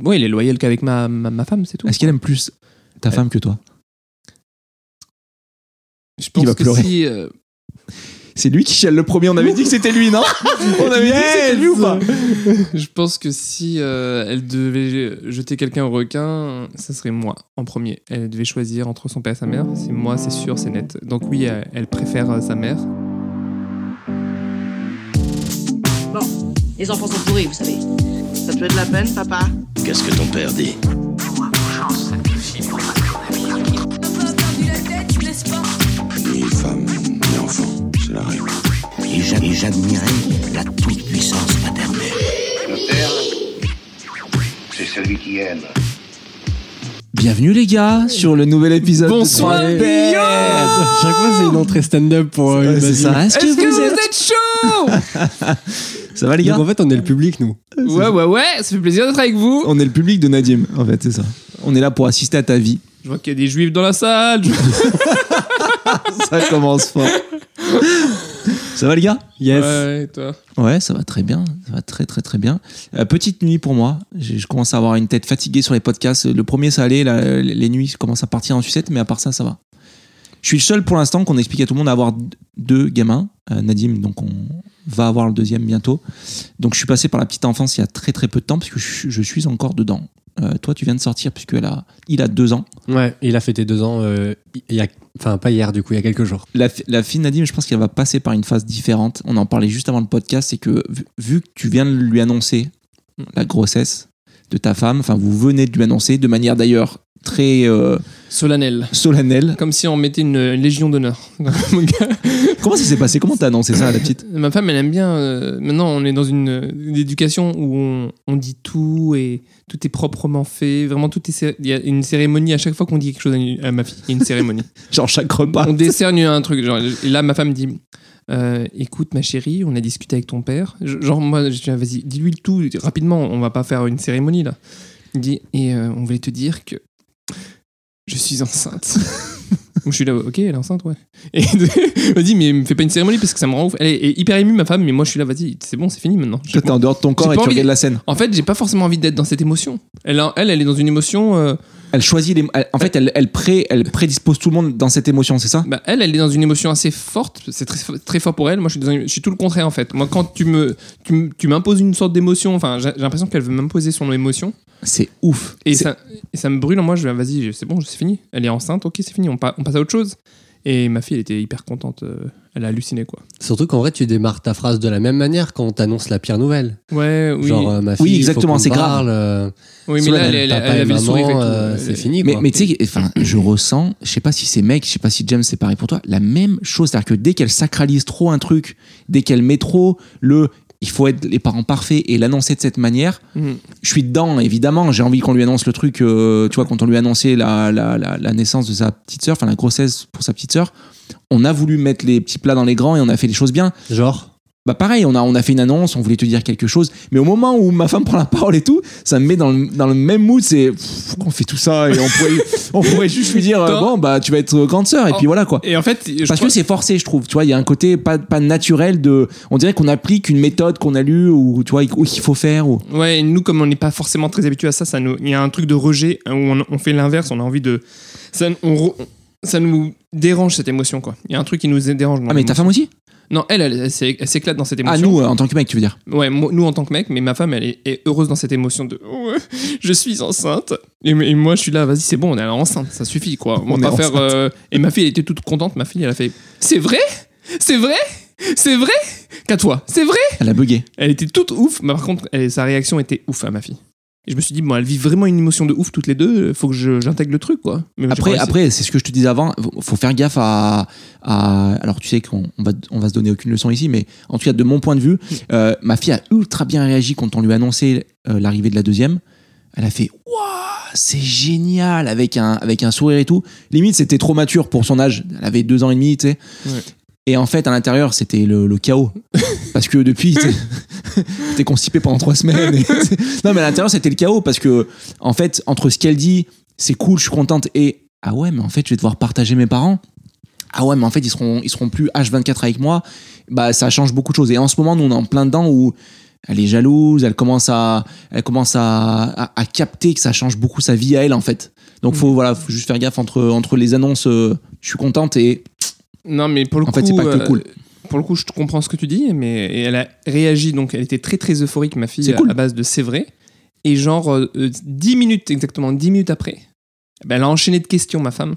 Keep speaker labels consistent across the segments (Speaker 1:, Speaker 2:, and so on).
Speaker 1: Bon, il est loyal qu'avec ma, ma, ma femme, c'est tout.
Speaker 2: Est-ce qu'elle aime plus ta
Speaker 1: Ouais.
Speaker 2: femme que toi
Speaker 1: Je pense
Speaker 2: va
Speaker 1: que
Speaker 2: pleurer.
Speaker 1: si. euh,
Speaker 2: C'est lui qui chiale le premier. On avait dit que c'était lui, non On avait dit que c'était lui ou pas
Speaker 1: Je pense que si euh, elle devait jeter quelqu'un au requin, ça serait moi en premier. Elle devait choisir entre son père et sa mère. C'est moi, c'est sûr, c'est net. Donc oui, elle elle préfère euh, sa mère.
Speaker 3: Les enfants sont pourris, vous savez.
Speaker 4: Ça te fait de la peine, papa
Speaker 5: Qu'est-ce que ton père dit
Speaker 6: Ni femme, ni enfant, c'est la règle.
Speaker 5: Et j'a- et j'admirais la toute-puissance paternelle.
Speaker 7: Le père, c'est celui qui aime.
Speaker 2: Bienvenue les gars sur le nouvel épisode.
Speaker 1: Bonsoir,
Speaker 2: de 3D.
Speaker 8: Chaque fois, c'est une entrée stand-up pour euh,
Speaker 2: Ouais,
Speaker 8: une
Speaker 2: c'est ça.
Speaker 8: bagnole.
Speaker 2: Est-ce que vous êtes
Speaker 1: chaud
Speaker 2: Ça va les gars
Speaker 8: Donc en fait, on est le public, nous.
Speaker 1: Ouais, ouais, ouais, ça fait plaisir d'être avec vous.
Speaker 2: On est le public de Nadim, en fait, c'est ça. On est là pour assister à ta vie.
Speaker 1: Je vois qu'il y a des juifs dans la salle.
Speaker 2: Ça commence fort. Ça va les gars
Speaker 8: Yes.
Speaker 1: Ouais, et toi.
Speaker 2: Ouais, ça va très bien. Ça va très très très bien. Euh, petite nuit pour moi. J'ai- Je commence à avoir une tête fatiguée sur les podcasts. Le premier, ça allait. là, les nuits commencent à partir en sucette, mais à part ça, ça va. Je suis le seul pour l'instant qu'on explique à tout le monde à avoir d- deux gamins. Euh, Nadim, donc on va avoir le deuxième bientôt. Donc je suis passé par la petite enfance il y a très très peu de temps parce que je, je suis encore dedans. Euh, toi, tu viens de sortir puisque a, il a deux ans.
Speaker 8: Ouais, il a fêté deux ans, euh, il y a... enfin pas hier du coup, il y a quelques jours.
Speaker 2: La, fi- la fille Nadim, je pense qu'elle va passer par une phase différente. On en parlait juste avant le podcast, c'est que vu, vu que tu viens de lui annoncer la grossesse de ta femme, enfin vous venez de lui annoncer de manière d'ailleurs très euh,
Speaker 1: Solennel.
Speaker 2: solennelle.
Speaker 1: Comme si on mettait une, une légion d'honneur.
Speaker 2: Comment ça s'est passé Comment t'as annoncé ça à la petite
Speaker 1: Ma femme, elle aime bien. euh, maintenant, on est dans une, une éducation où on, on dit tout et tout est proprement fait. Vraiment, tout est. cé- Il y a une cérémonie à chaque fois qu'on dit quelque chose à une- à, ma fille. Il y a une cérémonie.
Speaker 2: Genre chaque repas.
Speaker 1: on décerne un truc. Genre, et là, ma femme dit. euh, écoute ma chérie, on a discuté avec ton père. Je- Genre moi, je dis ah, vas-y, dis-lui le tout rapidement. On va pas faire une cérémonie là. Il dit et euh, on voulait te dire que je suis enceinte. Moi, je suis là, ok, elle est enceinte, ouais. Et elle me dit, mais me fais pas une cérémonie parce que ça me rend ouf. Elle est hyper émue, ma femme, mais moi, je suis là, vas-y, c'est bon, c'est fini maintenant. J'ai-
Speaker 2: Toi t'es en dehors de ton corps
Speaker 1: J'ai
Speaker 2: et
Speaker 1: pas
Speaker 2: tu
Speaker 1: envie-
Speaker 2: regardes la scène.
Speaker 1: En fait, j'ai pas forcément envie d'être dans cette émotion. Elle, a- elle, elle est dans une émotion. euh,
Speaker 2: Elle choisit les. elle- en fait, elle, elle, pré- elle prédispose tout le monde dans cette émotion, c'est ça
Speaker 1: bah, elle, elle est dans une émotion assez forte. C'est très, très fort pour elle. Moi, je suis, dans une- je suis tout le contraire, en fait. Moi, quand tu me, tu, m- tu m'imposes une sorte d'émotion, enfin, j'ai j'ai l'impression qu'elle veut m'imposer son émotion.
Speaker 2: C'est ouf.
Speaker 1: Et
Speaker 2: C'est-
Speaker 1: ça, et ça me brûle en moi. Je vais, ah, vas-y, c'est bon, c'est fini. Elle est enceinte, ok, c'est fini, on, pa- on passe à autre chose. Et ma fille, elle était hyper contente. euh, Elle a halluciné, quoi.
Speaker 8: Surtout qu'en vrai, tu démarres ta phrase de la même manière quand on t'annonce la pire nouvelle.
Speaker 1: Ouais, oui.
Speaker 8: Genre, euh, ma fille,
Speaker 2: Oui, exactement,
Speaker 8: faut qu'on
Speaker 2: c'est grave.
Speaker 8: parle, euh,
Speaker 1: Oui, mais
Speaker 8: Solennel,
Speaker 1: là, elle, elle-
Speaker 8: papa
Speaker 1: elle
Speaker 8: et
Speaker 1: avait le
Speaker 8: maman,
Speaker 1: sourire et tout.
Speaker 8: euh,
Speaker 1: Elle-
Speaker 8: c'est fini.
Speaker 2: Mais,
Speaker 8: quoi.
Speaker 2: mais tu sais, enfin, je ressens, je sais pas si c'est mec, je sais pas si James c'est pareil pour toi, la même chose. C'est-à-dire que dès qu'elle sacralise trop un truc, dès qu'elle met trop le il faut être les parents parfaits et l'annoncer de cette manière,
Speaker 1: Mm.
Speaker 2: je suis dedans, évidemment. J'ai envie qu'on lui annonce le truc, euh, tu vois, quand on lui a annoncé la, la, la, la naissance de sa petite sœur, enfin la grossesse pour sa petite sœur, on a voulu mettre les petits plats dans les grands et on a fait les choses bien
Speaker 8: Genre,
Speaker 2: bah pareil, on a, on a fait une annonce, on voulait te dire quelque chose, mais au moment où ma femme prend la parole et tout, ça me met dans le, dans le même mood, c'est pff, pourquoi on fait tout ça et on pourrait, on pourrait juste lui dire euh,
Speaker 1: Dans-
Speaker 2: bon bah tu vas être grande sœur et
Speaker 1: Oh.
Speaker 2: puis voilà quoi.
Speaker 1: Et en fait, je
Speaker 2: Parce
Speaker 1: crois-
Speaker 2: que c'est forcé, je trouve. Tu vois, il y a un côté pas, pas naturel de. On dirait qu'on applique une méthode qu'on a lue ou tu vois ou qu'il faut faire. Ou...
Speaker 1: Ouais, et nous, comme on n'est pas forcément très habitué à ça, ça nous... il y a un truc de rejet hein, où on, on fait l'inverse, on a envie de. Ça, on re- ça nous dérange cette émotion, quoi. Il y a un truc qui nous dérange. dans
Speaker 2: Ah mais ta
Speaker 1: l'émotion.
Speaker 2: femme aussi
Speaker 1: Non, elle, elle, elle s'é- elle s'éclate dans cette
Speaker 2: Ah
Speaker 1: émotion.
Speaker 2: nous euh, en tant que mec, tu veux dire
Speaker 1: Ouais, moi- nous en tant que mec, mais ma femme, elle est, est heureuse dans cette émotion de Ouais, je suis enceinte. Et, m- et moi, je suis là, vas-y, c'est bon, on est enceinte, ça suffit, quoi. On,
Speaker 2: On
Speaker 1: va
Speaker 2: est
Speaker 1: pas faire.
Speaker 2: enceinte.
Speaker 1: euh, Et ma fille, elle était toute contente, ma fille, elle a fait C'est vrai C'est vrai C'est vrai Qu'à toi, c'est vrai
Speaker 2: Elle a bugué.
Speaker 1: elle était toute ouf, mais par contre, elle- sa réaction était ouf à ma fille. Et je me suis dit, bon, elle vit vraiment une émotion de ouf toutes les deux, faut que je- j'intègre le truc, quoi. Mais j'ai pas
Speaker 2: Après,
Speaker 1: réussi.
Speaker 2: après, c'est ce que je te disais avant. faut- Faut faire gaffe à. à- alors, tu sais qu'on on va, on va se donner aucune leçon ici, mais en tout cas, de mon point de vue, euh, ma fille a ultra bien réagi quand on lui a annoncé euh, l'arrivée de la deuxième. Elle a fait Waouh, c'est génial avec un, avec un sourire et tout. Limite, c'était trop mature pour son âge. Elle avait deux ans et demi, tu sais.
Speaker 1: Ouais.
Speaker 2: Et en fait, à l'intérieur, c'était le, le chaos. Parce que depuis, tu sais, t'es constipé pendant trois semaines. et c'est- non, mais à l'intérieur, c'était le chaos. Parce que, en fait, entre ce qu'elle dit, c'est cool, je suis contente. Et ah ouais, mais en fait, je vais devoir partager mes parents. Ah ouais, mais en fait, ils seront, ils seront plus H24 avec moi. Bah, ça change beaucoup de choses. Et en ce moment, nous, on est en plein dedans où elle est jalouse, elle commence à, elle commence à, à- à capter que ça change beaucoup sa vie à elle en fait. Donc
Speaker 1: Mm.
Speaker 2: faut voilà, faut juste faire gaffe entre entre les annonces. euh, je suis contente et
Speaker 1: Non, mais pour le
Speaker 2: en
Speaker 1: coup,
Speaker 2: fait c'est pas que
Speaker 1: euh,
Speaker 2: cool.
Speaker 1: pour le coup, je te comprends ce que tu dis, mais et elle a réagi, donc elle était très très euphorique, ma fille,
Speaker 2: C'est
Speaker 1: à-
Speaker 2: cool.
Speaker 1: à base de c'est vrai. Et genre, euh, euh, 10 minutes, exactement 10 minutes après, ben, elle a enchaîné de questions, ma femme.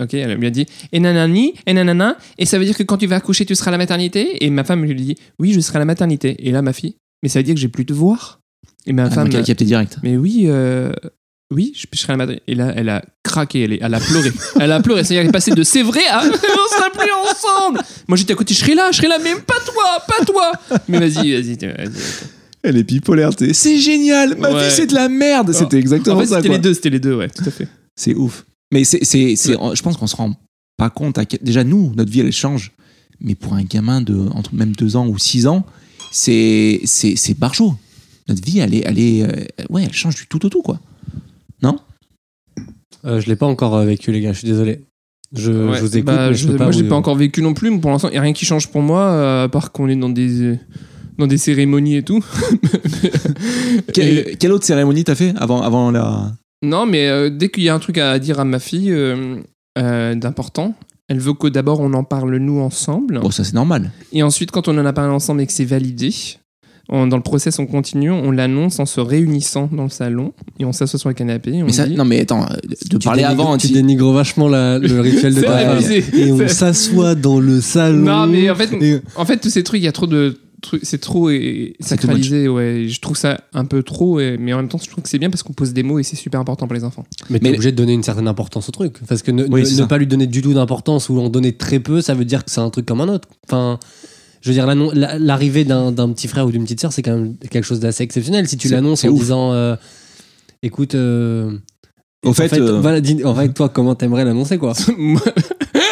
Speaker 1: Ok, elle lui a dit et nanani, et nanana, et ça veut dire que quand tu vas accoucher, tu seras à la maternité Et ma femme lui dit oui, je serai à la maternité. Et là, ma fille, mais ça veut dire que j'ai plus de voir. Et ma
Speaker 2: Ah,
Speaker 1: femme,
Speaker 2: donc, elle a capté direct.
Speaker 1: mais oui, euh, oui, je serai à la maternité. Et là, elle a craqué, elle, est- elle a pleuré. Elle a pleuré, c'est-à-dire qu'elle est passée de c'est vrai à on sera plus ensemble. Moi j'étais à côté, je serai là, je serai là, mais pas toi, pas toi. Mais vas-y, vas-y. vas-y.
Speaker 2: Elle est bipolaire. t'es- C'est génial. Ma
Speaker 1: Ouais. Oh.
Speaker 2: vie c'est de la merde. C'était exactement
Speaker 1: En fait,
Speaker 2: ça.
Speaker 1: c'était
Speaker 2: quoi.
Speaker 1: les deux, c'était les deux, ouais, tout à fait.
Speaker 2: C'est ouf. Mais c'est, c'est, c'est- je pense qu'on se rend pas compte. À quel- Déjà, nous, notre vie, elle change. Mais pour un gamin de entre même 2 ans ou 6 ans, c'est, c'est, c'est barre chaud. Notre vie, elle est, elle est, euh, ouais, elle change du tout au tout, quoi.
Speaker 8: Euh, je l'ai pas encore euh, vécu, les gars, je suis désolé. Euh, Je,
Speaker 1: Ouais,
Speaker 8: je vous écoute,
Speaker 1: bah,
Speaker 8: mais je,
Speaker 1: je-
Speaker 8: peux pas.
Speaker 1: moi, j'ai
Speaker 8: vous- euh,
Speaker 1: pas encore vécu non plus, mais pour l'instant, il n'y a rien qui change pour moi, euh, à part qu'on est dans des, euh, dans des cérémonies et tout.
Speaker 2: Quelle, quelle autre cérémonie t'as fait avant, avant la.
Speaker 1: Non, mais euh, dès qu'il y a un truc à dire à ma fille euh, euh, d'important, elle veut que d'abord on en parle nous ensemble.
Speaker 2: Bon, ça, c'est normal.
Speaker 1: Et ensuite, quand on en a parlé ensemble et que c'est validé, on- dans le process, on continue, on l'annonce en se réunissant dans le salon et on s'assoit sur le canapé. et on
Speaker 2: Mais ça,
Speaker 1: dit-
Speaker 2: non, mais attends, euh, de
Speaker 8: Tu
Speaker 2: parler
Speaker 8: dénigres-
Speaker 2: avant,
Speaker 8: tu
Speaker 2: anti-
Speaker 8: dénigres vachement la- le rituel de
Speaker 1: C'est
Speaker 8: ta femme.
Speaker 1: abusé.
Speaker 8: Et on
Speaker 1: C'est-
Speaker 8: s'assoit dans le salon.
Speaker 1: Non, mais en fait-
Speaker 8: Et-
Speaker 1: En fait, tous ces trucs, il y a trop de trucs, c'est trop et,
Speaker 2: C'est too
Speaker 1: sacralisé. Ouais, Et je trouve ça un peu trop, et- mais en même temps, je trouve que c'est bien parce qu'on pose des mots et c'est super important pour les enfants.
Speaker 8: Mais t'es
Speaker 2: Mais-
Speaker 8: obligé de donner une certaine importance au truc. Parce que ne,
Speaker 2: Oui,
Speaker 8: ne-
Speaker 2: c'est
Speaker 8: ne
Speaker 2: ça.
Speaker 8: pas lui donner du tout d'importance ou en donner très peu, ça veut dire que c'est un truc comme un autre. Enfin, je veux dire, l'annon- la- l'arrivée d'un d'un petit frère ou d'une petite sœur, c'est quand même quelque chose d'assez exceptionnel. Si tu
Speaker 2: C'est-
Speaker 8: l'annonces
Speaker 2: c'est
Speaker 8: en
Speaker 2: ouf.
Speaker 8: disant, euh, écoute, euh,
Speaker 2: Au fait,
Speaker 8: en fait,
Speaker 2: euh,
Speaker 8: voilà, dis- en fait, toi, comment t'aimerais l'annoncer, quoi
Speaker 1: Moi-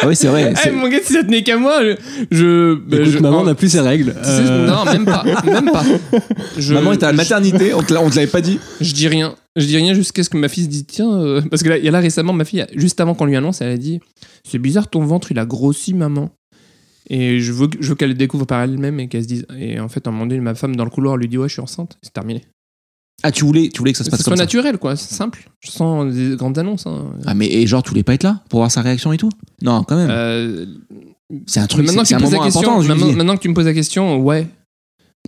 Speaker 2: ah oui, c'est vrai.
Speaker 1: Eh,
Speaker 2: c'est-
Speaker 1: mon gars, si ça tenait qu'à moi, je. je-
Speaker 2: Ben,
Speaker 1: bah,
Speaker 8: Écoute,
Speaker 1: je-
Speaker 8: maman
Speaker 1: en-
Speaker 8: n'a plus ses règles.
Speaker 1: tu sais,
Speaker 8: Euh,
Speaker 1: Non, même pas. Même pas. Je-
Speaker 2: Maman est à la
Speaker 1: je-
Speaker 2: maternité, on te, l'a- on te l'avait pas dit.
Speaker 1: Je dis rien. Je dis rien jusqu'à ce que ma fille se dise tiens. euh, Parce que là, il y a là récemment, ma fille, juste avant qu'on lui annonce, elle a dit C'est bizarre, ton ventre, il a grossi, maman. Et je veux, je veux qu'elle le découvre par elle-même et qu'elle se dise. Et en fait, à un moment donné, ma femme dans le couloir lui dit Ouais, je suis enceinte. C'est terminé.
Speaker 2: Ah, tu voulais, tu voulais que ça se
Speaker 1: Que
Speaker 2: passe
Speaker 1: ce
Speaker 2: comme
Speaker 1: soit
Speaker 2: ça.
Speaker 1: naturel, quoi. C'est simple. Je sens des grandes annonces. hein.
Speaker 2: Ah, mais et genre, tu voulais pas être là pour voir sa réaction et tout Non, quand même.
Speaker 1: Euh,
Speaker 2: c'est un truc,
Speaker 1: maintenant,
Speaker 2: c'est,
Speaker 1: que tu
Speaker 2: c'est
Speaker 1: me poses
Speaker 2: un moment
Speaker 1: la question,
Speaker 2: important. je lui
Speaker 1: maintenant,
Speaker 2: dis.
Speaker 1: maintenant que tu me poses la question, ouais.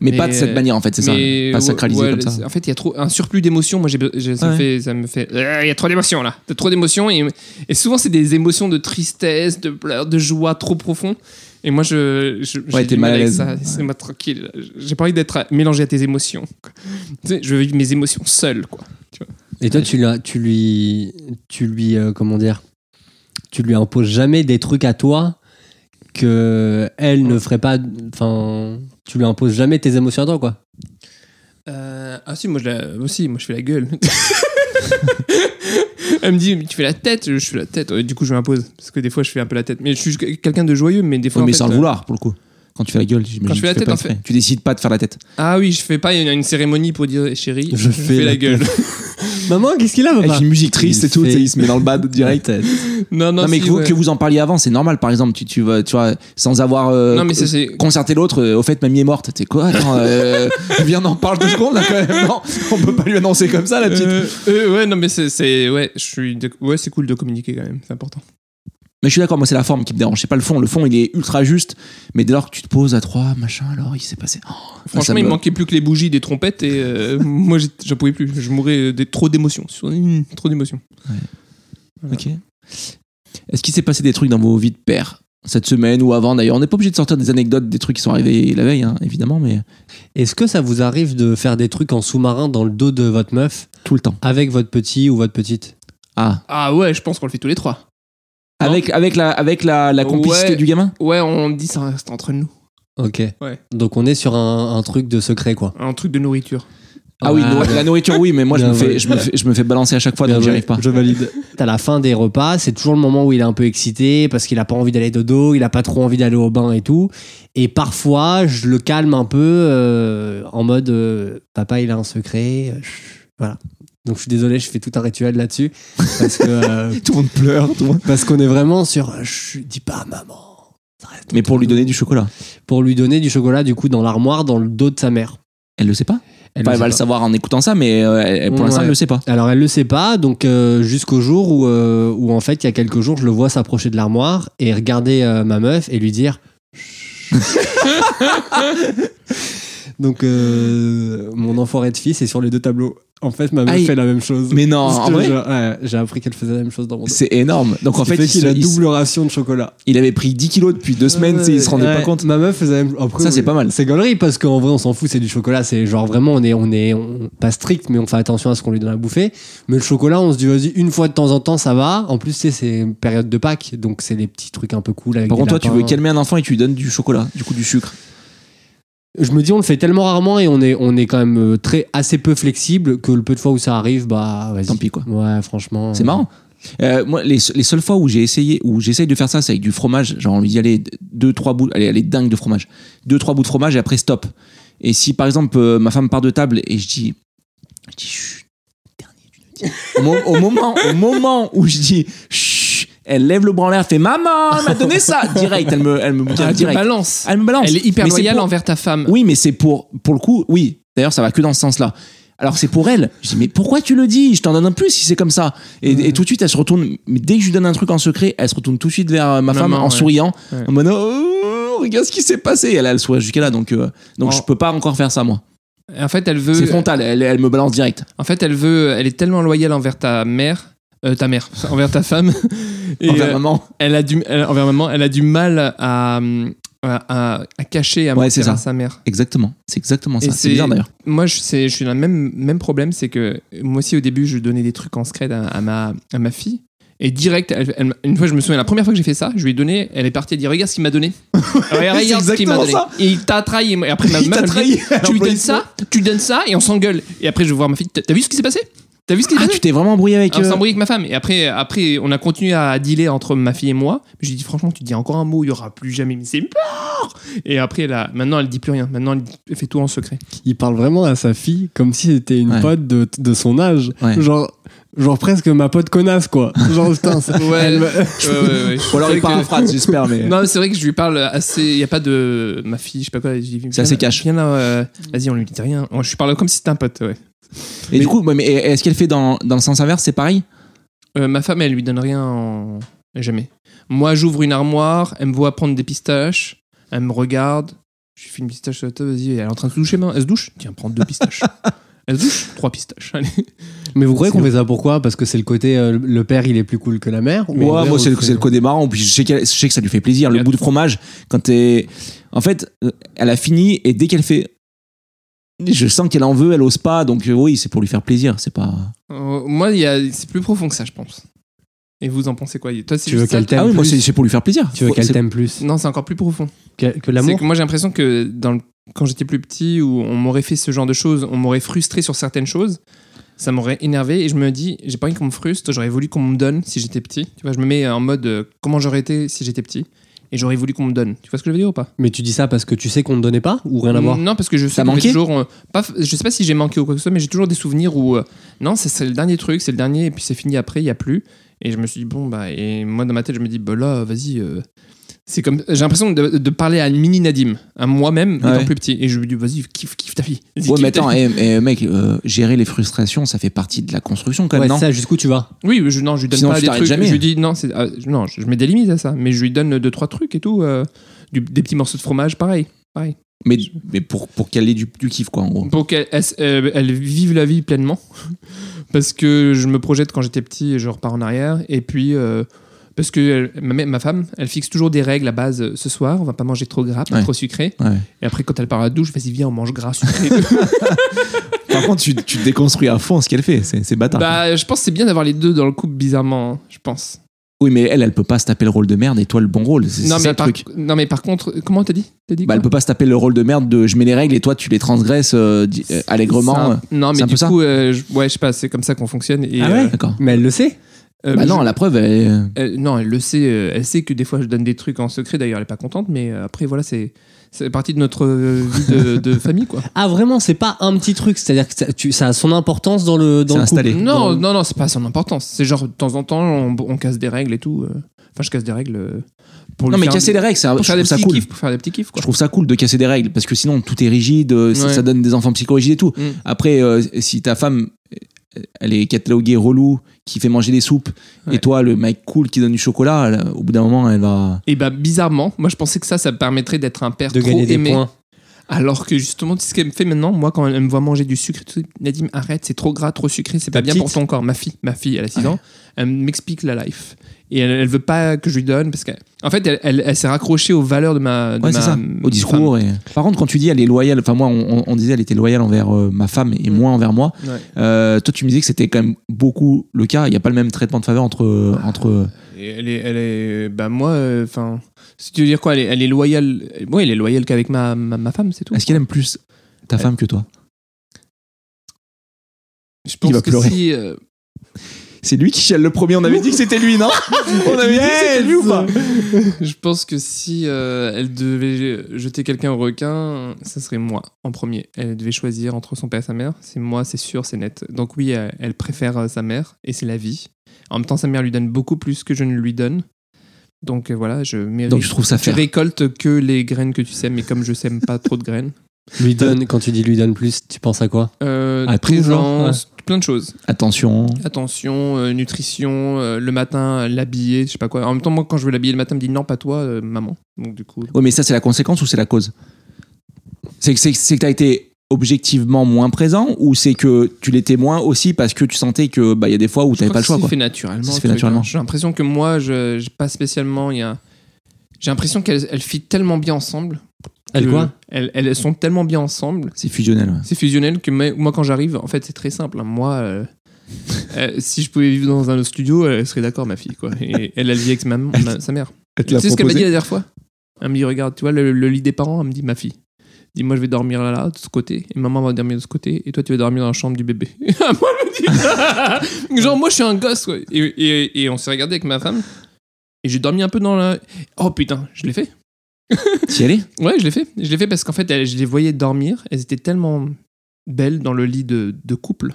Speaker 2: Mais,
Speaker 1: Mais-
Speaker 2: pas de cette manière, en fait, c'est ça.
Speaker 1: Mais
Speaker 2: Pas
Speaker 1: ouais,
Speaker 2: sacralisé
Speaker 1: ouais,
Speaker 2: comme ça.
Speaker 1: c'est- En fait, il y a trop un surplus d'émotions. Moi, j'ai, be- j'ai- ça, me
Speaker 2: Ouais.
Speaker 1: fait, ça me fait. Euh, Il y a trop d'émotions là. T'as trop d'émotions et, et souvent c'est des émotions de tristesse, de pleurs, de joie trop profond. Et moi, je, je
Speaker 2: Ouais,
Speaker 1: j'ai
Speaker 2: t'es
Speaker 1: du mal
Speaker 2: mal à
Speaker 1: avec
Speaker 2: l'aise.
Speaker 1: ça. C'est moi tranquille. J'ai pas envie d'être à- mélangé à tes émotions. quoi. Tu sais, je veux vivre mes émotions seules, quoi.
Speaker 8: Et toi, tu, l'as- tu lui, tu lui, euh, comment dire, tu lui imposes jamais des trucs à toi que elle ne ferait pas. Enfin, tu lui imposes jamais tes émotions à toi, quoi.
Speaker 1: Euh, ah si, moi je la, aussi, moi je fais la gueule. Elle me dit, mais tu fais la tête, je fais la tête. Euh, Du coup, je m'impose parce que des fois, je fais un peu la tête. Mais je suis quelqu'un de joyeux, mais des fois.
Speaker 2: Oui,
Speaker 1: en
Speaker 2: mais
Speaker 1: fait,
Speaker 2: sans
Speaker 1: euh,
Speaker 2: le vouloir, pour le coup. Quand tu fais la gueule, j'imagine
Speaker 1: Quand je
Speaker 2: que
Speaker 1: fais la
Speaker 2: tu
Speaker 1: tête,
Speaker 2: pas
Speaker 1: en
Speaker 2: exprès. Tu décides pas de faire la tête.
Speaker 1: Ah oui, je fais pas il y a une cérémonie pour dire eh, chérie,
Speaker 8: Je
Speaker 1: je
Speaker 8: fais
Speaker 1: fais la
Speaker 8: la
Speaker 1: gueule.
Speaker 8: Maman, qu'est-ce qu'il a,
Speaker 2: Avec une musique triste
Speaker 8: Ah, bah,
Speaker 2: et
Speaker 8: Il
Speaker 2: tout,
Speaker 8: fait-
Speaker 2: tu sais, il se met dans le bad direct.
Speaker 1: non, non,
Speaker 2: Non, mais
Speaker 1: si,
Speaker 2: que, vous,
Speaker 1: ouais.
Speaker 2: que vous en parliez avant, c'est normal. Par exemple, tu, tu, vas- tu vois, sans avoir euh,
Speaker 1: Non, mais ça, c'est-
Speaker 2: concerté l'autre, euh, au fait, mamie est morte. Tu sais quoi Attends, euh, viens, on en parle deux secondes là quand même. Non, on peut pas lui annoncer comme ça, la petite.
Speaker 1: Euh, euh, ouais, non, mais c'est- c'est. Ouais, je suis. de- Ouais, c'est cool de communiquer quand même, c'est important.
Speaker 2: Mais je suis d'accord, moi, c'est la forme qui me dérange. C'est pas le fond. Le fond, il est ultra juste. Mais dès lors que tu te poses à trois, machin, alors il s'est passé. Oh, ça
Speaker 1: Franchement,
Speaker 2: me-
Speaker 1: il manquait plus que les bougies, des trompettes, et euh, moi, j'ai- j'en pouvais plus. Je mourais des, trop d'émotions. Sur- hum, Trop d'émotions.
Speaker 2: Ok. Est-ce qu'il s'est passé des trucs dans vos vies de père cette semaine ou avant d'ailleurs On n'est pas obligé de sortir des anecdotes des trucs qui sont arrivés la veille, hein, évidemment, mais
Speaker 8: Est-ce que ça vous arrive de faire des trucs en sous-marin dans le dos de votre meuf
Speaker 2: tout le temps.
Speaker 8: avec votre petit ou votre petite
Speaker 2: Ah,
Speaker 1: Ah ouais, je pense qu'on le fait tous les trois. Non.
Speaker 2: avec avec la avec la, la complicité
Speaker 1: Ouais.
Speaker 2: du gamin.
Speaker 1: Ouais, on dit ça reste entre nous.
Speaker 8: Ok.
Speaker 1: Ouais.
Speaker 8: Donc on est sur un, un truc de secret, quoi.
Speaker 1: Un truc de nourriture.
Speaker 2: Ah oui, nour- la nourriture, oui, mais moi je
Speaker 8: Bien
Speaker 2: me
Speaker 8: vrai.
Speaker 2: fais je me fais, je me fais balancer à chaque fois, donc j'y arrive pas.
Speaker 8: Je valide. T'as la fin des repas, c'est toujours le moment où il est un peu excité parce qu'il a pas envie d'aller dodo, il a pas trop envie d'aller au bain et tout. Et parfois, je le calme un peu euh, en mode euh, papa, il a un secret. euh, chut. Voilà. Donc je suis désolé, je fais tout un rituel là-dessus parce que euh,
Speaker 2: Tout le monde pleure, tout le monde.
Speaker 8: parce qu'on est vraiment sur euh, je dis pas à maman. ça reste
Speaker 2: Mais pour lui
Speaker 8: entre
Speaker 2: donner
Speaker 8: nous.
Speaker 2: du chocolat.
Speaker 8: pour lui donner du chocolat du coup dans l'armoire dans le dos de sa mère.
Speaker 2: Elle le sait pas.
Speaker 8: Elle
Speaker 2: Enfin, elle
Speaker 8: le sait
Speaker 2: va le
Speaker 8: pas.
Speaker 2: savoir en écoutant ça, mais euh, elle- pour l'instant,
Speaker 8: Ouais.
Speaker 2: elle le sait pas.
Speaker 8: Alors elle le sait pas, donc euh, jusqu'au jour où, euh, où en fait il y a quelques jours je le vois s'approcher de l'armoire et regarder euh, ma meuf et lui dire. Chut. donc euh, mon enfoiré de fils est sur les deux tableaux. En fait ma meuf
Speaker 2: Aïe.
Speaker 8: fait la même chose.
Speaker 2: Mais non,
Speaker 8: Je te
Speaker 2: en vrai,
Speaker 8: jure, ouais, j'ai appris qu'elle faisait la même chose dans mon. dos.
Speaker 2: c'est énorme. Donc en
Speaker 8: Ce qui
Speaker 2: fait, il,
Speaker 8: qu'il
Speaker 2: se-
Speaker 8: a
Speaker 2: il se-
Speaker 8: double ration de chocolat.
Speaker 2: il avait pris 10 kilos depuis deux semaines, tu sais, il se rendait pas
Speaker 8: Ouais.
Speaker 2: compte.
Speaker 8: Ma meuf faisait la même- Après,
Speaker 2: Ça, c'est
Speaker 8: on-
Speaker 2: pas mal.
Speaker 8: C'est gaulerie parce qu'en vrai, on s'en fout, c'est du chocolat. C'est genre vraiment, on est, on est on- pas strict, mais on fait attention à ce qu'on lui donne à bouffer. Mais le chocolat, on se dit, vas-y, une fois de temps en temps, ça va. En plus, tu sais, c'est une période de Pâques, donc c'est les petits trucs un peu cool avec
Speaker 2: Par
Speaker 8: des
Speaker 2: contre, toi, tu
Speaker 8: lapins.
Speaker 2: veux calmer un enfant et tu lui donnes du chocolat, du coup, du sucre.
Speaker 8: Je me dis, on le fait tellement rarement et on est, on est quand même euh, très, assez peu flexible que le peu de fois où ça arrive, bah, vas-y.
Speaker 2: Tant pis, quoi.
Speaker 8: Ouais, franchement.
Speaker 1: Mmh.
Speaker 2: C'est
Speaker 8: euh,
Speaker 2: marrant. Euh, moi, les, les seules fois où j'ai essayé, où j'essaye de faire ça, c'est avec du fromage. Genre, on lui dit, allez, deux, trois bouts, allez, allez, dingue de fromage. Deux, trois bouts de fromage et après, stop. Et si, par exemple, euh, ma femme part de table et je dis, je dis, chut, dernier, tu le dis. au, mo- au moment, au moment où je dis, chut, elle lève le bras en l'air, fait, maman, elle m'a donné ça. Direct, elle me, elle me boucane
Speaker 1: Ah, Elle te
Speaker 2: direct.
Speaker 1: balance.
Speaker 2: Elle me balance.
Speaker 1: Elle est hyper
Speaker 2: Mais c'est
Speaker 1: loyale
Speaker 2: pour-
Speaker 1: envers ta femme.
Speaker 2: Oui, mais c'est pour, pour le coup, oui. D'ailleurs, ça va que dans ce sens-là. Alors c'est pour elle. Je dis mais pourquoi tu le dis Je t'en donne un plus si c'est comme ça. Et, et tout de suite elle se retourne. Mais dès que je lui donne un truc en secret, elle se retourne tout de suite vers euh, ma
Speaker 1: Maman,
Speaker 2: femme en
Speaker 1: ouais.
Speaker 2: souriant.
Speaker 1: Ouais.
Speaker 2: En mode oh, regarde ce qui s'est passé. Elle a le sourire jusqu'à là donc euh, donc
Speaker 1: Oh.
Speaker 2: je peux pas encore faire ça moi.
Speaker 1: En fait, elle
Speaker 2: C'est
Speaker 1: veut.
Speaker 2: frontal. Elle, elle me balance direct.
Speaker 1: En fait, elle veut. Elle est tellement loyale envers ta mère. euh, ta mère, envers ta femme. Et,
Speaker 2: envers
Speaker 1: euh,
Speaker 2: maman.
Speaker 1: elle a du, elle- envers maman, elle a du mal à, hum, à, à- à cacher, à
Speaker 2: Ouais,
Speaker 1: mentir
Speaker 2: c'est ça.
Speaker 1: à sa mère.
Speaker 2: Exactement. C'est exactement
Speaker 1: Et
Speaker 2: ça.
Speaker 1: c'est-
Speaker 2: C'est bizarre d'ailleurs.
Speaker 1: Moi, je, c'est- je suis dans le même, même problème, c'est que moi aussi, au début, je donnais des trucs en secret à, à ma, à ma fille. Et direct, elle- elle- une fois, je me souviens, la première fois que j'ai fait ça, je lui ai donné, elle est partie, elle dit Regarde ce qu'il m'a donné. Regarde ce qu'il m'a
Speaker 2: exactement
Speaker 1: donné.
Speaker 2: ça.
Speaker 1: Et il t'a trahi. Et après, ma
Speaker 2: Il
Speaker 1: meuf,
Speaker 2: t'a
Speaker 1: elle me dit,
Speaker 2: trahi. Elle
Speaker 1: Tu lui
Speaker 2: emploie
Speaker 1: donnes
Speaker 2: ce mot.
Speaker 1: ça, tu lui donnes ça, et on s'engueule. Et après, je vais voir ma fille T'as t'as vu ce qui s'est passé T'as vu ce qui s'est
Speaker 2: Ah
Speaker 1: passé
Speaker 2: tu t'es vraiment embrouillé avec.
Speaker 1: on
Speaker 2: euh,
Speaker 1: s'est embrouillé avec ma femme. Et après, après, on a continué à dealer entre ma fille et moi. J'ai dit, franchement, tu dis encore un mot, il y aura plus jamais. Mais c'est mort Et après, là, maintenant, elle dit plus rien. Maintenant, elle, dit- elle fait tout en secret.
Speaker 8: il parle vraiment à sa fille comme si c'était une
Speaker 2: Ouais.
Speaker 8: pote de, de son âge.
Speaker 2: Ouais.
Speaker 8: Genre, genre presque ma pote connasse, quoi. Genre, putain, c'est- elle me-
Speaker 2: Ou alors il paraphrase j'espère mais.
Speaker 1: Non, mais c'est vrai que je lui parle assez. Il n'y a pas de. Ma fille, je sais pas quoi.
Speaker 2: C'est assez cash.
Speaker 1: Viens là, euh, vas-y, on lui dit rien. Oh, Je lui parle comme si c'était un pote, ouais.
Speaker 2: Et du coup, ouais, mais est-ce qu'elle fait dans, dans le sens inverse C'est pareil
Speaker 1: Euh, ma femme, elle lui donne rien en- Jamais. Moi, j'ouvre une armoire, elle me voit prendre des pistaches, elle me regarde. Je lui fais une pistache sur la table, vas-y, elle est en train de se doucher, main. Elle se douche Tiens, prends deux pistaches. elle se douche Trois pistaches. Allez.
Speaker 8: Mais vous croyez qu'on fait ça pourquoi Parce que c'est le côté euh, le père il est plus cool que la mère Ou
Speaker 2: Ouais,
Speaker 8: en vrai, on
Speaker 2: moi, c'est le,
Speaker 8: fait-
Speaker 2: c'est le côté marrant. Puis je sais, qu'elle- je sais que ça lui fait plaisir.
Speaker 1: Et
Speaker 2: Le bout de fromage, quand t'es. En fait, euh, elle a fini et dès qu'elle fait. Je sens qu'elle en veut, elle ose pas. Donc euh, oui, c'est pour lui faire plaisir. C'est pas.
Speaker 1: Euh, moi, il y a- c'est plus profond que ça, je pense. Et vous en pensez quoi Toi, c'est
Speaker 8: Tu veux
Speaker 1: juste ça,
Speaker 8: qu'elle
Speaker 1: toi
Speaker 8: t'aime
Speaker 2: Ah oui, moi,
Speaker 8: plus.
Speaker 2: c'est c'est pour lui faire plaisir.
Speaker 8: Tu veux
Speaker 2: Faut-
Speaker 8: qu'elle
Speaker 2: c'est-
Speaker 8: t'aime plus
Speaker 1: Non, c'est encore plus profond.
Speaker 8: Que, que
Speaker 1: C'est
Speaker 8: l'amour
Speaker 1: que moi, j'ai l'impression que dans le- quand j'étais plus petit, où on m'aurait fait ce genre de choses, on m'aurait frustré sur certaines choses, ça m'aurait énervé. Et je me dis, j'ai pas envie qu'on me frustre, j'aurais voulu qu'on me donne si j'étais petit. Tu vois, je me mets en mode euh, comment j'aurais été si j'étais petit. Et j'aurais voulu qu'on me donne. Tu vois ce que je veux dire ou pas
Speaker 8: Mais tu dis ça parce que tu sais qu'on ne donnait pas Ou rien à voir
Speaker 1: Non, parce que je sais
Speaker 2: T'as
Speaker 1: que j'ai
Speaker 2: manqué
Speaker 1: toujours. euh, pas, f- je sais pas si j'ai manqué ou quoi que ce soit, mais j'ai toujours des souvenirs où. euh, non, c'est- c'est le dernier truc, c'est le dernier, et puis c'est fini après, il n'y a plus. Et je me suis dit, bon, bah. Et moi, dans ma tête, je me dis, bah là, vas-y. euh, c'est comme. J'ai l'impression de, de parler à une mini Nadim, à moi-même, étant
Speaker 2: Ouais.
Speaker 1: plus petit. Et je me dis, vas-y, kiffe, kiffe ta vie. Vas-y,
Speaker 2: Ouais,
Speaker 1: kiffe
Speaker 2: mais
Speaker 1: ta
Speaker 2: attends,
Speaker 1: vie.
Speaker 2: eh, eh, mec, euh, gérer les frustrations, ça fait partie de la construction quand
Speaker 8: Ouais,
Speaker 2: même,
Speaker 8: c'est
Speaker 2: non
Speaker 8: ça, jusqu'où tu vas
Speaker 1: Oui, je, non, je lui donne
Speaker 2: Sinon,
Speaker 1: pas
Speaker 2: tu
Speaker 1: des
Speaker 2: t'arrêtes
Speaker 1: trucs.
Speaker 2: jamais. hein.
Speaker 1: Je lui dis, non, c'est- ah, je- non, je je mets des limites à ça, mais je lui donne deux, trois trucs et tout. euh, du- des petits morceaux de fromage, pareil. pareil.
Speaker 2: Mais, mais pour, pour qu'elle ait du, du kiff, quoi, en gros.
Speaker 1: pour qu'elle elle- elle- elle vive la vie pleinement. parce que je me projette quand j'étais petit et je repars en arrière. Et puis, euh, parce que elle- ma, mè- ma femme, elle fixe toujours des règles à base euh, ce soir, on va pas manger trop gras, pas
Speaker 2: Ouais.
Speaker 1: trop sucré.
Speaker 2: Ouais.
Speaker 1: Et après, quand elle part à la douche, vas-y, viens, on mange gras, sucré.
Speaker 2: Par contre, tu, tu déconstruis à fond ce qu'elle fait. C'est c'est bâtard.
Speaker 1: bah, je pense que c'est bien d'avoir les deux dans le couple, bizarrement, hein, je pense.
Speaker 2: Oui, mais elle, elle peut pas se taper le rôle de merde et toi le bon rôle. C'est c'est
Speaker 1: Non
Speaker 2: ça
Speaker 1: mais,
Speaker 2: le
Speaker 1: par,
Speaker 2: truc.
Speaker 1: non, mais par contre, comment t'as dit, T'as dit
Speaker 2: Bah,
Speaker 1: quoi
Speaker 2: elle peut pas se taper le rôle de merde de je mets les règles et toi tu les transgresses euh, di- euh,
Speaker 1: C'est
Speaker 2: allègrement.
Speaker 1: un- Non,
Speaker 2: c'est
Speaker 1: mais
Speaker 2: un
Speaker 1: du
Speaker 2: peu ça
Speaker 1: coup, euh, je- ouais, je sais pas, c'est comme ça qu'on fonctionne. Et,
Speaker 2: Euh,
Speaker 1: euh,
Speaker 2: D'accord.
Speaker 8: Mais elle le sait
Speaker 1: euh,
Speaker 2: bah
Speaker 1: je-
Speaker 2: non, la preuve, elle,
Speaker 1: euh, Elle- non, elle le sait. euh, Elle sait que des fois, je donne des trucs en secret. D'ailleurs, elle est pas contente. Mais euh, après, voilà, c'est C'est partie de notre euh, vie de, de famille, quoi.
Speaker 8: Ah, vraiment, c'est pas un petit truc. C'est-à-dire que ça, tu- ça a son importance dans le. Dans
Speaker 2: C'est
Speaker 8: le couple.
Speaker 2: installé.
Speaker 1: Non,
Speaker 8: Dans-
Speaker 1: non, non, c'est pas son importance. C'est genre, de temps en temps, on, on casse des règles et tout. euh. Enfin, je casse des règles euh, pour
Speaker 2: Non,
Speaker 1: lui
Speaker 2: mais
Speaker 1: faire-
Speaker 2: casser les règles, c'est un-
Speaker 1: pour
Speaker 2: je
Speaker 1: faire des
Speaker 2: trouve ça
Speaker 1: petits
Speaker 2: cool.
Speaker 1: kiffs, pour faire des petits kiffs,
Speaker 2: Je
Speaker 1: quoi.
Speaker 2: trouve ça cool de casser des règles parce que sinon tout est rigide, euh, ça-
Speaker 1: Ouais.
Speaker 2: ça donne des enfants psychorigides et tout.
Speaker 1: Mm.
Speaker 2: Après, euh, si ta femme euh, elle est cataloguée relou, qui fait manger des soupes,
Speaker 1: Ouais.
Speaker 2: et toi le mec cool qui donne du chocolat, elle, au bout d'un moment elle va.
Speaker 1: Et bah, bizarrement, moi, je pensais que ça, ça me permettrait d'être un père
Speaker 8: De
Speaker 1: trop
Speaker 8: gagner des
Speaker 1: aimé.
Speaker 8: points.
Speaker 1: Alors que justement, tu sais ce qu'elle me fait maintenant, moi quand elle me voit manger du sucre, et tout, Nadim, arrête, c'est trop gras, trop sucré, c'est
Speaker 2: Ta
Speaker 1: pas bien pour
Speaker 2: petite
Speaker 1: ton corps. Ma fille, ma fille, elle a 6
Speaker 2: Ouais.
Speaker 1: ans, elle m'explique la life. Et elle, elle veut pas que je lui donne parce qu'en fait, elle, elle- elle s'est raccrochée aux valeurs de ma. de
Speaker 2: Ouais, c'est
Speaker 1: ma-
Speaker 2: ça, au
Speaker 1: femme.
Speaker 2: discours. Et... Par contre, quand tu dis elle est loyale, enfin moi on, on- on disait elle était loyale envers euh, ma femme et
Speaker 1: Mm.
Speaker 2: moi envers moi.
Speaker 1: Ouais.
Speaker 2: Euh, toi tu me disais que c'était quand même beaucoup le cas. Il n'y a pas le même traitement de faveur entre entre.
Speaker 1: Et elle est, elle est, bah moi, enfin, si tu veux dire quoi, elle est, elle est loyale. Moi, elle est loyale qu'avec ma, ma, ma femme, c'est tout.
Speaker 2: Est-ce qu'elle aime plus ta femme que toi
Speaker 1: Je pense
Speaker 2: va
Speaker 1: que
Speaker 2: pleurer.
Speaker 1: si. euh,
Speaker 2: C'est lui qui chiale le premier. On avait dit que c'était lui, non On avait dit que c'était lui ou pas
Speaker 1: je pense que si euh, elle devait jeter quelqu'un au requin, ça serait moi en premier. Elle devait choisir entre son père et sa mère. C'est moi, c'est sûr, c'est net. Donc oui, elle, elle préfère euh, sa mère et c'est la vie. En même temps, sa mère lui donne beaucoup plus que je ne lui donne. Donc euh, voilà, je mérite.
Speaker 2: Donc je trouve ça
Speaker 1: tu
Speaker 2: fair.
Speaker 1: récoltes que les graines que tu sèmes, mais comme je sème pas trop de graines,
Speaker 8: Lui donne, quand tu dis lui donne plus, tu penses à quoi
Speaker 1: euh,
Speaker 2: Ah, tout, genre,
Speaker 1: présence, plein de choses.
Speaker 2: Attention.
Speaker 1: Attention, euh, nutrition, euh, le matin, l'habiller, je sais pas quoi. En même temps, moi, quand je veux l'habiller le matin, elle me dit non, pas toi, euh, maman. Donc du coup,
Speaker 2: Oui, mais ça, c'est la conséquence ou c'est la cause C'est que, c'est, que- c'est que t'as été objectivement moins présent ou c'est que tu l'étais moins aussi parce que tu sentais que bah il y a des fois où
Speaker 1: Je
Speaker 2: t'avais
Speaker 1: crois
Speaker 2: pas le
Speaker 1: que
Speaker 2: choix
Speaker 1: ça
Speaker 2: quoi.
Speaker 1: se fait naturellement.
Speaker 2: Ça
Speaker 1: le
Speaker 2: se fait
Speaker 1: truc,
Speaker 2: naturellement.
Speaker 1: hein. J'ai l'impression que moi, je, j'ai pas spécialement. il y a- J'ai l'impression qu'elles elles fit tellement bien ensemble.
Speaker 8: Elle
Speaker 1: que-
Speaker 8: quoi
Speaker 1: elles, elles sont tellement bien ensemble.
Speaker 2: C'est fusionnel. ouais.
Speaker 1: C'est fusionnel que moi, moi, quand j'arrive, en fait, c'est très simple. hein. Moi, euh, euh, si je pouvais vivre dans un autre studio, elle serait d'accord, ma fille. Quoi. Et elle, elle vit avec ma, ma- sa mère. Tu sais ce qu'elle m'a dit la dernière fois Elle me dit regarde, tu vois, le, le lit des parents, elle me dit ma fille. Dis, moi je vais dormir là, là, de ce côté, et maman va dormir de ce côté, et toi tu vas dormir dans la chambre du bébé. Et moi je me dis, genre, moi je suis un gosse, quoi. Et, et- et on s'est regardé avec ma femme, et j'ai dormi un peu dans la. Oh putain, je l'ai fait.
Speaker 2: T'y allais
Speaker 1: Ouais, je l'ai fait. Je l'ai fait parce qu'en fait, elles- je les voyais dormir, elles étaient tellement belles dans le lit de, de couple,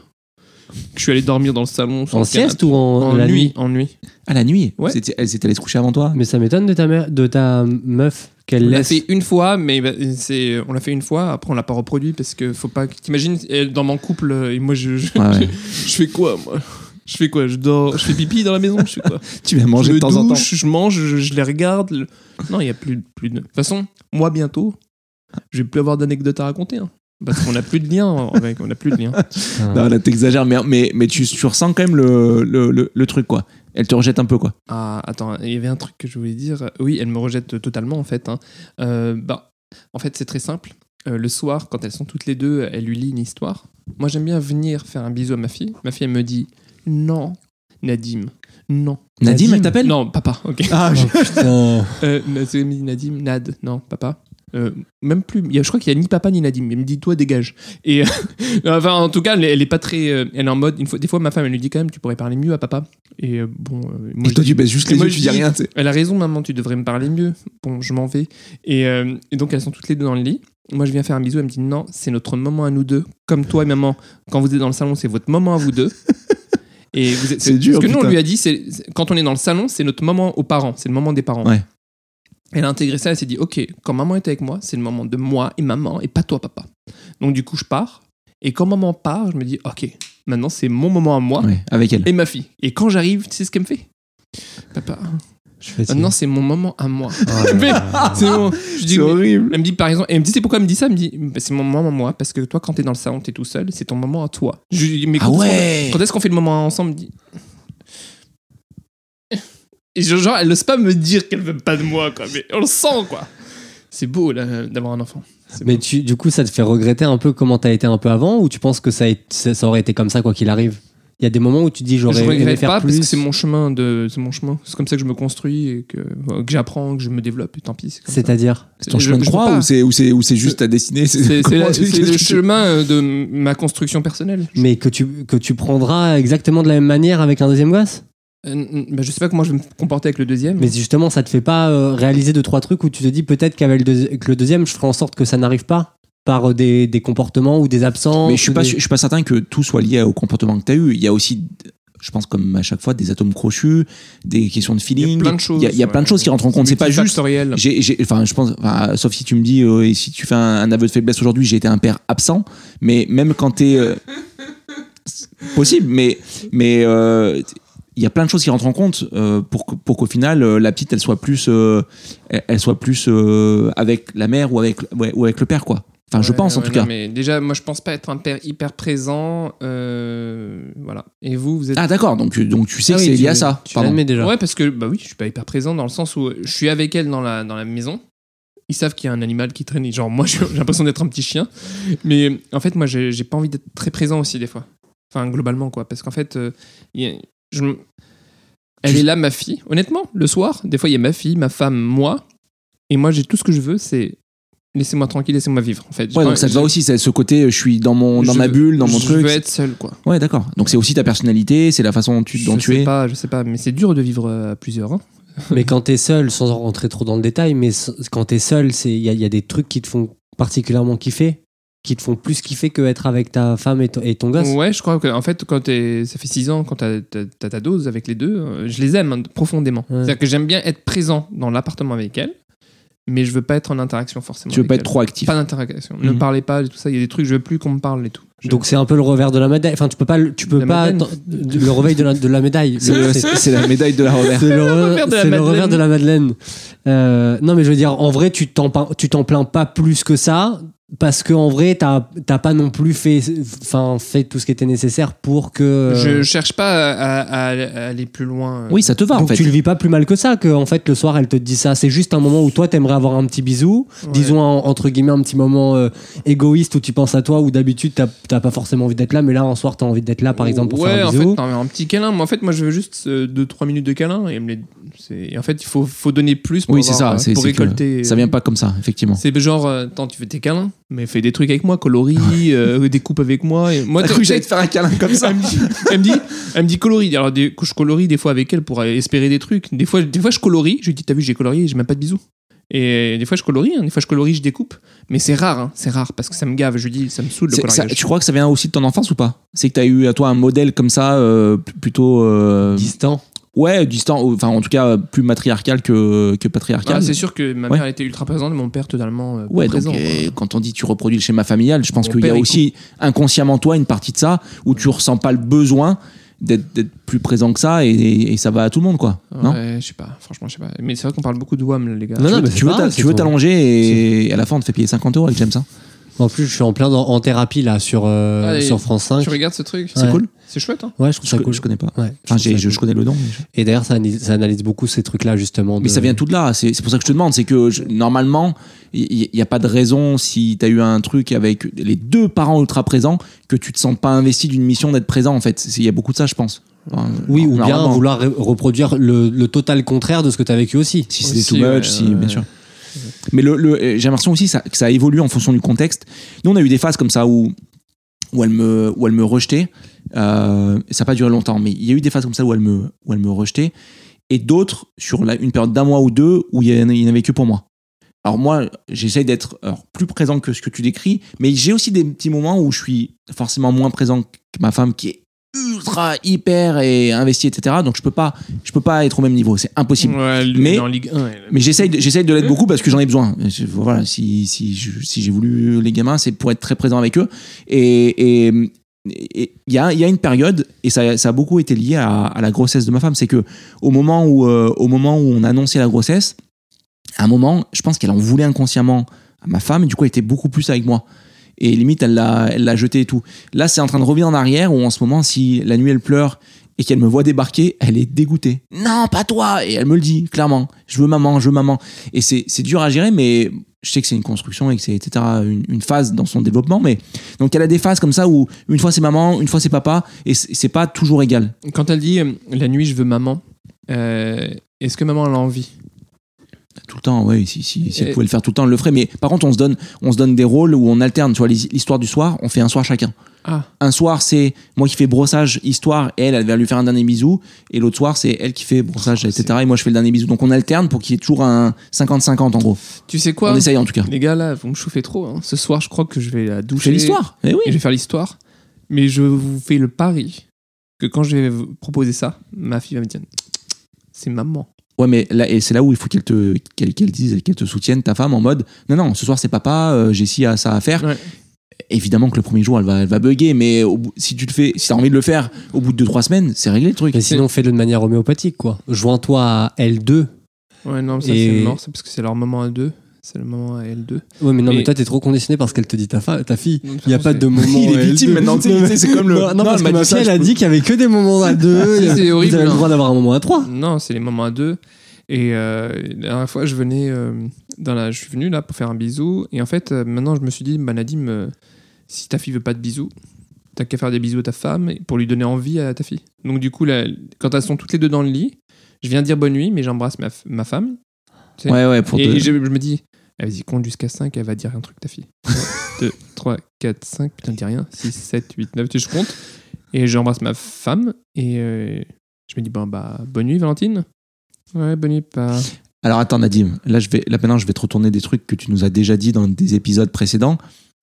Speaker 1: que je suis allé dormir dans le salon. sur
Speaker 8: En
Speaker 1: le canapé.
Speaker 8: sieste ou en,
Speaker 1: En
Speaker 8: la
Speaker 1: nuit,
Speaker 8: nuit
Speaker 1: En nuit.
Speaker 2: À la nuit.
Speaker 1: Ouais.
Speaker 2: C'était- elle s'était allée se coucher avant toi.
Speaker 8: Mais ça m'étonne de ta, mère, de ta meuf qu'elle
Speaker 1: On l'a
Speaker 8: laisse.
Speaker 1: fait une fois, mais bah, c'est on l'a fait une fois. Après, on l'a pas reproduit parce que faut pas. que- T'imagines elle, dans mon couple euh, et moi je je,
Speaker 2: Ouais, ouais.
Speaker 1: je fais quoi moi Je fais quoi Je dors, je fais pipi dans la maison, je fais quoi
Speaker 2: tu vas
Speaker 1: Je
Speaker 2: manger
Speaker 1: me
Speaker 2: de temps en temps.
Speaker 1: douche, je mange, je, je les regarde. le- Non, il y a plus de- plus de. De toute façon, moi bientôt, je vais plus avoir d'anecdotes à raconter. hein. Parce qu'on a plus de lien, avec, on a plus de lien.
Speaker 8: Ah. Bah,
Speaker 2: Non, là t'exagères, mais, mais, mais tu, tu ressens quand même le, le, le, le truc quoi. Elle te rejette un peu quoi.
Speaker 1: Ah, attends, il y avait un truc que je voulais dire. Oui, elle me rejette totalement, en fait. hein. Euh, bah, en fait, c'est très simple. Euh, le soir, quand elles sont toutes les deux, elle lui lit une histoire. Moi, j'aime bien venir faire un bisou à ma fille. Ma fille, elle me dit Non, Nadim, non.
Speaker 2: Nadim, elle t'appelle
Speaker 1: Non, papa, ok.
Speaker 2: Ah,
Speaker 8: Oh,
Speaker 2: je-
Speaker 1: Euh, elle me dit Nadim, Nad, non, papa. Euh, même plus. Il y a- je crois qu'il n'y a ni papa ni Nadim. Elle me dit Toi, dégage. Et euh, enfin, en tout cas, elle, elle est pas très. euh, elle est en mode. Une fois, des fois, ma femme, elle lui dit quand même Tu pourrais parler mieux à papa. Et euh, bon. euh, moi,
Speaker 2: Et
Speaker 1: je
Speaker 2: toi
Speaker 1: dis-
Speaker 2: tu baisses juste les
Speaker 1: Moi,
Speaker 2: yeux,
Speaker 1: je
Speaker 2: tu dis
Speaker 1: dis-
Speaker 2: rien. tu sais.
Speaker 1: elle a raison, maman, tu devrais me parler mieux. Bon, je m'en vais. Et, euh, et donc, elles sont toutes les deux dans le lit. Moi, je viens faire un bisou. Elle me dit Non, c'est notre moment à nous deux. Comme toi et maman, quand vous êtes dans le salon, c'est votre moment à vous deux. Et vous êtes,
Speaker 2: C'est dur,
Speaker 1: Parce que nous,
Speaker 2: putain.
Speaker 1: on lui a dit c'est- c'est- Quand on est dans le salon, c'est notre moment aux parents. C'est le moment des parents.
Speaker 2: Ouais.
Speaker 1: Elle a intégré ça. Elle s'est dit Ok, quand maman est avec moi, c'est le moment de moi et maman et pas toi, papa. Donc, du coup, je pars. Et quand maman part, je me dis Ok, maintenant, c'est mon moment à moi
Speaker 2: Ouais, avec elle.
Speaker 1: et ma fille. Et quand j'arrive, tu sais ce qu'elle me fait Papa.
Speaker 8: Je fais ça.
Speaker 1: Maintenant, c'est mon moment à moi.
Speaker 8: Ah,
Speaker 1: Mais-
Speaker 8: ah,
Speaker 1: c'est mon- Je dis,
Speaker 2: C'est
Speaker 1: mais-
Speaker 2: horrible.
Speaker 1: elle me dit par exemple, elle me dit c'est pourquoi elle me dit ça, elle me dit bah, c'est mon moment à moi parce que toi quand t'es dans le salon t'es tout seul, c'est ton moment à toi. Je lui dis mais
Speaker 2: Ah
Speaker 1: quand est-ce qu'on-
Speaker 2: ouais.
Speaker 1: quand est-ce qu'on fait le moment ensemble Elle me dit, Et je- genre elle n'ose pas me dire qu'elle veut pas de moi quoi, mais on le sent quoi. C'est beau là, d'avoir un enfant. C'est
Speaker 8: Mais
Speaker 1: beau.
Speaker 8: tu, du coup, ça te fait regretter un peu comment t'as été un peu avant ou tu penses que ça, a été- ça ça aurait été comme ça quoi qu'il arrive Il y a des moments où tu te dis j'aurais
Speaker 1: je
Speaker 8: aimé
Speaker 1: regrette
Speaker 8: faire
Speaker 1: pas
Speaker 8: plus.
Speaker 1: parce que c'est mon chemin de c'est mon chemin, c'est comme ça que je me construis et que, euh, que j'apprends, que je me développe et tant pis. C'est comme ça.
Speaker 8: C'est-à-dire
Speaker 2: C'est ton
Speaker 1: Je-
Speaker 2: chemin de
Speaker 1: je peux
Speaker 2: croix
Speaker 1: pas.
Speaker 2: ou c'est ou c'est ou c'est juste ta destinée
Speaker 1: C'est c'est
Speaker 2: comment
Speaker 1: la-
Speaker 2: tu-
Speaker 1: c'est
Speaker 2: qu'est-ce
Speaker 1: le
Speaker 2: que tu-
Speaker 1: chemin euh, de m- ma construction personnelle.
Speaker 8: Mais que tu, que tu prendras exactement de la même manière avec un deuxième gosse
Speaker 1: Euh, n- bah, je sais pas comment je vais me comporter avec le deuxième.
Speaker 8: Mais justement, ça te fait pas euh, réaliser deux trois trucs où tu te dis peut-être qu'avec le, deuxi- que le deuxième, je ferai en sorte que ça n'arrive pas par euh, des, des comportements ou des absences.
Speaker 2: Mais je suis
Speaker 8: ou
Speaker 2: pas,
Speaker 8: des-
Speaker 2: je suis pas certain que tout soit lié au comportement que tu as eu. Il y a aussi, je pense comme à chaque fois, des atomes crochus, des questions de feeling.
Speaker 1: plein de choses,
Speaker 2: Il y a, il y a plein de
Speaker 1: ouais.
Speaker 2: choses qui rentrent en compte. C'est pas juste.
Speaker 1: Multifactoriel.
Speaker 2: J'ai, j'ai- enfin, je pense, enfin, sauf si tu me dis, euh, et si tu fais un, un aveu de faiblesse aujourd'hui, j'ai été un père absent. Mais même quand t'es euh, c'est possible, mais mais euh, il y a plein de choses qui rentrent en compte euh, pour que- pour qu'au final euh, la petite elle soit plus euh, elle, elle soit plus euh, avec la mère ou avec ouais, ou avec le père quoi. Enfin, je
Speaker 1: Ouais,
Speaker 2: pense en
Speaker 1: ouais,
Speaker 2: tout
Speaker 1: non,
Speaker 2: cas.
Speaker 1: Mais déjà, moi, je pense pas être un père hyper présent. euh, voilà. Et vous, vous êtes.
Speaker 2: Ah d'accord, donc, donc tu sais
Speaker 8: Ah
Speaker 2: que
Speaker 8: oui,
Speaker 2: c'est
Speaker 8: tu-
Speaker 2: lié à ça.
Speaker 8: Tu
Speaker 2: Pardon.
Speaker 8: l'admets déjà.
Speaker 1: ouais, parce que bah oui, je suis pas hyper présent dans le sens où euh, je suis avec elle dans la dans la maison. Ils savent qu'il y a un animal qui traîne. et Genre moi, j'ai j'ai l'impression d'être un petit chien. Mais en fait, moi, j'ai j'ai pas envie d'être très présent aussi des fois. Enfin, globalement quoi, parce qu'en fait, euh, il y a- je me- elle
Speaker 2: Tu-
Speaker 1: est là, ma fille. Honnêtement, le soir, des fois, il y a ma fille, ma femme, moi, et moi, j'ai tout ce que je veux, c'est laissez-moi tranquille, laissez-moi vivre. En fait, J'ai
Speaker 2: Ouais,
Speaker 1: pas-
Speaker 2: donc ça te
Speaker 1: j'ai-
Speaker 2: va aussi, c'est ce côté, euh, je suis dans mon, dans
Speaker 1: Je
Speaker 2: ma
Speaker 1: veux-
Speaker 2: bulle, dans mon
Speaker 1: je
Speaker 2: truc.
Speaker 1: veux être seul, quoi.
Speaker 2: Ouais, d'accord. Donc c'est aussi ta personnalité, c'est la façon dont tu, dont
Speaker 1: je
Speaker 2: tu
Speaker 1: sais
Speaker 2: es.
Speaker 1: pas, je sais pas, mais c'est dur de vivre euh, à plusieurs. hein.
Speaker 8: Mais quand t'es seul, sans en rentrer trop dans le détail, mais s- quand t'es seul, c'est- il y a, il y a des trucs qui te font particulièrement kiffer, qui te font plus kiffer que être avec ta femme et, ton- et ton gosse.
Speaker 1: Ouais, je crois que en fait, quand t'es- ça fait 6 ans, quand t'as t'as- t'as ta dose avec les deux, euh, je les aime hein, profondément.
Speaker 8: Ouais.
Speaker 1: C'est-à-dire que j'aime bien être présent dans l'appartement avec elle, mais je veux pas être en interaction forcément.
Speaker 2: Tu veux
Speaker 1: avec
Speaker 2: pas être
Speaker 1: elle.
Speaker 2: trop actif.
Speaker 1: Pas d'interaction. Ne
Speaker 2: Mhm.
Speaker 1: parlez pas de tout ça. Il y a des trucs, je veux plus qu'on me parle et tout. Je-
Speaker 8: Donc c'est un peu le revers de la médaille. Enfin, tu peux pas, le- tu peux
Speaker 1: La
Speaker 8: pas
Speaker 1: madeleine.
Speaker 8: attendre- le revers de la, de la médaille.
Speaker 2: C'est
Speaker 8: Le-
Speaker 2: le-
Speaker 8: c'est-
Speaker 2: C'est c'est la médaille de la revers.
Speaker 8: C'est le, revers,
Speaker 1: revers de la
Speaker 8: c'est le
Speaker 1: Madeleine.
Speaker 8: revers de la Madeleine. Euh, non, mais je veux dire, en vrai, tu t'en, peins- tu t'en plains pas plus que ça, parce que en vrai, t'as, t'as pas non plus fait, enfin, fait tout ce qui était nécessaire pour que.
Speaker 1: je cherche pas à, à- à aller plus loin. euh.
Speaker 2: Euh. Oui, ça te va
Speaker 8: Donc
Speaker 2: en fait.
Speaker 8: tu le vis pas plus mal que ça, que en fait le soir elle te dit ça. C'est juste un moment où toi t'aimerais avoir un petit bisou,
Speaker 1: Ouais.
Speaker 8: disons un- entre guillemets un petit moment euh, égoïste où tu penses à toi, où d'habitude t'as, t'as pas forcément envie d'être là, mais là un soir t'as envie d'être là par exemple pour
Speaker 1: ouais,
Speaker 8: faire un
Speaker 1: en
Speaker 8: bisou.
Speaker 1: fait, non, mais un petit câlin. Moi, en fait, moi, je veux juste 2-3 minutes de câlin. Et me les- c'est- et en fait, il faut, faut donner plus pour,
Speaker 2: Oui, c'est
Speaker 1: avoir,
Speaker 2: ça.
Speaker 1: euh,
Speaker 2: c'est-
Speaker 1: pour
Speaker 2: c'est que
Speaker 1: récolter.
Speaker 2: Ça vient pas comme ça, effectivement.
Speaker 1: C'est genre, euh, attends, tu fais tes câlins, mais fais des trucs avec moi, coloris, euh, des coupes avec moi. Et moi,
Speaker 2: T'as
Speaker 1: t'as-
Speaker 2: cru que j'allais te faire un câlin comme ça
Speaker 1: elle me dit, elle me dit, elle me dit coloris. Alors, des, je coloris des fois avec elle pour euh, espérer des trucs. Des fois, des fois je coloris. Je lui dis, t'as vu, j'ai colorié, j'ai même pas de bisous. Et des fois, je coloris, hein, des fois, je coloris, je découpe. Mais c'est rare, hein, c'est rare parce que ça me gave. Je lui dis, ça me saoule le
Speaker 2: C'est- ça-
Speaker 1: coloriage.
Speaker 2: Tu crois que ça vient aussi de ton enfance ou pas C'est que t'as eu à toi un modèle comme ça, euh, p- plutôt. euh,
Speaker 8: Distant.
Speaker 2: Ouais, distant, ou- enfin en tout cas euh, plus matriarcal que, que patriarcal.
Speaker 1: Ah, c'est sûr que ma
Speaker 2: Ouais.
Speaker 1: mère elle était ultra présente, mon père totalement euh, pas
Speaker 2: Ouais, donc,
Speaker 1: présent.
Speaker 2: euh, quand on dit tu reproduis le schéma familial, je pense
Speaker 1: Mon
Speaker 2: qu'il y a
Speaker 1: père, il
Speaker 2: aussi inconsciemment toi une partie de ça où tu ressens pas le besoin d'être d'être plus présent que ça et, et- et ça va à tout le monde quoi.
Speaker 1: quoi.
Speaker 2: Non
Speaker 1: ouais, je sais pas, franchement, je sais pas. Mais c'est vrai qu'on parle beaucoup de WAM, les gars.
Speaker 8: Non, non,
Speaker 2: tu
Speaker 8: mais
Speaker 2: veux-
Speaker 8: c'est
Speaker 2: tu veux
Speaker 8: pas
Speaker 2: t'a-
Speaker 8: grave,
Speaker 2: tu
Speaker 8: c'est
Speaker 2: veux
Speaker 8: ton-
Speaker 2: t'allonger et à la fin on te fait payer 50 euros avec James. hein.
Speaker 8: En plus, je suis en plein dans- en thérapie là sur euh,
Speaker 1: Allez,
Speaker 8: sur France 5.
Speaker 1: Tu regardes ce truc
Speaker 2: C'est
Speaker 8: Ouais.
Speaker 2: cool.
Speaker 1: C'est chouette, hein
Speaker 8: Ouais, je trouve
Speaker 2: Je,
Speaker 8: ça
Speaker 2: co-
Speaker 8: cool.
Speaker 2: je connais pas.
Speaker 8: Ouais, je
Speaker 2: Enfin,
Speaker 8: trouve
Speaker 2: j'ai-
Speaker 8: ça
Speaker 2: je,
Speaker 8: cool.
Speaker 2: je connais le nom. mais je-
Speaker 8: Et d'ailleurs, ça analyse, ça analyse beaucoup ces trucs-là, justement.
Speaker 2: Mais
Speaker 8: de-
Speaker 2: ça vient tout de là. C'est c'est pour ça que je te demande. C'est que je- normalement, il n'y a pas de raison si tu as eu un truc avec les deux parents ultra présents que tu te sens pas investi d'une mission d'être présent en fait. C'est- Il y a beaucoup de ça, je pense. Enfin,
Speaker 8: Oui, ou bien
Speaker 2: normalement.
Speaker 8: vouloir re- reproduire le, le total contraire de ce que tu as vécu aussi.
Speaker 2: Si c'était
Speaker 1: Aussi,
Speaker 2: too much,
Speaker 1: ouais,
Speaker 2: si,
Speaker 1: ouais,
Speaker 2: bien
Speaker 1: ouais.
Speaker 2: sûr. Mais le, le- euh, j'ai l'impression aussi ça- que ça évolue en fonction du contexte. Nous, on a eu des phases comme ça où, où, elle, me, où elle me rejetait. Euh, ça n'a pas duré longtemps, mais il y a eu des phases comme ça où elle me, où elle me rejetait. Et d'autres, sur la- une période d'un mois ou deux, où il n'y en a- il n'y en avait que pour moi. Alors moi, j'essaye d'être alors, plus présent que ce que tu décris, mais j'ai aussi des petits moments où je suis forcément moins présent que ma femme qui est ultra, hyper et investie, etc. Donc je peux pas, je peux pas être au même niveau, c'est impossible.
Speaker 1: Ouais,
Speaker 2: Mais-
Speaker 1: mais en Ligue 1. elle-
Speaker 2: Mais j'essaye de, j'essaye de l'être beaucoup parce que j'en ai besoin. Je- Voilà, si, si, je- si j'ai voulu les gamins, c'est pour être très présent avec eux. Et et- et il y a, il y a une période, et ça, ça a beaucoup été lié à, à la grossesse de ma femme, c'est que au moment où, euh, au moment où on annonçait la grossesse, à un moment, je pense qu'elle en voulait inconsciemment à ma femme, et du coup, elle était beaucoup plus avec moi. Et limite, elle l'a, elle l'a jeté et tout. Là, c'est en train de revenir en arrière, où en ce moment, si la nuit, elle pleure et qu'elle me voit débarquer, elle est dégoûtée. Non, pas toi Et elle me le dit, clairement. Je veux maman, je veux maman. Et c'est, c'est dur à gérer, mais je sais que c'est une construction et que c'est, etc., une, une phase dans son développement. Mais donc, elle a des phases comme ça où une fois c'est maman, une fois c'est papa, et c'est, c'est pas toujours égal.
Speaker 1: Quand elle dit euh, la nuit je veux maman, euh, est-ce que maman elle a envie
Speaker 2: Tout le temps, oui. Si, si, si
Speaker 1: Et-
Speaker 2: elle pouvait le faire tout le temps, elle le ferait. Mais par contre, on se donne, on se donne des rôles où on alterne. Tu vois, les- l'histoire du soir, on fait un soir chacun.
Speaker 1: Ah,
Speaker 2: Un soir, c'est moi qui fais brossage, histoire, et elle, elle va lui faire un dernier bisou. Et l'autre soir, c'est elle qui fait brossage, etc. Et moi, je fais le dernier bisou. Donc, on alterne pour qu'il y ait toujours un 50-50 en gros.
Speaker 1: tu sais quoi
Speaker 2: on essaye en tout cas.
Speaker 1: Les gars, là, vous me chauffez trop. hein. Ce soir, je crois que je vais la
Speaker 2: C'est
Speaker 1: doucher.
Speaker 2: l'histoire. Eh
Speaker 1: Et
Speaker 2: oui.
Speaker 1: je vais faire l'histoire. Mais je vous fais le pari que quand je vais vous proposer ça, ma fille va me dire c'est maman.
Speaker 2: Ouais, mais là, et c'est là où il faut qu'elle te, qu'elle, qu'elle dise, qu'elle te soutienne, ta femme, en mode non, non, ce soir c'est papa, euh, j'ai ci à ça à faire.
Speaker 1: Ouais.
Speaker 2: Évidemment que le premier jour, elle va, elle va bugger, mais au bout- si tu le fais, si t'as envie de le faire, au bout de deux trois semaines, c'est réglé le truc.
Speaker 8: Mais sinon, fais-le de manière homéopathique, quoi. Joins-toi à L2.
Speaker 1: Ouais, non, mais ça,
Speaker 8: Et-
Speaker 1: c'est mort, c'est parce que c'est leur moment à deux. C'est le moment à L2.
Speaker 8: Ouais, mais non,
Speaker 1: Et-
Speaker 8: mais toi, t'es trop conditionné parce qu'elle te dit ta, fa- ta fille.
Speaker 1: Non, de toute
Speaker 8: Il n'y a
Speaker 1: façon,
Speaker 8: pas de
Speaker 1: c'est-
Speaker 8: moment.
Speaker 2: Il est
Speaker 8: à
Speaker 2: victime
Speaker 8: L2.
Speaker 2: maintenant, tu sais,
Speaker 8: Non,
Speaker 2: c'est- c'est comme le-
Speaker 8: Non,
Speaker 2: non,
Speaker 8: parce
Speaker 2: elle m'a
Speaker 8: que ma
Speaker 2: dit ça,
Speaker 8: fille,
Speaker 2: je
Speaker 8: elle a
Speaker 2: peux-
Speaker 8: dit qu'il y avait que des moments à deux.
Speaker 1: C'est horrible,
Speaker 8: Vous avez le
Speaker 1: hein.
Speaker 8: droit d'avoir un moment à trois.
Speaker 1: Non, c'est les moments à deux. Et euh, la dernière fois, je venais euh, dans la, je suis venu là pour faire un bisou. Et en fait, euh, maintenant, je me suis dit, bah, Nadim, euh, si ta fille veut pas de bisous, t'as qu'à faire des bisous à ta femme et- pour lui donner envie à ta fille. Donc du coup, là, quand elles sont toutes les deux dans le lit, je viens dire bonne nuit, mais j'embrasse ma, f- ma femme. tu sais.
Speaker 2: Ouais, ouais, pour
Speaker 1: et
Speaker 2: te-
Speaker 1: et je, je me dis, ah, vas-y, compte jusqu'à 5, elle va dire un truc, ta fille. 2, 3, 4, 5, putain, elle dit rien. 6, 7, 8, 9, tu sais, je compte. Et j'embrasse ma femme et euh, je me dis, bon, bah, bonne nuit, Valentine. Ouais, bonne nuit, pas.
Speaker 2: Alors attends Nadim, là je vais là maintenant je vais te retourner des trucs que tu nous as déjà dit dans des épisodes précédents.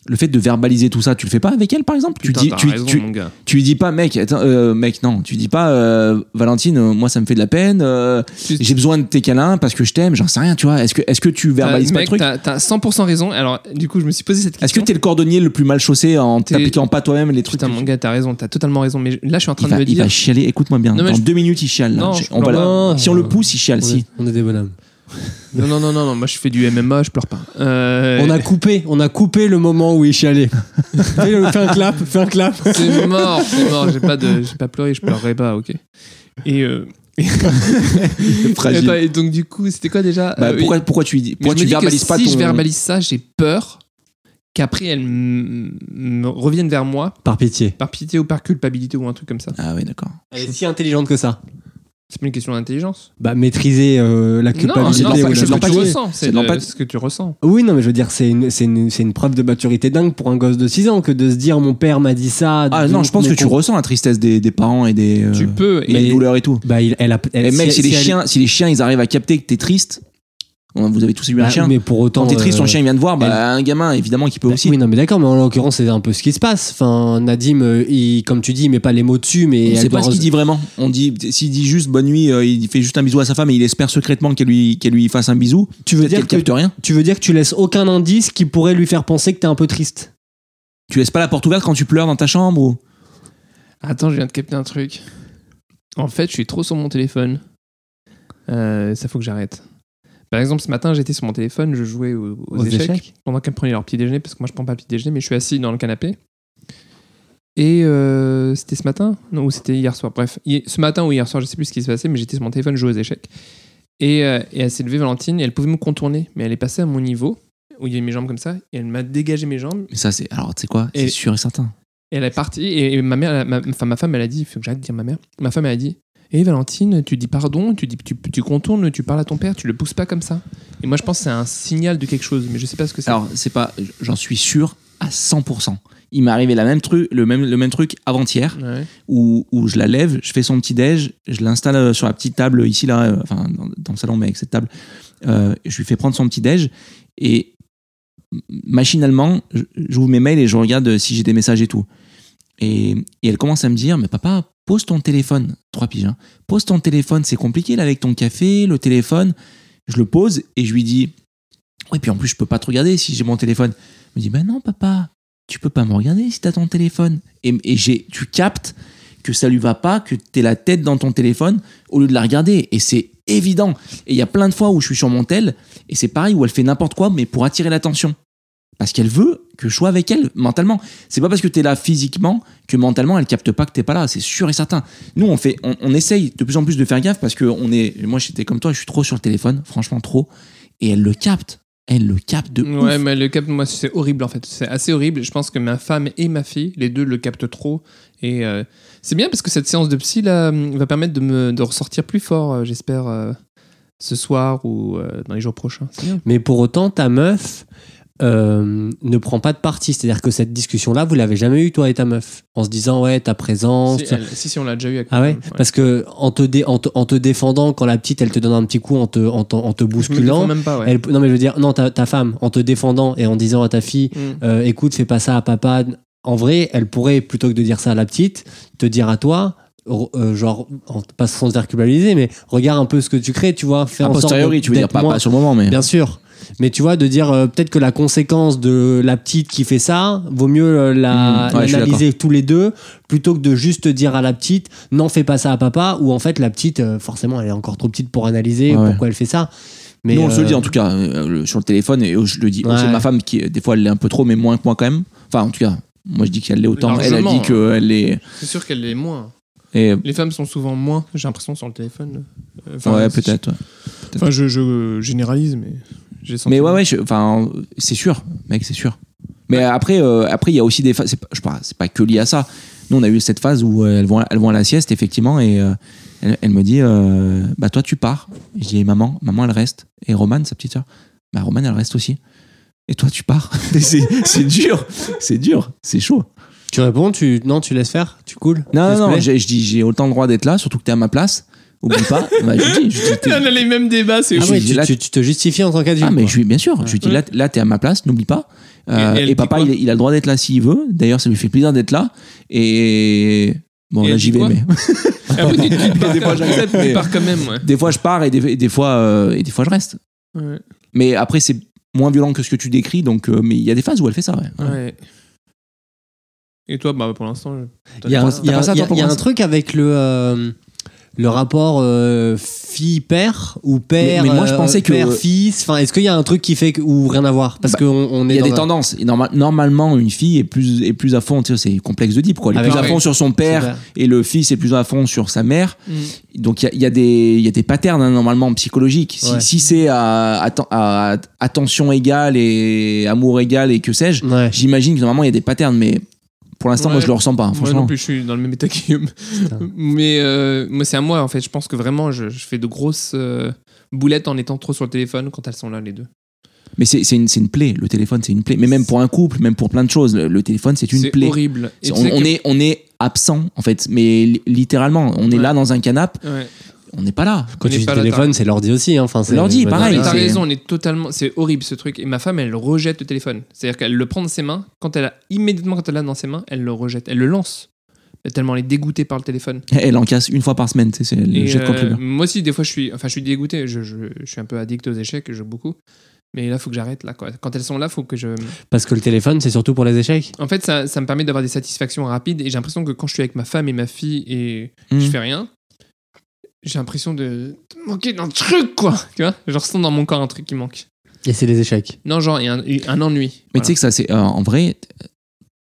Speaker 2: Le fait de verbaliser tout ça, tu le fais pas avec elle par exemple Tu
Speaker 1: Putain,
Speaker 2: dis
Speaker 1: t'as
Speaker 2: tu,
Speaker 1: raison,
Speaker 2: tu-
Speaker 1: mon gars.
Speaker 2: tu lui dis pas mec, attends, euh, mec non, tu dis pas euh, Valentine, euh, moi ça me fait de la peine, euh,
Speaker 1: Tu-
Speaker 2: j'ai besoin de tes câlins parce que je t'aime, j'en sais rien, tu vois. Est-ce que est-ce que tu
Speaker 1: t'as-
Speaker 2: verbalises pas le
Speaker 1: mec,
Speaker 2: truc
Speaker 1: t'as t'as 100% raison. Alors, du coup, je me suis posé cette
Speaker 2: Est-ce que
Speaker 1: question.
Speaker 2: t'es le cordonnier le plus mal chaussé en
Speaker 1: T'es-
Speaker 2: t'appliquant pas toi-même les trucs
Speaker 1: Putain,
Speaker 2: que tu-
Speaker 1: mon gars, t'as raison, t'as totalement raison. Mais je- là, je suis en train
Speaker 2: il va,
Speaker 1: de me
Speaker 2: il va
Speaker 1: dire.
Speaker 2: chialer, écoute-moi bien.
Speaker 1: Non, mais
Speaker 2: Dans
Speaker 1: je-
Speaker 2: deux minutes, il chiale. là.
Speaker 1: Non,
Speaker 2: Je-
Speaker 1: je
Speaker 2: on va
Speaker 1: pleure
Speaker 2: la-
Speaker 1: pas.
Speaker 2: Si on le pousse, il chiale.
Speaker 8: On,
Speaker 2: Si.
Speaker 8: est, Bah, on est des bonhommes.
Speaker 1: Non, non, non, non, non, moi, je fais du MMA, je pleure pas. Euh,
Speaker 8: On a coupé, on a coupé le moment où il chialait. fais fais un clap, fais un clap.
Speaker 1: C'est mort, c'est mort. J'ai pas, de- j'ai pas pleuré, je pleurerai pas, ok. Et. euh,
Speaker 2: Fragile.
Speaker 1: Attends, et donc du coup, c'était quoi déjà
Speaker 2: Bah,
Speaker 1: Euh,
Speaker 2: pourquoi, pourquoi tu lui dis
Speaker 1: mais
Speaker 2: Pourquoi
Speaker 1: je me
Speaker 2: tu
Speaker 1: dis que
Speaker 2: verbalises pas
Speaker 1: Si je
Speaker 2: ton-
Speaker 1: verbalise ça, j'ai peur qu'après elle m- me revienne vers moi
Speaker 8: Par pitié.
Speaker 1: par pitié ou par culpabilité ou un truc comme ça.
Speaker 2: Ah oui, d'accord.
Speaker 8: Elle est si intelligente que ça.
Speaker 1: C'est pas une question d'intelligence.
Speaker 8: Bah, maîtriser euh, la
Speaker 1: Non, non,
Speaker 8: culpabilité.
Speaker 1: c'est
Speaker 2: de
Speaker 8: ou
Speaker 1: ce
Speaker 8: la
Speaker 1: que tu
Speaker 8: pitié.
Speaker 1: ressens.
Speaker 2: de
Speaker 1: C'est le-
Speaker 2: l'empathie.
Speaker 1: ce que tu ressens.
Speaker 8: Oui, non, mais je veux dire, c'est une, c'est une, c'est une preuve de maturité dingue pour un gosse de 6 ans que de se dire mon père m'a dit ça.
Speaker 2: Ah
Speaker 8: donc
Speaker 2: non, je pense
Speaker 8: mon
Speaker 2: que tu
Speaker 8: con-
Speaker 2: ressens la tristesse des, des parents et des, euh,
Speaker 1: Tu peux.
Speaker 2: et
Speaker 1: Et
Speaker 2: les douleurs et tout.
Speaker 8: Bah, il- elle a. elle-
Speaker 2: Et même si, les
Speaker 8: elle-
Speaker 2: chiens, si les chiens, ils arrivent à capter que t'es triste, on- vous avez tous eu un
Speaker 8: Bah,
Speaker 2: chien.
Speaker 8: Mais pour autant.
Speaker 2: Quand t'es triste,
Speaker 8: euh,
Speaker 2: ton chien il vient de voir, bah, un gamin évidemment qui peut
Speaker 8: bah,
Speaker 2: aussi.
Speaker 8: Oui, non, mais d'accord, mais en l'occurrence, c'est un peu ce qui se passe. Enfin, Nadim, euh, il- comme tu dis, il met pas les mots dessus, mais.
Speaker 2: on
Speaker 8: elle
Speaker 2: sait pas
Speaker 8: doit
Speaker 2: ce qu'il
Speaker 8: res-
Speaker 2: dit vraiment. On dit s'il dit juste bonne nuit, euh, il fait juste un bisou à sa femme et il espère secrètement qu'elle lui qu'elle lui fasse un bisou.
Speaker 8: Tu veux
Speaker 2: Peut-être
Speaker 8: dire
Speaker 2: qu'elle
Speaker 8: que
Speaker 2: capte rien.
Speaker 8: tu veux dire que tu laisses aucun indice qui pourrait lui faire penser que t'es un peu triste.
Speaker 2: Tu laisses pas la porte ouverte quand tu pleures dans ta chambre ou
Speaker 1: Attends, je viens de capter un truc. En fait, je suis trop sur mon téléphone. Euh, ça faut que j'arrête. Par exemple, ce matin, j'étais sur mon téléphone, je jouais aux, aux
Speaker 8: Aux
Speaker 1: échecs,
Speaker 8: échecs
Speaker 1: pendant qu'elle prenait leur petit déjeuner, parce que moi, je prends pas le petit déjeuner, mais je suis assis dans le canapé. Et euh, c'était ce matin Non, ou c'était hier soir. Bref, hi- ce matin ou hier soir, je sais plus ce qui se passait, mais j'étais sur mon téléphone, je jouais aux échecs. Et, euh, et elle s'est levée, Valentine, et elle pouvait me contourner, mais elle est passée à mon niveau, où il y avait mes jambes comme ça, et elle m'a dégagé mes jambes,
Speaker 2: Mais ça c'est alors tu sais quoi, c'est
Speaker 1: Et-
Speaker 2: sûr et certain.
Speaker 1: et elle est partie, et, et ma mère, elle a- ma, enfin ma femme, elle a dit, il faut que j'arrête de dire ma mère, ma femme, elle a dit, hé Valentine, tu dis pardon, tu, dis, tu, tu contournes, tu parles à ton père, tu le pousses pas comme ça. Et moi je pense que c'est un signal de quelque chose, mais je sais pas ce que c'est.
Speaker 2: Alors c'est pas, j'en suis sûr à 100%. Il m'est arrivé la même truc, le même le même truc avant-hier.
Speaker 1: Ouais.
Speaker 2: où, où je la lève, je fais son petit déj, je l'installe euh, sur la petite table ici là, euh, enfin dans, dans le salon mais avec cette table, Euh, je lui fais prendre son petit déj et machinalement je- j'ouvre mes mails et je regarde euh, si j'ai des messages et tout. Et, et elle commence à me dire mais papa pose ton téléphone, trois piges, hein. pose ton téléphone, c'est compliqué là avec ton café, le téléphone. Je le pose et je lui dis oui puis en plus je peux pas te regarder si j'ai mon téléphone. Elle me dit ben non papa. Tu peux pas me regarder si t'as ton téléphone. Et, et j'ai, tu captes que ça lui va pas, que t'es la tête dans ton téléphone au lieu de la regarder. Et c'est évident. Et il y a plein de fois où je suis sur mon tel et c'est pareil où elle fait n'importe quoi mais pour attirer l'attention. Parce qu'elle veut que je sois avec elle mentalement. C'est pas parce que t'es là physiquement que mentalement elle capte pas que t'es pas là. C'est sûr et certain. Nous on fait, on, on essaye de plus en plus de faire gaffe parce que on est, moi j'étais comme toi, je suis trop sur le téléphone, franchement trop. Et elle le capte. Elle le capte de ouf.
Speaker 1: Ouais, mais le cap, moi c'est horrible en fait, c'est assez horrible. Je pense que ma femme et ma fille, les deux le captent trop. Et euh, c'est bien parce que cette séance de psy là hum, va permettre de me de ressortir plus fort, euh, j'espère. euh, ce soir ou euh, dans les jours prochains. C'est bien.
Speaker 8: Mais pour autant, ta meuf euh, ne prend pas de parti. C'est-à-dire que cette discussion-là, vous l'avez jamais eue, toi et ta meuf, en se disant ouais, ta présence.
Speaker 1: Si, elle- si, si, on l'a déjà eu. avec
Speaker 8: Ah euh, ouais,
Speaker 1: moi,
Speaker 8: parce que en te, dé- en, te, en te défendant, quand la petite, elle te donne un petit coup en te, en te, en te
Speaker 1: Je me le défends
Speaker 8: bousculant,
Speaker 1: même pas, ouais.
Speaker 8: elle, non mais je veux dire, non, ta, ta femme, en te défendant et en disant à ta fille,
Speaker 1: Mm.
Speaker 8: euh, écoute, fais pas ça à papa. En vrai, elle pourrait, plutôt que de dire ça à la petite, te dire à toi, re- euh, genre, en, pas sans te faire culpabiliser, mais regarde un peu ce que tu crées, tu vois, faire
Speaker 2: A
Speaker 8: en sorte de-
Speaker 2: posteriori, tu veux dire,
Speaker 8: d'être
Speaker 2: pas,
Speaker 8: moins-
Speaker 2: pas sur le moment, mais.
Speaker 8: Bien sûr. Mais tu vois, de dire euh, peut-être que la conséquence de la petite qui fait ça, vaut mieux euh, la-
Speaker 2: Mmh, ouais, je suis
Speaker 8: l'analyser tous les deux, plutôt que de juste dire à la petite, n'en fais pas ça à papa, ou en fait la petite, euh, forcément, elle est encore trop petite pour analyser
Speaker 2: Ouais, ouais.
Speaker 8: pourquoi elle fait ça. Mais
Speaker 2: Nous, on se
Speaker 8: euh,
Speaker 2: le dit en tout cas euh, le- sur le téléphone et euh, je le dis
Speaker 8: Ouais.
Speaker 2: c'est ma femme qui euh, des fois elle l'est un peu trop mais moins que moi quand même enfin en tout cas moi je dis qu'elle l'est autant elle a
Speaker 1: Largement.
Speaker 2: dit qu'elle l'est
Speaker 1: C'est sûr qu'elle est moins.
Speaker 2: et
Speaker 1: Les femmes sont souvent moins, j'ai l'impression, sur le téléphone. Euh, enfin,
Speaker 2: ouais
Speaker 1: si-
Speaker 2: peut-être ouais.
Speaker 1: Enfin, je, je généralise, mais j'ai senti.
Speaker 2: mais ouais ouais je- enfin c'est sûr mec c'est sûr mais après euh, après il y a aussi des phases c'est pas, je sais pas c'est pas que lié à ça nous on a eu cette phase où euh, elles vont elles vont à la sieste effectivement et euh, elle, elle me dit euh, bah toi tu pars je dis maman maman elle reste et Romane sa petite sœur bah Romane elle reste aussi et toi tu pars c'est c'est dur c'est dur c'est chaud
Speaker 8: Tu réponds, tu non, tu laisses faire, tu coules. tu
Speaker 2: Non,
Speaker 8: laisses
Speaker 2: non, non,
Speaker 8: couler.
Speaker 2: je, je dis j'ai autant le droit d'être là, surtout que t'es à ma place. Oublie pas. Bah, je lui dis, je lui dis, t'es-
Speaker 1: On a les mêmes débats, c'est
Speaker 2: Ah
Speaker 8: Ah
Speaker 2: je
Speaker 8: ouais,
Speaker 2: dis
Speaker 8: tu,
Speaker 2: là-
Speaker 8: tu- tu te justifies en tant qu'adulte.
Speaker 2: ah, mais
Speaker 8: quoi.
Speaker 2: je lui bien sûr. Je lui dis
Speaker 1: Ouais.
Speaker 2: là, t- là t'es à ma place, n'oublie pas. Euh,
Speaker 1: Et- et elle
Speaker 2: et,
Speaker 1: dit
Speaker 2: papa,
Speaker 1: quoi
Speaker 2: il, est- il a le droit d'être là s'il veut. D'ailleurs, ça lui fait plaisir d'être là. Et bon,
Speaker 1: Et
Speaker 2: là
Speaker 1: elle
Speaker 2: j'y
Speaker 1: dit
Speaker 2: vais,
Speaker 1: quoi
Speaker 2: mais
Speaker 1: Ah oui, tu- tu pars.
Speaker 2: Des fois, j'accepte, mais-
Speaker 1: Tu pars quand même, ouais.
Speaker 2: des fois je pars et des, et des fois euh, et des fois je reste.
Speaker 1: Ouais.
Speaker 2: Mais après c'est moins violent que ce que tu décris, donc euh, mais il y a des phases où elle fait ça. Ouais.
Speaker 1: Ouais. Et toi, bah, pour l'instant, je-
Speaker 8: Il y a,
Speaker 1: t'as
Speaker 8: un-
Speaker 1: pas-
Speaker 8: il y a-
Speaker 2: t'as pas ça,
Speaker 8: il y a-
Speaker 2: toi, pour
Speaker 8: il y a un
Speaker 2: moi
Speaker 8: truc avec le, euh, le rapport euh, fille-père ou père, euh,
Speaker 2: Mais- mais moi, je pensais que-
Speaker 8: père-fils. Enfin, est-ce qu'il y a un truc qui fait que- ou rien à voir Parce
Speaker 2: Bah,
Speaker 8: qu'on on est
Speaker 2: Il y a
Speaker 8: dans
Speaker 2: des
Speaker 8: un-
Speaker 2: tendances. Et norma- normalement, une fille est plus, est plus à fond. Tu sais, c'est complexe de deep, quoi. Elle est
Speaker 8: Avec
Speaker 2: plus à
Speaker 1: la-
Speaker 2: fond sur son père
Speaker 8: Super.
Speaker 2: et le fils est plus à fond sur sa mère.
Speaker 1: Mm.
Speaker 2: Donc il y a, il y, a des- il y a des patterns hein, normalement psychologiques. Si,
Speaker 8: Ouais.
Speaker 2: si c'est à, atten- à- attention égale et amour égal et que sais-je,
Speaker 8: Ouais.
Speaker 2: j'imagine que normalement il y a des patterns, mais pour l'instant moi
Speaker 1: Ouais.
Speaker 2: je le ressens pas, hein,
Speaker 1: Moi
Speaker 2: franchement.
Speaker 1: non plus, je suis dans le même état que Guillaume. Mais euh, moi, c'est à moi, en fait. Je pense que vraiment, je, je fais de grosses euh, boulettes en étant trop sur le téléphone quand elles sont là, les deux.
Speaker 2: Mais c'est c'est une, c'est une plaie, le téléphone c'est une plaie. Mais même pour un couple, même pour plein de choses, le, le téléphone c'est une
Speaker 1: C'est
Speaker 2: plaie.
Speaker 1: horrible.
Speaker 2: C'est-
Speaker 1: Et tu
Speaker 2: On,
Speaker 1: sais
Speaker 2: on
Speaker 1: que-
Speaker 2: est, on est absent en fait, mais li- littéralement, on est
Speaker 1: Ouais.
Speaker 2: là dans un canapé,
Speaker 1: Ouais.
Speaker 2: on n'est pas là.
Speaker 8: Quand
Speaker 1: connais
Speaker 8: tu dis
Speaker 1: pas la
Speaker 8: téléphone, c'est l'ordi aussi. hein. Enfin, c'est-
Speaker 2: L'ordi,
Speaker 8: ouais,
Speaker 2: pareil,
Speaker 1: Mais
Speaker 8: c'est-
Speaker 1: t'as
Speaker 2: c'est-
Speaker 1: raison, on est totalement. C'est horrible ce truc. Et ma femme, elle rejette le téléphone. C'est-à-dire qu'elle le prend de ses mains. Quand elle a immédiatement quand elle l'a dans ses mains, elle le rejette. Elle le lance. Tellement elle est dégoûtée par le téléphone.
Speaker 2: Elle en casse une fois par semaine, tu sais, c'est- elle le
Speaker 1: Et,
Speaker 2: jette contre le
Speaker 1: euh,
Speaker 2: mur.
Speaker 1: moi aussi, des fois, je suis, enfin, je suis dégoûté. Je, je, je suis un peu addict aux échecs. Je joue beaucoup. Mais là, faut que j'arrête. Là, quoi. Quand elles sont là, faut que je.
Speaker 8: Parce que le téléphone, c'est surtout pour les échecs.
Speaker 1: En fait, ça, ça me permet d'avoir des satisfactions rapides. Et j'ai l'impression que quand je suis avec ma femme et ma fille et je
Speaker 2: Mm.
Speaker 1: fais rien, j'ai l'impression de, de manquer d'un truc, quoi. Tu vois Je ressens dans mon corps un truc qui manque.
Speaker 8: Et c'est les échecs.
Speaker 1: Non, genre, il y a un, un ennui.
Speaker 2: Mais
Speaker 1: Voilà.
Speaker 2: tu sais que ça, c'est euh, en vrai, t-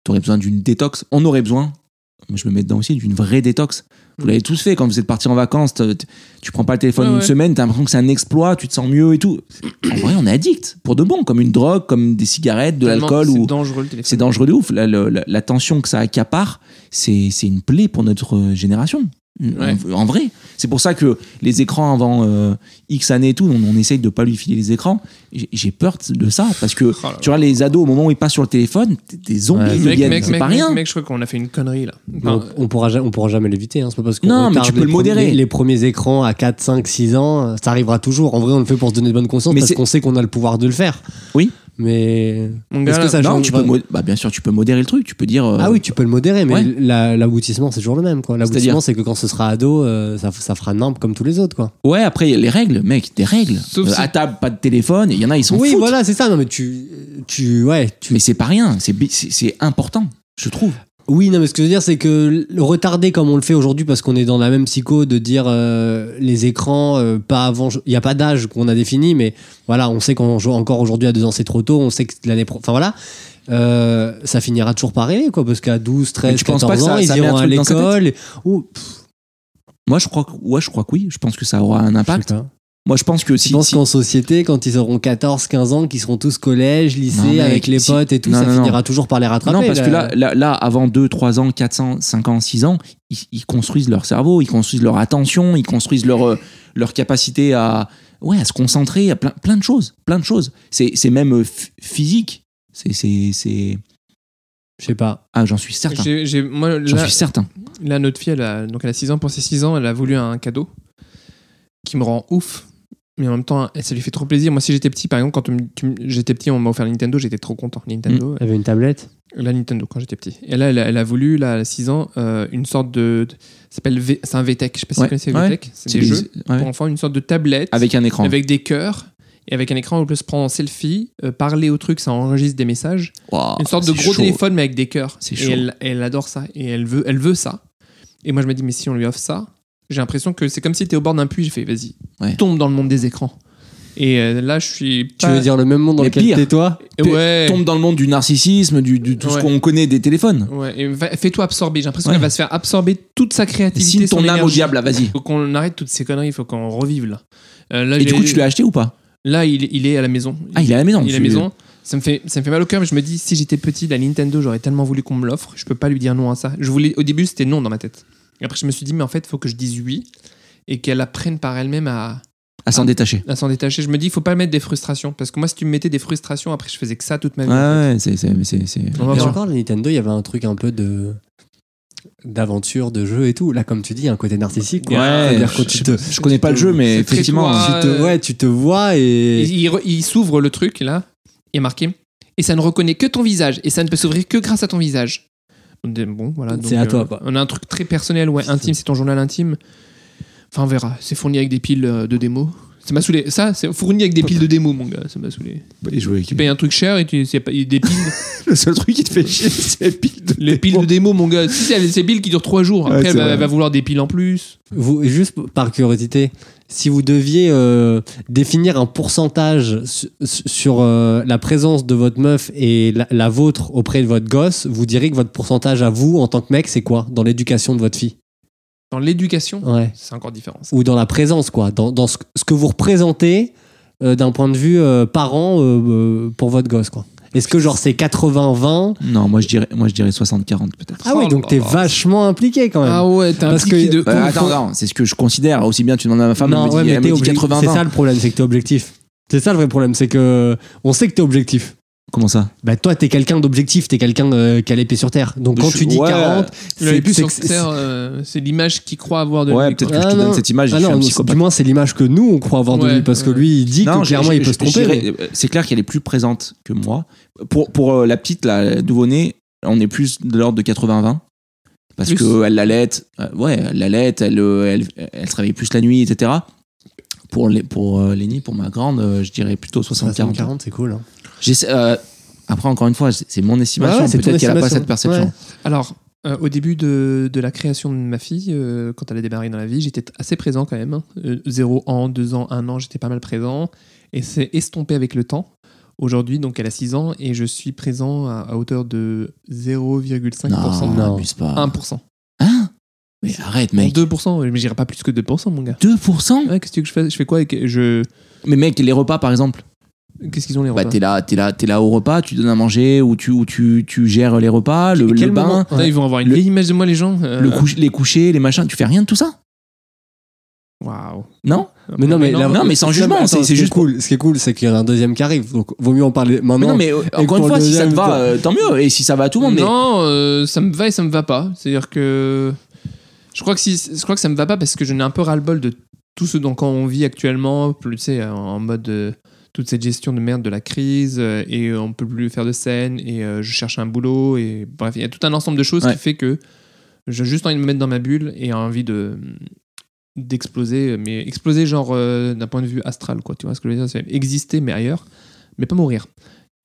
Speaker 2: t'aurais besoin d'une détox. On aurait besoin, mais je me mets dedans aussi, d'une vraie détox. Vous
Speaker 1: Mm.
Speaker 2: l'avez tous fait quand vous êtes partis en vacances. t- t- Tu prends pas le téléphone
Speaker 1: Ouais,
Speaker 2: une
Speaker 1: ouais.
Speaker 2: semaine, t'as l'impression que c'est un exploit, tu te sens mieux et tout. En vrai, on est addict pour de bon, comme une drogue, comme des cigarettes, de
Speaker 1: Tellement
Speaker 2: l'alcool.
Speaker 1: C'est
Speaker 2: ou
Speaker 1: dangereux le téléphone.
Speaker 2: C'est dangereux de ouf. La, le- la- la tension que ça accapare, c'est c'est une plaie pour notre euh, génération.
Speaker 1: Ouais.
Speaker 2: En, en vrai, c'est pour ça que les écrans avant euh, X années et tout, on, on essaye de pas lui filer les écrans. J'ai- J'ai peur de ça parce que
Speaker 1: Oh là là.
Speaker 2: tu vois, les ados, au moment où ils passent sur le téléphone, t'es des zombies,
Speaker 8: Ouais.
Speaker 2: ils
Speaker 1: Mec,
Speaker 2: deviennent,
Speaker 1: mec,
Speaker 2: c'est
Speaker 1: mec,
Speaker 2: pas
Speaker 1: mec,
Speaker 2: rien.
Speaker 1: mec, je crois qu'on a fait une connerie là.
Speaker 8: Mais
Speaker 1: Enfin,
Speaker 8: on, on pourra, ja- on pourra jamais l'éviter. hein. C'est pas parce qu'on
Speaker 2: Non, mais
Speaker 8: retarde
Speaker 2: tu peux
Speaker 8: les
Speaker 2: le modérer.
Speaker 8: premiers- Les, les premiers écrans à 4, 5, 6 ans, euh, ça arrivera toujours. En vrai, on le fait pour se donner de bonne conscience
Speaker 2: Mais
Speaker 8: parce
Speaker 2: c'est-
Speaker 8: qu'on sait qu'on a le pouvoir de le faire.
Speaker 2: Oui.
Speaker 8: Mais
Speaker 1: mon
Speaker 8: est-ce
Speaker 1: gars,
Speaker 8: que ça
Speaker 2: Non,
Speaker 8: change
Speaker 2: tu
Speaker 8: pas-
Speaker 2: peux mod- bah, bien sûr, tu peux modérer le truc. Tu peux dire. euh,
Speaker 8: Ah oui, tu peux le modérer, mais
Speaker 2: Ouais.
Speaker 8: la- l'aboutissement, c'est toujours le même. quoi. L'aboutissement, c'est que quand ce sera ado, euh, ça, ça fera nimp comme tous les autres. quoi.
Speaker 2: Ouais, après les règles, mec, des règles.
Speaker 1: Sauf
Speaker 2: Euh,
Speaker 1: si-
Speaker 2: À table, pas de téléphone. Il y en a, ils s'en
Speaker 8: Oui,
Speaker 2: foutent.
Speaker 8: voilà, c'est ça. Non, mais tu. tu ouais, tu.
Speaker 2: Mais c'est pas rien. C'est bi- c'est c'est important, je trouve.
Speaker 8: Oui, non, mais ce que je veux dire, c'est que le retarder comme on le fait aujourd'hui, parce qu'on est dans la même psycho de dire euh, les écrans, euh, pas avant. Il n'y a pas d'âge qu'on a défini, mais voilà, on sait qu'on joue encore aujourd'hui à deux ans, c'est trop tôt. On sait que l'année pro. Enfin voilà. euh, ça finira toujours par arriver, quoi, parce qu'à 12,
Speaker 2: Mais
Speaker 8: 13,
Speaker 2: tu penses pas
Speaker 8: 14
Speaker 2: que
Speaker 8: ans,
Speaker 2: ça-
Speaker 8: ils
Speaker 2: ça met un
Speaker 8: iront à
Speaker 2: truc dans sa tête
Speaker 8: l'école. et- Ouh,
Speaker 2: Moi, je crois que, ouais, je crois que oui. Je pense que ça aura un
Speaker 8: je sais
Speaker 2: impact.
Speaker 8: pas.
Speaker 2: Moi, je pense que si.
Speaker 8: Je pense
Speaker 2: si-
Speaker 8: qu'en société, quand ils auront 14, 15 ans, qu'ils seront tous collège, lycée,
Speaker 2: Non, mec,
Speaker 8: avec les
Speaker 2: si-
Speaker 8: potes et tout,
Speaker 2: non,
Speaker 8: ça
Speaker 2: non, non.
Speaker 8: finira toujours par les rattraper.
Speaker 2: non, parce que là, là, là, avant 2, 3 ans, 4 ans, 5 ans, 6 ans, ils, ils construisent leur cerveau, ils construisent leur attention, ils construisent leur, euh, leur capacité à, ouais, à se concentrer, à plein, plein de choses. Plein de choses. C'est c'est même euh, ph- physique. C'est- C'est. c'est-
Speaker 8: Je sais pas.
Speaker 2: Ah, j'en suis certain.
Speaker 1: J'ai- j'ai- moi,
Speaker 2: J'en
Speaker 1: là,
Speaker 2: suis certain.
Speaker 1: là, notre fille, elle a, donc elle a 6 ans. Pour ses 6 ans, elle a voulu un cadeau qui me rend ouf. Mais en même temps, elle- ça lui fait trop plaisir. Moi, si j'étais petit, par exemple, quand tu me- tu me- j'étais petit, on m'a offert Nintendo, j'étais trop content.
Speaker 2: Mm.
Speaker 1: Nintendo, euh,
Speaker 8: avait une tablette
Speaker 1: La Nintendo, quand j'étais petit. Et là, elle a, elle a voulu, là, à 6 ans, euh, une sorte de. de- ça s'appelle V- C'est un VTech. Je sais pas si
Speaker 2: Ouais,
Speaker 1: vous connaissez
Speaker 2: ouais.
Speaker 1: VTech. C'est des,
Speaker 2: des-
Speaker 1: jeux
Speaker 2: ouais.
Speaker 1: pour enfants, une sorte de tablette
Speaker 2: Avec un écran.
Speaker 1: avec des cœurs et avec un écran où on peut se prendre en selfie, euh, parler au truc, ça enregistre des messages.
Speaker 2: Waouh,
Speaker 1: une sorte de
Speaker 2: Ah, c'est
Speaker 1: gros
Speaker 2: chaud.
Speaker 1: téléphone, mais avec des cœurs.
Speaker 2: C'est
Speaker 1: Et
Speaker 2: chaud.
Speaker 1: elle, elle adore ça. Et elle veut, elle veut ça. Et moi, je me dis, mais si on lui offre ça, j'ai l'impression que c'est comme si t'es au bord d'un puits. J'ai fait, vas-y,
Speaker 2: Ouais.
Speaker 1: tombe dans le monde des écrans. Et euh, là, je suis.
Speaker 8: Tu
Speaker 1: pas-
Speaker 8: veux dire le même monde dans
Speaker 2: Mais
Speaker 8: lequel
Speaker 2: pire.
Speaker 8: t'es toi
Speaker 1: Ouais.
Speaker 2: Tombe dans le monde du narcissisme, du, du- tout ce
Speaker 1: Ouais.
Speaker 2: qu'on connaît des téléphones.
Speaker 1: Ouais, et va- fais-toi absorber. J'ai l'impression
Speaker 2: Ouais.
Speaker 1: qu'elle va se faire absorber toute sa créativité.
Speaker 2: Signe ton
Speaker 1: son
Speaker 2: âme au
Speaker 1: énergie.
Speaker 2: diable, là, vas-y.
Speaker 1: Faut qu'on arrête toutes ces conneries, faut qu'on revive là. Euh, là,
Speaker 2: Et du
Speaker 1: j'ai-
Speaker 2: coup, tu l'as acheté ou pas
Speaker 1: là il, il est à la maison.
Speaker 2: Ah, il est à la maison.
Speaker 1: Il est à la
Speaker 2: tu-
Speaker 1: maison. Ça me, fait, ça me fait mal au cœur, mais je me dis, si j'étais petit, la Nintendo, j'aurais tellement voulu qu'on me l'offre. Je peux pas lui dire non à ça. Je voulais, au début, c'était non dans ma tête. Et après, je me suis dit, mais en fait, faut que je dise oui et qu'elle apprenne par elle-même à,
Speaker 2: À
Speaker 1: Ah.
Speaker 2: s'en détacher.
Speaker 1: à s'en détacher. Je me dis, il faut pas mettre des frustrations. Parce que moi, si tu me mettais des frustrations, après, je faisais que ça toute ma vie.
Speaker 2: Ouais, ouais, c'est. c'est- mais c'est- c'est-
Speaker 1: On va
Speaker 8: Mais
Speaker 1: voir.
Speaker 8: encore, la Nintendo, il y avait un truc un peu de d'aventure, de jeu et tout. Là, comme tu dis, il y a un côté narcissique. quoi.
Speaker 2: Ouais,
Speaker 8: C'est-à-dire
Speaker 2: je-
Speaker 8: quand tu te,
Speaker 2: Je connais pas le jeu, mais
Speaker 1: C'est très
Speaker 2: effectivement.
Speaker 1: toi.
Speaker 8: tu te,
Speaker 1: euh,
Speaker 8: ouais, tu te vois et
Speaker 1: Il, il re- il s'ouvre le truc, là, il est marqué. Et ça ne reconnaît que ton visage. Et ça ne peut s'ouvrir que grâce à ton visage. On dit, Bon, voilà. donc,
Speaker 8: C'est à toi,
Speaker 1: euh,
Speaker 8: quoi.
Speaker 1: On a un truc très personnel, ouais, intime, c'est ton journal intime. Enfin, on verra. C'est fourni avec des piles euh, de démos. Ça m'a saoulé. Ça, c'est fourni avec des piles de démos, mon gars. Ça m'a saoulé. Tu payes un truc cher et tu, c'est pas- des piles.
Speaker 2: Le seul truc qui te fait chier, c'est les piles de
Speaker 1: les piles de démos, mon gars. Si, c'est c'est des piles qui durent 3 jours. Après,
Speaker 2: Ouais, c'est
Speaker 1: elle, va,
Speaker 2: vrai.
Speaker 1: elle va vouloir des piles en plus.
Speaker 8: vous, juste par curiosité, si vous deviez euh, définir un pourcentage su- su- sur euh, la présence de votre meuf et la, la vôtre auprès de votre gosse, vous direz que votre pourcentage à vous en tant que mec, c'est quoi dans l'éducation de votre fille
Speaker 1: Dans l'éducation,
Speaker 8: Ouais.
Speaker 1: c'est encore différent. ça.
Speaker 8: Ou dans la présence, quoi, dans, dans ce, ce que vous représentez euh, d'un point de vue euh, parent euh, euh, pour votre gosse, quoi. Est-ce que genre c'est 80-20
Speaker 2: Non, moi je dirais, moi, je dirais 60-40 peut-être.
Speaker 8: Ah oui, donc t'es vachement impliqué quand même.
Speaker 1: Ah ouais, t'as un
Speaker 8: Parce
Speaker 1: petit
Speaker 8: que-
Speaker 1: de
Speaker 8: Bah,
Speaker 1: ouf.
Speaker 2: Euh, attends, non, c'est ce que je considère. Aussi bien tu demandes à ma femme,
Speaker 8: non,
Speaker 2: elle me dit,
Speaker 8: ouais, mais
Speaker 2: elle me
Speaker 8: t'es
Speaker 2: dit
Speaker 8: objectif.
Speaker 2: 80
Speaker 8: C'est ça le problème, c'est que t'es objectif. C'est ça le vrai problème, c'est que euh, on sait que t'es objectif.
Speaker 2: Comment ça
Speaker 8: Bah toi, t'es quelqu'un d'objectif, t'es quelqu'un euh, qui a l'épée sur terre. Donc
Speaker 2: Je
Speaker 8: quand
Speaker 2: suis-
Speaker 8: tu dis
Speaker 2: ouais.
Speaker 8: 40,
Speaker 1: Le
Speaker 8: c'est
Speaker 1: plus
Speaker 8: c'est
Speaker 1: sur
Speaker 8: que- c'est-
Speaker 1: Terre, euh, c'est l'image qu'il croit avoir de
Speaker 2: Ouais,
Speaker 1: lui.
Speaker 2: peut-être
Speaker 1: quoi.
Speaker 2: que je
Speaker 8: Ah
Speaker 2: te
Speaker 8: non.
Speaker 2: donne cette image.
Speaker 8: Ah
Speaker 2: je suis
Speaker 8: non,
Speaker 2: un
Speaker 8: du
Speaker 2: psychopathe.
Speaker 8: moins c'est l'image que nous on croit avoir de
Speaker 1: Ouais,
Speaker 8: lui parce que
Speaker 1: ouais.
Speaker 8: lui il dit que
Speaker 2: Non,
Speaker 8: clairement
Speaker 2: je-
Speaker 8: il peut
Speaker 2: je-
Speaker 8: se tromper.
Speaker 2: je
Speaker 8: mais-
Speaker 2: dirais- euh, C'est clair qu'elle est plus présente que moi. Pour, pour euh, la petite, la nouveau-née, on est plus de l'ordre de 80-20. Parce
Speaker 1: Plus.
Speaker 2: qu'elle l'allait, euh, ouais, elle l'allait, elle, euh, elle, elle se réveille plus la nuit, etc. Pour, les, pour euh, Lenny, pour ma grande, euh, je dirais plutôt 60-40.
Speaker 8: 60-40, c'est cool. hein.
Speaker 2: J'essa- euh, après, encore une fois, c'est c'est mon estimation.
Speaker 8: Ouais, ouais, c'est ton
Speaker 2: Peut-être qu'elle n'a pas
Speaker 8: estimation.
Speaker 2: cette perception.
Speaker 8: Ouais.
Speaker 1: Alors, euh, au début de, de la création de ma fille, euh, quand elle a démarré dans la vie, j'étais assez présent quand même. 0 ans, 2 ans, 1 an, j'étais pas mal présent. Et c'est estompé avec le temps. Aujourd'hui, donc elle a 6 ans et je suis présent à, à hauteur de 0,5%.
Speaker 2: Non,
Speaker 8: Non.
Speaker 2: n'abuse pas.
Speaker 1: 1%.
Speaker 2: Hein Mais arrête, mec.
Speaker 1: 2%, mais j'irai pas plus que 2%, mon gars.
Speaker 2: 2%
Speaker 1: Ouais, qu'est-ce que je fais Je fais quoi avec- je...
Speaker 2: Mais mec, les repas, par exemple.
Speaker 1: Qu'est-ce qu'ils ont les
Speaker 2: Bah,
Speaker 1: repas
Speaker 2: t'es là, t'es là, t'es là au repas, tu donnes à manger ou tu, ou tu, tu gères les repas, le,
Speaker 1: À
Speaker 2: le
Speaker 1: quel
Speaker 2: bain.
Speaker 1: moment Putain, Ils vont avoir une
Speaker 2: Le-
Speaker 1: vieille image de moi, les gens. euh,
Speaker 2: le couche- les couchers, les machins, tu fais rien de tout ça
Speaker 1: Waouh.
Speaker 2: Non
Speaker 8: Mais non, mais,
Speaker 1: non,
Speaker 8: là-
Speaker 2: non, mais sans
Speaker 8: là,
Speaker 2: jugement,
Speaker 8: attends,
Speaker 2: c'est- c'est
Speaker 8: ce qui est
Speaker 2: juste
Speaker 8: cool. Ce qui est cool, c'est qu'il y en a un deuxième qui arrive. Donc vaut mieux en parler
Speaker 2: Mais
Speaker 8: maintenant.
Speaker 2: non, mais euh, encore
Speaker 8: pour
Speaker 2: une fois,
Speaker 8: le
Speaker 2: si ça te
Speaker 8: deuxième,
Speaker 2: va,
Speaker 8: quoi.
Speaker 2: euh, tant mieux. Et si ça va à tout le monde, mais
Speaker 1: Non, euh, ça me va et ça me va pas. C'est-à-dire que je crois que si, je crois que ça me va pas parce que je n'ai un peu ras-le-bol de tout ce dont on vit actuellement, plus tu sais, en mode euh, toute cette gestion de merde de la crise euh, et euh, on peut plus faire de scène et euh, je cherche un boulot et bref, il y a tout un ensemble de choses
Speaker 2: Ouais.
Speaker 1: qui fait que j'ai juste envie de me mettre dans ma bulle et envie de d'exploser, mais exploser genre euh, d'un point de vue astral quoi. Tu vois ce que je veux dire C'est exister mais ailleurs, mais pas mourir.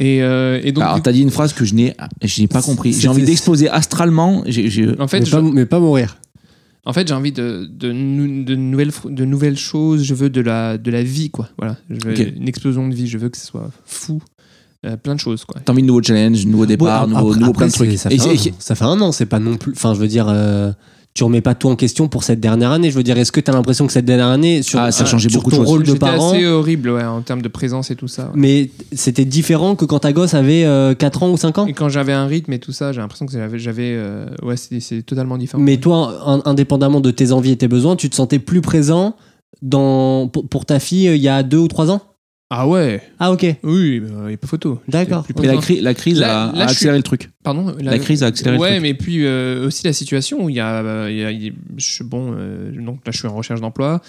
Speaker 1: Et, euh, et donc
Speaker 2: Alors,
Speaker 1: du-
Speaker 2: t'as dit une phrase que je n'ai, je n'ai pas compris. J'ai
Speaker 8: C'était-
Speaker 2: envie d'exploser astralement. j'ai- j'ai-
Speaker 1: en fait,
Speaker 8: mais,
Speaker 1: je-
Speaker 8: pas, mais pas mourir.
Speaker 1: En fait, j'ai envie de, de, nou- de nouvelles, fr- de nouvelles choses. Je veux de la, de la vie, quoi. Voilà. Je veux
Speaker 2: Ok.
Speaker 1: une explosion de vie. Je veux que ce soit fou. Euh, plein de choses, quoi.
Speaker 2: T'as envie de nouveaux challenges, de nouveaux départs,
Speaker 8: Ouais,
Speaker 2: nouveaux,
Speaker 8: après-
Speaker 2: nouveaux plein de
Speaker 8: après,
Speaker 2: trucs.
Speaker 8: c'est- Ça
Speaker 2: Et-
Speaker 8: fait, un,
Speaker 2: et-
Speaker 8: an. Ça fait un an, c'est pas non plus. Enfin, je veux dire, euh, tu remets pas tout en question pour cette dernière année. Je veux dire, est-ce que tu as l'impression que cette dernière année, sur,
Speaker 2: Ah, ça a changé
Speaker 8: sur
Speaker 2: beaucoup de
Speaker 8: ton
Speaker 2: choses. euh,
Speaker 8: rôle de
Speaker 1: C'était
Speaker 8: parent,
Speaker 1: assez horrible ouais, en termes de présence et tout ça. ouais.
Speaker 8: mais c'était différent que quand ta gosse avait euh, 4 ans ou 5 ans
Speaker 1: Et quand j'avais un rythme et tout ça, j'ai l'impression que j'avais. j'avais, euh, ouais, c'est c'est totalement différent.
Speaker 8: Mais toi, in- indépendamment de tes envies et tes besoins, tu te sentais plus présent dans, pour, pour ta fille euh, il y a 2 ou 3 ans
Speaker 1: Ah ouais
Speaker 8: Ah, ok.
Speaker 1: Oui, il n'y a pas photo.
Speaker 8: D'accord.
Speaker 1: J'étais plus
Speaker 2: Mais la,
Speaker 1: présent.
Speaker 2: cri- la crise
Speaker 1: Là-
Speaker 2: a,
Speaker 1: là,
Speaker 2: a
Speaker 1: je
Speaker 2: accéléré le truc.
Speaker 1: Pardon
Speaker 2: La, crise a accéléré
Speaker 1: Ouais,
Speaker 2: le truc.
Speaker 1: mais puis euh, aussi la situation où il y a, euh, il y a- il y a- je, bon, euh, donc là je suis en recherche d'emploi,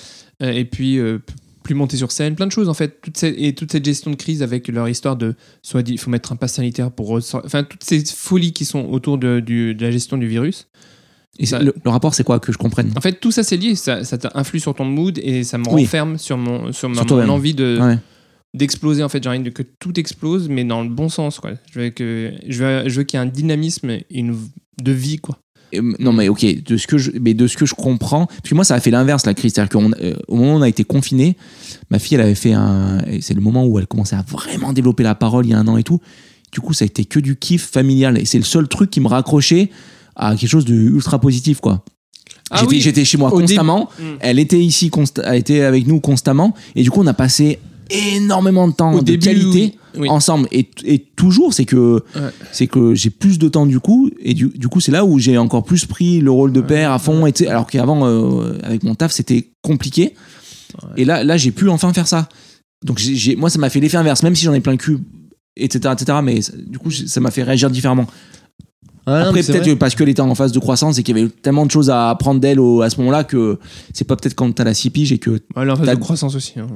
Speaker 1: euh, et puis euh, p- plus monter sur scène, plein de choses en fait, toute cette, et toute cette gestion de crise avec leur histoire de soit dit, il faut mettre un pass sanitaire pour ressor- enfin toutes ces folies qui sont autour de, du- de la gestion du virus.
Speaker 2: Et c'est-
Speaker 1: ça-
Speaker 2: le, le rapport, c'est quoi que je comprenne
Speaker 1: En fait, tout ça c'est lié, ça, ça influe sur ton mood et ça me
Speaker 2: Oui.
Speaker 1: renferme sur mon, sur ma,
Speaker 2: Sur
Speaker 1: mon
Speaker 2: toi-même.
Speaker 1: envie de
Speaker 2: Ouais.
Speaker 1: d'exploser en fait, j'ai envie de- que tout explose mais dans le bon sens quoi. Je veux que je veux, je veux qu'il y ait un dynamisme et une v- de vie quoi.
Speaker 2: Et, euh, non mais ok de ce que je mais de ce que je comprends parce que moi ça a fait l'inverse la crise c'est-à-dire qu'on euh, au moment où on a été confiné ma fille elle avait fait un et c'est le moment où elle commençait à vraiment développer la parole il y a un an et tout du coup ça a été que du kiff familial et c'est le seul truc qui me raccrochait à quelque chose de ultra positif quoi
Speaker 1: Ah
Speaker 2: j'étais
Speaker 1: oui.
Speaker 2: j'étais chez moi
Speaker 1: Au début-
Speaker 2: constamment
Speaker 1: Mm.
Speaker 2: elle était ici consta- elle était avec nous constamment et du coup on a passé énormément de temps
Speaker 1: Au
Speaker 2: de
Speaker 1: début,
Speaker 2: qualité
Speaker 1: oui. Oui.
Speaker 2: ensemble et, et toujours c'est que
Speaker 1: Ouais.
Speaker 2: c'est que j'ai plus de temps du coup et du, du coup c'est là où j'ai encore plus pris le rôle de père à fond et tu sais, alors qu'avant euh, avec mon taf c'était compliqué et là là j'ai pu enfin faire ça donc j'ai- j'ai- moi ça m'a fait l'effet inverse même si j'en ai plein le cul etc etc mais ça- du coup ça m'a fait réagir différemment
Speaker 8: Ah, non, mais
Speaker 2: après,
Speaker 8: c'est
Speaker 2: peut-être
Speaker 8: vrai.
Speaker 2: que parce qu'elle était en phase de croissance et qu'il y avait tellement de choses à apprendre d'elle au- à ce moment-là que c'est pas peut-être quand t'as la 6 piges et que.
Speaker 1: Ouais, elle est en phase
Speaker 2: T'as-
Speaker 1: de croissance aussi. hein.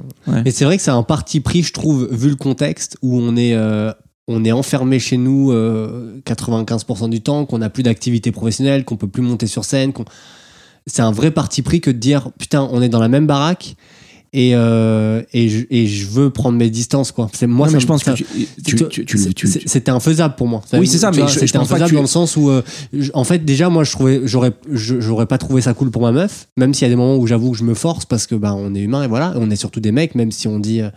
Speaker 8: Mais c'est vrai que c'est un parti pris, je trouve, vu le contexte où on est, euh, on est enfermé chez nous euh, 95% du temps, qu'on n'a plus d'activité professionnelle, qu'on peut plus monter sur scène. qu'on- C'est un vrai parti pris que de dire putain, on est dans la même baraque et, euh, et, je, et je veux prendre mes distances. Quoi. C'est- Moi,
Speaker 2: Non,
Speaker 8: ça
Speaker 2: mais
Speaker 8: me-
Speaker 2: je pense que
Speaker 8: ça-
Speaker 2: tu, tu,
Speaker 8: c'est-
Speaker 2: tu- tu-
Speaker 8: c'est-
Speaker 2: tu-
Speaker 8: c'est- c'était infaisable pour moi.
Speaker 2: Oui, c'est ça,
Speaker 8: Tu
Speaker 2: mais
Speaker 8: vois,
Speaker 2: je- je
Speaker 8: c'était
Speaker 2: pense pas
Speaker 8: infaisable
Speaker 2: que tu-
Speaker 8: dans le sens où, euh, je- en fait, déjà, moi, je trouvais, j'aurais, je- j'aurais pas trouvé ça cool pour ma meuf, même s'il y a des moments où j'avoue que je me force parce que, bah, on est humain et voilà, on est surtout des mecs, même si on dit euh,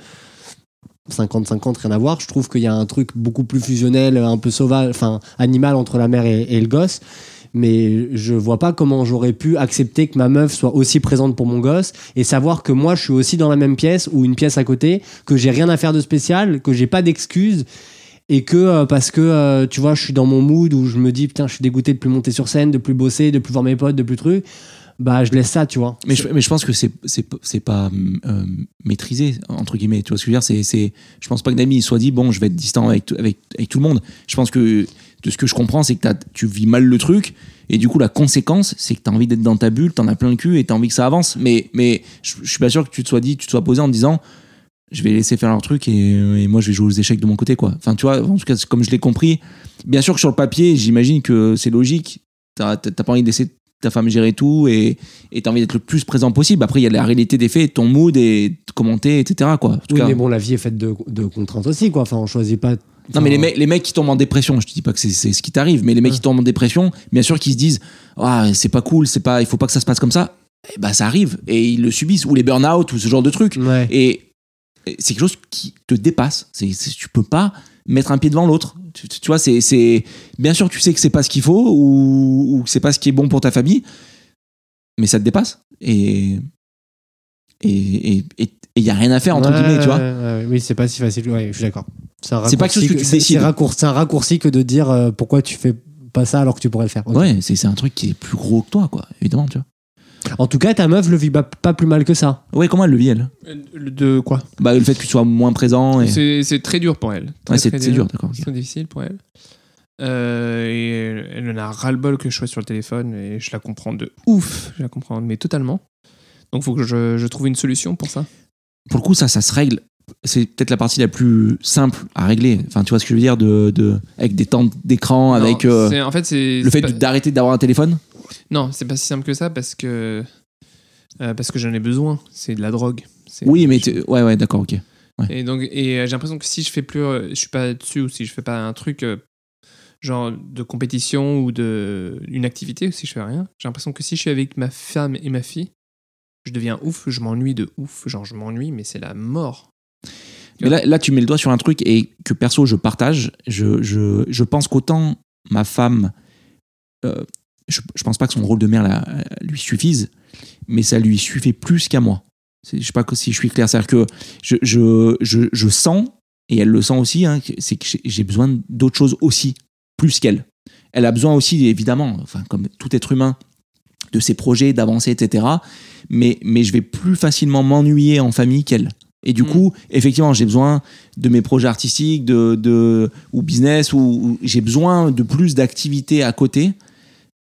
Speaker 8: 50-50, rien à voir. Je trouve qu'il y a un truc beaucoup plus fusionnel, un peu sauvage, enfin, animal entre la mère et, et le gosse. Mais je vois pas comment j'aurais pu accepter que ma meuf soit aussi présente pour mon gosse et savoir que moi je suis aussi dans la même pièce ou une pièce à côté, que j'ai rien à faire de spécial, que j'ai pas d'excuses et que euh, parce que euh, tu vois je suis dans mon mood où je me dis putain je suis dégoûté de plus monter sur scène, de plus bosser, de plus voir mes potes, de plus truc, bah je laisse ça tu vois.
Speaker 2: mais, je, mais je pense que c'est c'est c'est pas euh, maîtrisé entre guillemets tu vois ce que je veux dire c'est c'est je pense pas que Dami il soit dit bon je vais être distant avec tout- avec avec tout le monde je pense que de ce que je comprends c'est que t'as- tu vis mal le truc et du coup la conséquence c'est que t'as envie d'être dans ta bulle t'en as plein le cul et t'as envie que ça avance mais mais je, je suis pas sûr que tu te sois dit tu te sois posé en te disant je vais laisser faire leur truc et, et moi je vais jouer aux échecs de mon côté quoi enfin tu vois en tout cas c'est comme je l'ai compris bien sûr que sur le papier j'imagine que c'est logique t'as t'as- t'as pas envie de laisser ta femme gérer tout et et t'as envie d'être le plus présent possible. Après, il y a la réalité des faits, ton mood et de commenter, etc. Quoi. En tout
Speaker 8: Oui
Speaker 2: cas,
Speaker 8: mais bon la vie est faite de, de contraintes aussi quoi, enfin on choisit pas.
Speaker 2: Non, mais les,
Speaker 8: enfin,
Speaker 2: mecs- les mecs qui tombent en dépression, je te dis pas que c'est- c'est ce qui t'arrive, mais les mecs
Speaker 8: Ouais.
Speaker 2: qui tombent en dépression, bien sûr qu'ils se disent ah, c'est pas cool, c'est pas, il faut pas que ça se passe comme ça. Eh ben, ça arrive et ils le subissent, ou les burn-out, ou ce genre de trucs.
Speaker 8: Ouais.
Speaker 2: Et et c'est quelque chose qui te dépasse. C'est, c'est- tu peux pas mettre un pied devant l'autre. Tu, tu- tu vois, c'est, c'est- bien sûr, tu sais que c'est pas ce qu'il faut ou, ou que c'est pas ce qui est bon pour ta famille, mais ça te dépasse. Et et et- et il y a rien à faire entre
Speaker 8: Ouais,
Speaker 2: guillemets, tu vois.
Speaker 8: ouais, ouais, oui, c'est pas si facile. Ouais, je suis d'accord. C'est un
Speaker 2: C'est pas
Speaker 8: raccourci
Speaker 2: quelque chose que tu
Speaker 8: c'est-
Speaker 2: décides.
Speaker 8: C'est raccour- c'est un raccourci que de dire euh, pourquoi tu fais pas ça alors que tu pourrais le faire. Ok.
Speaker 2: Ouais, c'est, c'est un truc qui est plus gros que toi, quoi. Évidemment, tu vois.
Speaker 8: En tout cas, ta meuf le vit pas- pas plus mal que ça.
Speaker 2: Ouais, comment elle le vit elle
Speaker 1: Euh, De quoi
Speaker 2: Bah, le fait que tu sois moins présent. Et... Ouais,
Speaker 1: C'est c'est très dur pour elle.
Speaker 2: C'est,
Speaker 1: Très, très
Speaker 2: c'est dur, d'accord.
Speaker 1: C'est très difficile pour elle. Euh, et elle- elle en a ras-le-bol que je sois sur le téléphone et je la comprends de ouf. Je la comprends, mais totalement. Donc faut que je, je trouve une solution pour ça.
Speaker 2: pour le coup, ça, ça se règle. C'est peut-être la partie la plus simple à régler. Enfin, tu vois ce que je veux dire de, de- avec des temps d'écran,
Speaker 1: Non,
Speaker 2: avec euh,
Speaker 1: c'est- en fait, c'est
Speaker 2: le fait
Speaker 1: c'est pas-
Speaker 2: d'arrêter d'avoir un téléphone.
Speaker 1: Non, c'est pas si simple que ça parce que euh, parce que j'en ai besoin. C'est de la drogue. C'est-
Speaker 2: Oui, mais tu- ouais, ouais, d'accord, ok.
Speaker 1: Et donc, et euh, j'ai l'impression que si je fais plus, euh, je suis pas dessus ou si je fais pas un truc euh, genre de compétition ou de une activité, si je fais rien, j'ai l'impression que si je suis avec ma femme et ma fille, je deviens ouf, je m'ennuie de ouf, genre je m'ennuie, mais c'est la mort.
Speaker 2: Mais là, là, tu mets le doigt sur un truc et que perso, je partage. Je, je, je pense qu'autant ma femme euh, je, je pense pas que son rôle de mère là, lui suffise, mais ça lui suffit plus qu'à moi. C'est- Je sais pas que- si je suis clair, c'est-à-dire que je, je, je, je sens, et elle le sent aussi, hein, que- c'est que j'ai- j'ai besoin d'autres choses aussi, plus qu'elle. Elle a besoin aussi, évidemment, enfin, comme tout être humain, de ses projets, d'avancer, etc. Mais, mais je vais plus facilement m'ennuyer en famille qu'elle. Et du
Speaker 1: Mm.
Speaker 2: coup, effectivement, j'ai besoin de mes projets artistiques, de, de ou business, ou, ou j'ai besoin de plus d'activités à côté.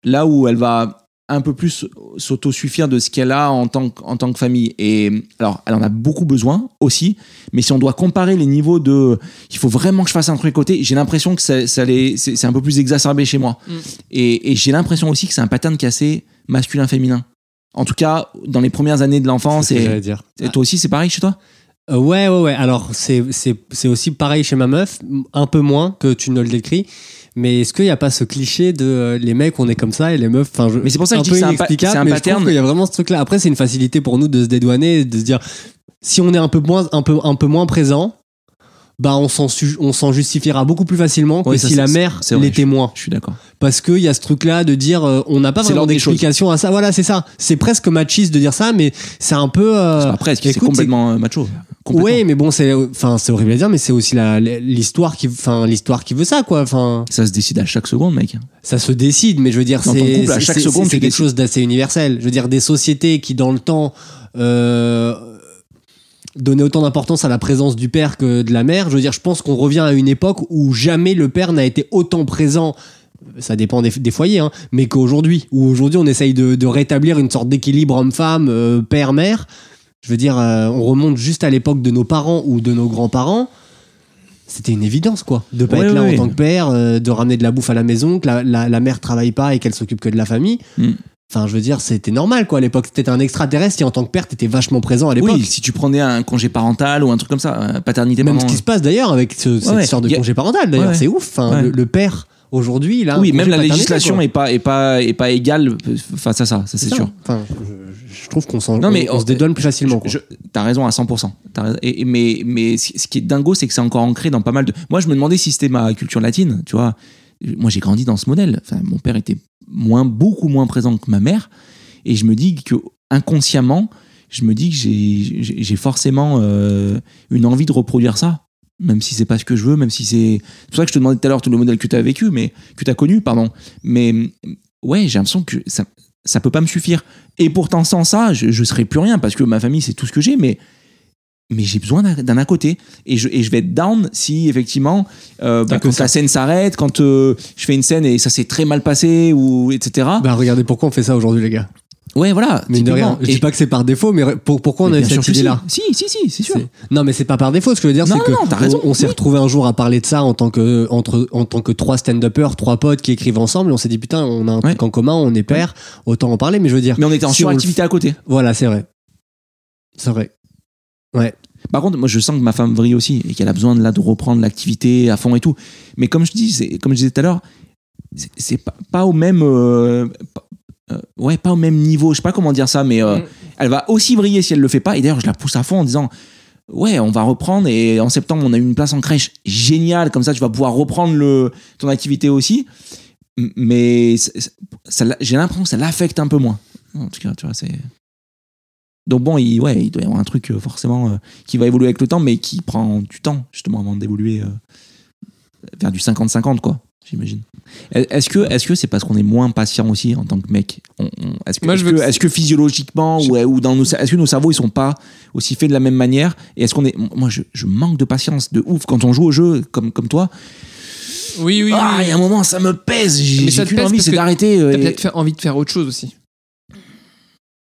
Speaker 2: Là où elle va un peu plus s'autosuffire de ce qu'elle a en tant, que- en tant que famille. Et alors, elle en a beaucoup besoin aussi, mais si on doit comparer les niveaux de il faut vraiment que je fasse un truc à côté, j'ai l'impression que ça, ça les- c'est c'est un peu plus exacerbé chez moi.
Speaker 1: Mm.
Speaker 2: Et, et j'ai l'impression aussi que c'est un pattern qui est assez masculin-féminin. En tout cas, dans les premières années de l'enfance,
Speaker 8: C'est ce que j'allais
Speaker 2: et,
Speaker 8: dire.
Speaker 2: et toi aussi, c'est pareil chez toi
Speaker 8: Euh, ouais, ouais, ouais. Alors, c'est c'est- c'est aussi pareil chez ma meuf, m- un peu moins que tu ne le décris. Mais est-ce qu'il n'y a pas ce cliché de euh, les mecs, on est comme ça et les meufs. Enfin, je,
Speaker 2: Mais c'est pour ça que
Speaker 8: un
Speaker 2: je dis
Speaker 8: peu
Speaker 2: que c'est un pa-
Speaker 8: inexplicable,
Speaker 2: c'est un
Speaker 8: mais je
Speaker 2: pattern.
Speaker 8: trouve qu'il y a vraiment ce truc-là. Après, c'est une facilité pour nous de se dédouaner, et de se dire si on est un peu moins, un peu, un peu moins présent, bah on s'en su- on s'en justifiera beaucoup plus facilement que
Speaker 2: Ouais, ça,
Speaker 8: si
Speaker 2: c'est-
Speaker 8: la mère
Speaker 2: c'est vrai,
Speaker 8: l'était moins
Speaker 2: Je suis d'accord.
Speaker 8: parce qu'il y a ce truc là de dire euh, on n'a pas
Speaker 2: C'est
Speaker 8: vraiment
Speaker 2: l'ordre des
Speaker 8: d'explication à ça voilà c'est ça c'est presque machiste de dire ça mais c'est un peu euh,
Speaker 2: C'est pas presque, c'est
Speaker 8: écoute,
Speaker 2: complètement euh, macho. Complètement.
Speaker 8: oui, mais bon, c'est enfin c'est horrible à dire, mais c'est aussi la- l'histoire qui enfin l'histoire qui veut ça quoi. Enfin,
Speaker 2: Ça se décide à chaque seconde, mec.
Speaker 8: ça se décide, mais je veux dire
Speaker 2: Dans
Speaker 8: c'est
Speaker 2: ton couple, à
Speaker 8: c'est-
Speaker 2: chaque
Speaker 8: c'est-
Speaker 2: seconde,
Speaker 8: c'est
Speaker 2: tu
Speaker 8: quelque
Speaker 2: décides.
Speaker 8: chose d'assez universel. Je veux dire des sociétés qui dans le temps euh, donnaient autant d'importance à la présence du père que de la mère. Je veux dire, je pense qu'on revient à une époque où jamais le père n'a été autant présent. Ça dépend des, des foyers, hein, mais qu'aujourd'hui, où aujourd'hui on essaye de, de rétablir une sorte d'équilibre homme-femme, euh, père-mère. Je veux dire, euh, on remonte juste à l'époque de nos parents ou de nos grands-parents. C'était une évidence, quoi, de pas
Speaker 2: Ouais,
Speaker 8: être là
Speaker 2: ouais, ouais.
Speaker 8: en tant que père, euh, de ramener de la bouffe à la maison, que la, la, la mère travaille pas et qu'elle s'occupe que de la famille.
Speaker 2: Mm.
Speaker 8: Enfin, je veux dire, c'était normal, quoi, à l'époque. C'était un extraterrestre et en tant que père, t'étais vachement présent à l'époque.
Speaker 2: Oui, si tu prenais un congé parental ou un truc comme ça, euh, paternité
Speaker 8: Même
Speaker 2: maman,
Speaker 8: ce qui
Speaker 2: euh,
Speaker 8: se passe d'ailleurs avec ce- cette
Speaker 2: Ouais,
Speaker 8: histoire de
Speaker 2: y a-
Speaker 8: congé parental, d'ailleurs,
Speaker 2: Ouais.
Speaker 8: c'est ouf. Enfin,
Speaker 2: Ouais.
Speaker 8: le, le père, aujourd'hui, là.
Speaker 2: Oui, même la législation est pas, est, pas, est pas égale euh, face à ça, ça c'est sûr.
Speaker 8: Enfin, je, je- je trouve qu'on s'en-
Speaker 2: Non,
Speaker 8: on-
Speaker 2: mais
Speaker 8: on se
Speaker 2: on-
Speaker 8: dédonne plus facilement, quoi.
Speaker 2: Je- je- T'as raison à 100%. T'as raison. Et- et- mais mais ce ce qui est dingo, c'est que c'est encore ancré dans pas mal de. Moi, je me demandais si c'était ma culture latine, tu vois. Moi, j'ai grandi dans ce modèle. Enfin, mon père était moins, beaucoup moins présent que ma mère. Et je me dis que inconsciemment, je me dis que j'ai- j'ai j'ai forcément euh, une envie de reproduire ça. Même si c'est pas ce que je veux, même si c'est. C'est pour ça que je te demandais tout à l'heure tout le modèle que tu as vécu, mais que tu as connu, pardon. Mais ouais, j'ai l'impression que ça, ça peut pas me suffire. Et pourtant, sans ça, je, je serais plus rien parce que ma famille, c'est tout ce que j'ai, mais, mais j'ai besoin d'un- d'un à côté. Et je, et je vais être down si, effectivement, euh, bah,
Speaker 1: T'as que
Speaker 2: quand
Speaker 1: ça.
Speaker 2: la scène s'arrête, quand euh, je fais une scène et ça s'est très mal passé, ou etc.
Speaker 8: Bah, regardez pourquoi on fait ça aujourd'hui, les gars.
Speaker 2: ouais, voilà.
Speaker 8: Mais de
Speaker 2: typiquement.
Speaker 8: rien. Je
Speaker 2: Et-
Speaker 8: dis pas que c'est par défaut, mais pour- pourquoi on
Speaker 2: mais
Speaker 8: a eu
Speaker 2: bien sûr
Speaker 8: cette
Speaker 2: que si.
Speaker 8: idée-là
Speaker 2: Si, si, si, c'est sûr.
Speaker 8: C'est- Non, mais c'est pas par défaut. Ce que je veux dire,
Speaker 2: Non,
Speaker 8: c'est que
Speaker 2: non, non, t'as raison,
Speaker 8: on, on s'est
Speaker 2: oui.
Speaker 8: retrouvé un jour à parler de ça en tant que entre en tant que trois stand-uppers, trois potes qui écrivent ensemble. Et on s'est dit putain, on a un truc
Speaker 2: Ouais.
Speaker 8: en commun, on est père, autant en parler. Mais je veux dire,
Speaker 2: Mais on était en
Speaker 8: Si on le
Speaker 2: suractivité à côté.
Speaker 8: voilà, c'est vrai, c'est vrai.
Speaker 2: Par contre, moi, je sens que ma femme vrille aussi et qu'elle a besoin de là de reprendre l'activité à fond et tout. Mais comme je dis, c'est- comme je disais tout à l'heure, c'est- c'est pas, pas au même, euh, pas- euh, ouais, pas au même niveau. Je sais pas comment dire ça, mais euh,
Speaker 1: Mm.
Speaker 2: elle va aussi vriller si elle le fait pas. Et d'ailleurs, je la pousse à fond en disant. Ouais, on va reprendre et en septembre on a une place en crèche génial comme ça tu vas pouvoir reprendre le ton activité aussi. M- Mais c'est- c'est- ça l'a- j'ai l'impression que ça l'affecte un peu moins. En tout cas, tu vois, c'est donc bon, il, ouais, il doit y avoir un truc euh, forcément euh, qui va évoluer avec le temps, mais qui prend du temps, justement, avant d'évoluer euh, vers du 50-50, quoi, j'imagine. Est- Est-ce que est-ce que c'est parce qu'on est moins patient aussi en tant que mec On- on- Est-ce que,
Speaker 1: Moi,
Speaker 2: est
Speaker 1: je veux que c'est-
Speaker 2: que physiologiquement
Speaker 1: Je-
Speaker 2: ou, ou dans nos, est-ce que nos cerveaux ils sont pas aussi faits de la même manière Et est-ce qu'on est Moi, je, je manque de patience de ouf quand on joue au jeu comme comme toi.
Speaker 1: Oui, oui,
Speaker 2: ah,
Speaker 1: oui.
Speaker 2: il y a un moment, ça me pèse. J'ai
Speaker 1: Mais ça
Speaker 2: j'ai
Speaker 1: te
Speaker 2: qu'une
Speaker 1: pèse
Speaker 2: envie,
Speaker 1: parce
Speaker 2: c'est
Speaker 1: que
Speaker 2: d'arrêter. euh,
Speaker 1: T'as
Speaker 2: et-
Speaker 1: peut-être fait envie de faire autre chose aussi.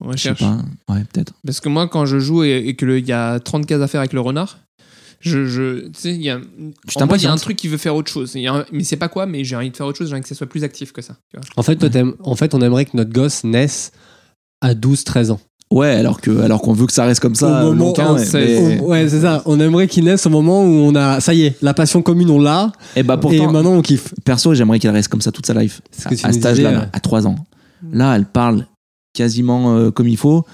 Speaker 1: On
Speaker 2: Je sais
Speaker 1: recherche.
Speaker 2: pas. Ouais, peut-être.
Speaker 1: Parce que moi, quand je joue et, et que le- il y a 30 cases à faire avec le renard, je, je, tu sais, il y a, en
Speaker 2: Tu
Speaker 1: moi, il y a un
Speaker 2: t'impatientes.
Speaker 1: truc qui veut faire autre chose. Il y a un- mais c'est pas quoi, mais j'ai envie de faire autre chose, j'ai envie que ça soit plus actif que ça. tu vois.
Speaker 8: En fait, toi, t'aimes- en fait, on aimerait que notre gosse naisse à 12-13 ans.
Speaker 2: Ouais, alors que alors qu'on veut que ça reste comme ça
Speaker 8: Au
Speaker 2: euh,
Speaker 8: moment-
Speaker 2: longtemps.
Speaker 1: on
Speaker 2: ouais,
Speaker 1: sait-
Speaker 2: mais-
Speaker 8: On- ouais, c'est ça. On aimerait qu'il naisse au moment où on a, ça y est, la passion commune, on l'a,
Speaker 2: Eh bah,
Speaker 8: et
Speaker 2: pourtant,
Speaker 8: maintenant on kiffe.
Speaker 2: Perso, j'aimerais qu'elle reste comme ça toute sa life.
Speaker 8: C'est ce
Speaker 2: À,
Speaker 8: que tu
Speaker 2: à
Speaker 8: nous
Speaker 2: cet âge-là,
Speaker 8: disais,
Speaker 1: Mm.
Speaker 2: là,
Speaker 8: ouais.
Speaker 2: à 3 ans. Là, elle parle quasiment euh, comme il faut.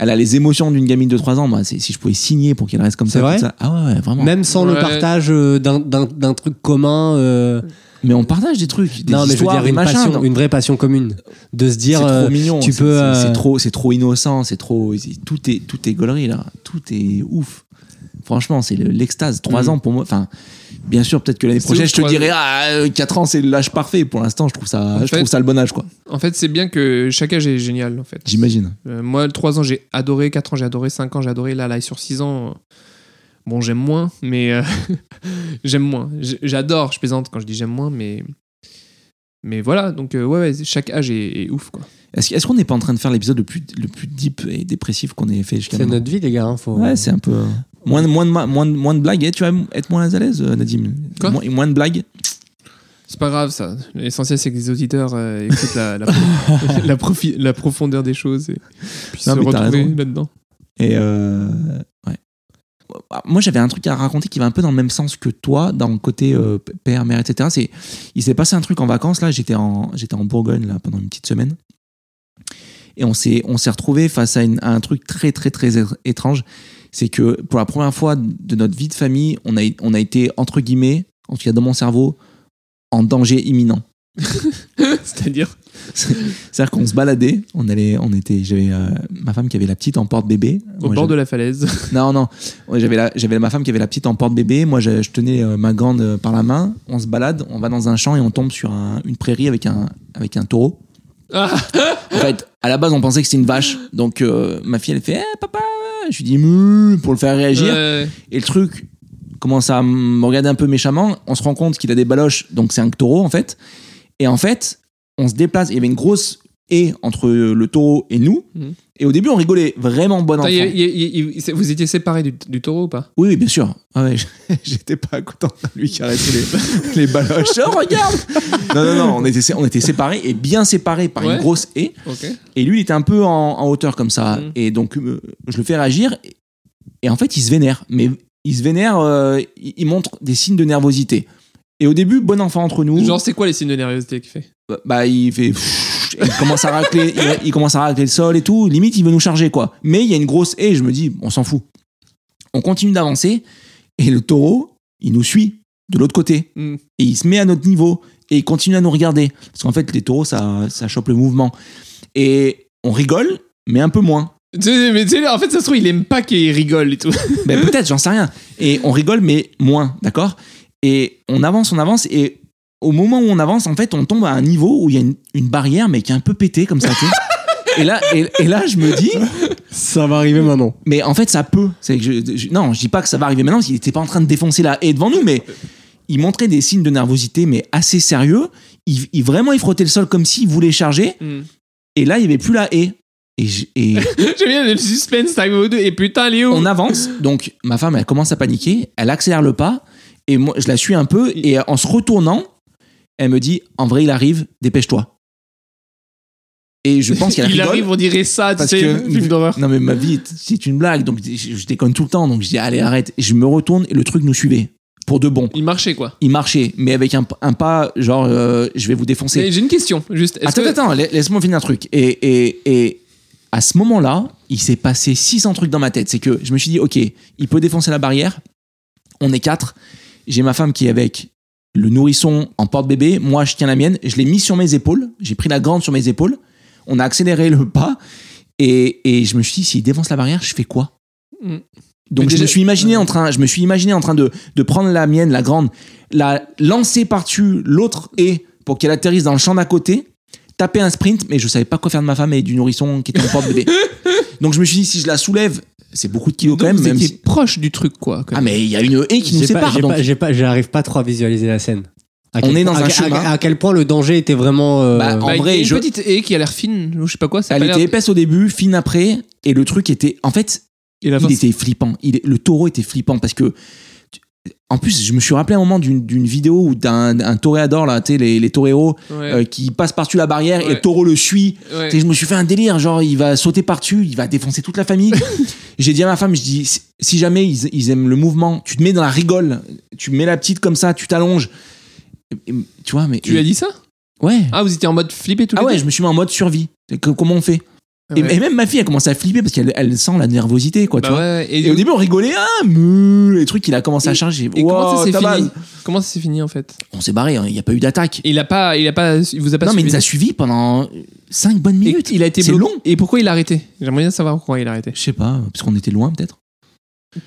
Speaker 2: elle a les émotions d'une gamine de 3 ans. Moi, c'est- si je pouvais signer pour qu'elle reste comme
Speaker 8: C'est
Speaker 2: ça,
Speaker 8: vrai
Speaker 2: toute sa- ah ouais, ouais, vraiment.
Speaker 8: Même sans le
Speaker 1: Ouais.
Speaker 8: partage euh, d'un- d'un d'un truc commun. euh,
Speaker 2: Mais on partage des trucs, des
Speaker 8: non, mais je veux
Speaker 2: histoires,
Speaker 8: dire
Speaker 2: des
Speaker 8: une,
Speaker 2: machins.
Speaker 8: passion,
Speaker 2: Non.
Speaker 8: une vraie passion commune. De se dire.
Speaker 2: c'est trop
Speaker 8: euh,
Speaker 2: mignon.
Speaker 8: tu
Speaker 2: c'est-
Speaker 8: peux,
Speaker 2: c'est-
Speaker 8: euh,
Speaker 2: c'est trop, c'est trop innocent. C'est trop. c'est- Tout est, tout est gaulerie là. Tout est ouf. Franchement, c'est le- l'extase. Trois
Speaker 1: Mm.
Speaker 2: ans pour moi. Enfin, bien sûr, peut-être que l'année
Speaker 1: C'est
Speaker 2: prochaine,
Speaker 1: ouf,
Speaker 2: je te
Speaker 1: trois
Speaker 2: dirais, ah, 4 ans, c'est l'âge parfait. Pour l'instant, je trouve ça,
Speaker 1: En
Speaker 2: je
Speaker 1: fait-
Speaker 2: trouve ça le bon âge, quoi.
Speaker 1: En fait, c'est bien que chaque âge est génial, en fait.
Speaker 2: J'imagine.
Speaker 1: Euh, moi, 3 ans, j'ai adoré. 4 ans, j'ai adoré. 5 ans, j'ai adoré. Là, là, sur 6 ans, euh, bon, j'aime moins, mais euh, j'aime moins. J- J'adore, je plaisante quand je dis j'aime moins, mais. Mais voilà, donc euh, ouais, ouais, chaque âge est, est ouf, quoi.
Speaker 2: Est-ce est-ce qu'on n'est pas en train de faire l'épisode le plus, le plus deep et dépressif qu'on ait fait jusqu'à
Speaker 8: C'est
Speaker 2: maintenant
Speaker 8: notre vie, les gars. hein, faut-
Speaker 2: Ouais, c'est un peu. euh, Moins de, moins, de, ma- moins, de, moins de blagues, Eh, tu vas être moins à l'aise, euh, Nadim.
Speaker 1: Quoi
Speaker 2: moins, moins de blagues.
Speaker 1: C'est pas grave, ça. L'essentiel, c'est que les auditeurs euh, écoutent la, la, la profi- la profondeur des choses et puissent
Speaker 2: Non,
Speaker 1: se
Speaker 2: mais t'as
Speaker 1: retrouver
Speaker 2: raison.
Speaker 1: là-dedans.
Speaker 2: Et euh, ouais. Bah, Moi, j'avais un truc à raconter qui va un peu dans le même sens que toi, dans le côté euh, père, mère, etc. C'est, il s'est passé un truc en vacances là. J'étais en, j'étais en Bourgogne là pendant une petite semaine. Et on s'est, on s'est retrouvé face à, une- à un truc très, très, très é- étrange. C'est que pour la première fois de notre vie de famille, on a, on a été entre guillemets, en tout cas dans mon cerveau, en danger imminent.
Speaker 1: C'est-à-dire.
Speaker 2: C'est-à-dire qu'on se baladait, on allait, on était, j'avais euh, ma femme qui avait la petite en porte-bébé.
Speaker 1: Au
Speaker 2: Moi,
Speaker 1: bord
Speaker 2: j'avais-
Speaker 1: de la falaise.
Speaker 2: non, non. Ouais, J'avais la- j'avais ma femme qui avait la petite en porte-bébé. Moi, je, je tenais euh, ma grande euh, par la main. On se balade, on va dans un champ et on tombe sur un- une prairie avec un, avec un taureau.
Speaker 1: Ah.
Speaker 2: En fait, à la base, on pensait que c'était une vache. Donc, euh, ma fille, elle fait Eh, papa Je lui dis Meuh pour le faire réagir.
Speaker 1: Ouais.
Speaker 2: Et le truc commence à me regarder un peu méchamment. On se rend compte qu'il a des baloches, donc c'est un taureau en fait. Et en fait, on se déplace. Il y avait une grosse haie entre euh, le taureau et nous.
Speaker 1: Mhm.
Speaker 2: Et au début, on rigolait vraiment bon enfant.
Speaker 1: Attends, il y a- il y a- il y a- vous étiez séparés du, du taureau ou pas
Speaker 2: Oui, oui, bien sûr. Ah ouais, je- j'étais pas content de lui caresser les, les baloches. Oh, regarde Non, non, non, on était, sé- on était séparés et bien séparés par
Speaker 1: Ouais.
Speaker 2: une grosse haie.
Speaker 1: Ok.
Speaker 2: Et lui, il était un peu en, en hauteur comme ça.
Speaker 1: Mhm.
Speaker 2: Et donc, euh, je le fais réagir. Et, et en fait, il se vénère. Mais il se vénère, euh, il, il montre des signes de nervosité. Et au début, bon enfant entre nous.
Speaker 1: Genre, c'est quoi les signes de nervosité qu'il fait
Speaker 2: bah, bah, il fait. pfff, et Il commence, à racler, il, il commence à racler le sol et tout. Limite, il veut nous charger, quoi. Mais il y a une grosse haie. Je me dis, on s'en fout. On continue d'avancer. Et le taureau, il nous suit de l'autre côté.
Speaker 1: Mm.
Speaker 2: Et il se met à notre niveau. Et il continue à nous regarder. Parce qu'en fait, les taureaux, ça, ça chope le mouvement. Et on rigole, mais un peu moins.
Speaker 1: Tu sais, mais tu sais, en fait, ça se trouve, il aime pas qu'il rigole et tout.
Speaker 2: Ben, peut-être, j'en sais rien. Et on rigole, mais moins, d'accord Et on avance, on avance, et au moment où on avance, en fait, on tombe à un niveau où il y a une, une barrière, mais qui est un peu pétée, comme ça, tu sais. Et là, et, et là, je me dis,
Speaker 8: Ça va arriver maintenant.
Speaker 2: mais en fait, ça peut. C'est que je, je- non, je dis pas que ça va arriver maintenant, parce qu'il n'était pas en train de défoncer la haie devant nous, mais il montrait des signes de nervosité, mais assez sérieux. Il, il- vraiment, il frottait le sol comme s'il voulait charger, et là, il n'y avait plus la haie. Et, je- et,
Speaker 1: J'aime bien le suspense, t'arrives au deux, et putain, Léo
Speaker 2: on avance, donc ma femme, elle commence à paniquer, elle accélère le pas, et moi, je la suis un peu, et en se retournant, elle me dit, en vrai, il arrive, dépêche-toi. Et je pense qu'elle
Speaker 1: Il
Speaker 2: rigole.
Speaker 1: arrive, on dirait ça, tu
Speaker 2: parce
Speaker 1: sais,
Speaker 2: que-
Speaker 1: film d'horreur.
Speaker 2: Non mais ma vie, c'est une blague, donc je je déconne tout le temps, donc je dis, allez, arrête. Et je me retourne, et le truc nous suivait, pour de bon.
Speaker 1: Il marchait, quoi.
Speaker 2: Il marchait, mais avec un, un pas, genre, euh, je vais vous défoncer.
Speaker 1: Mais J'ai une question, juste. est-ce
Speaker 2: Attends,
Speaker 1: que-
Speaker 2: attends, la- laisse-moi finir un truc. Et, et, et à ce moment-là, il s'est passé 600 trucs dans ma tête. C'est que je me suis dit, OK, il peut défoncer la barrière. On est quatre. J'ai ma femme qui est avec le nourrisson en porte-bébé. Moi, je tiens la mienne. Je l'ai mis sur mes épaules. J'ai pris la grande sur mes épaules. On a accéléré le pas. Et, et je me suis dit, s'il défonce la barrière, je fais quoi
Speaker 1: Mm. Mais
Speaker 2: donc je
Speaker 1: déjà-
Speaker 2: me suis imaginé en train, je me suis imaginé en train de, de prendre la mienne, la grande, la lancer par-dessus l'autre et pour qu'elle atterrisse dans le champ d'à côté, taper un sprint, mais je savais pas quoi faire de ma femme et du nourrisson qui était en porte bébé. Donc je me suis dit si je la soulève, c'est beaucoup de kilos
Speaker 1: Donc,
Speaker 2: quand même.
Speaker 1: vous
Speaker 2: même
Speaker 1: étiez
Speaker 2: si-
Speaker 1: proche du truc, quoi. quand
Speaker 2: Ah
Speaker 1: même.
Speaker 2: mais il y a une haie qui nous
Speaker 8: J'ai pas-
Speaker 2: sépare
Speaker 8: j'ai
Speaker 2: donc.
Speaker 8: pas- j'ai pas- J'arrive pas trop à visualiser la scène. À
Speaker 2: On
Speaker 8: quel
Speaker 2: est
Speaker 8: point-
Speaker 2: dans
Speaker 8: à-
Speaker 2: un
Speaker 8: à-
Speaker 2: chemin.
Speaker 8: À, quel point le danger était vraiment. euh,
Speaker 2: Bah, en
Speaker 1: Bah,
Speaker 2: vrai,
Speaker 1: il y a une
Speaker 2: je-
Speaker 1: petite haie qui a l'air fine, ou je sais pas quoi. ça a
Speaker 2: Elle
Speaker 1: pas l'air-
Speaker 2: était épaisse au début, fine après, et le truc était. En fait,
Speaker 1: Et la fin,
Speaker 2: il était flippant. Il est- le taureau était flippant parce que. tu- En plus, je me suis rappelé un moment d'une d'une vidéo où d'un un toréador, là, tu sais, les, les toreros,
Speaker 1: c'est- ouais,
Speaker 2: euh, qui passe par-dessus la barrière et
Speaker 1: Ouais.
Speaker 2: le taureau le suit.
Speaker 1: ouais.
Speaker 2: Tu sais, Je me suis fait un délire, genre il va sauter par-dessus, il va défoncer toute la famille. J'ai dit à ma femme, je dis si- si jamais ils, ils aiment le mouvement, tu te mets dans la rigole, tu mets la petite comme ça, tu t'allonges. Et- et- Tu vois, mais
Speaker 1: Tu lui as dit ça
Speaker 2: ouais.
Speaker 1: Ah, vous étiez en mode flippé tout
Speaker 2: Ah ouais, je me suis mis en mode survie. C'est que- Comment on fait Et,
Speaker 1: Ouais.
Speaker 2: et même ma fille, elle commence à flipper parce qu'elle elle sent la nervosité, quoi,
Speaker 1: Bah
Speaker 2: tu vois.
Speaker 1: ouais,
Speaker 2: Et, au début, on rigolait, ah, meuh, les trucs, il a commencé à
Speaker 1: Et-
Speaker 2: charger.
Speaker 1: et comment
Speaker 2: Wow,
Speaker 1: ça s'est
Speaker 2: ta
Speaker 1: fini
Speaker 2: base.
Speaker 1: Comment ça s'est fini en fait
Speaker 2: On s'est barré, hein, il n'y a pas eu d'attaque.
Speaker 1: Il a pas, il a pas, il vous a pas.
Speaker 2: Non, mais il
Speaker 1: suivi.
Speaker 2: nous a suivis pendant 5 bonnes
Speaker 1: Et
Speaker 2: minutes.
Speaker 1: il a été
Speaker 2: C'est
Speaker 1: bloqué.
Speaker 2: long.
Speaker 1: Et pourquoi il a arrêté J'aimerais bien savoir pourquoi il a arrêté.
Speaker 2: Je sais pas, parce qu'on était loin, peut-être.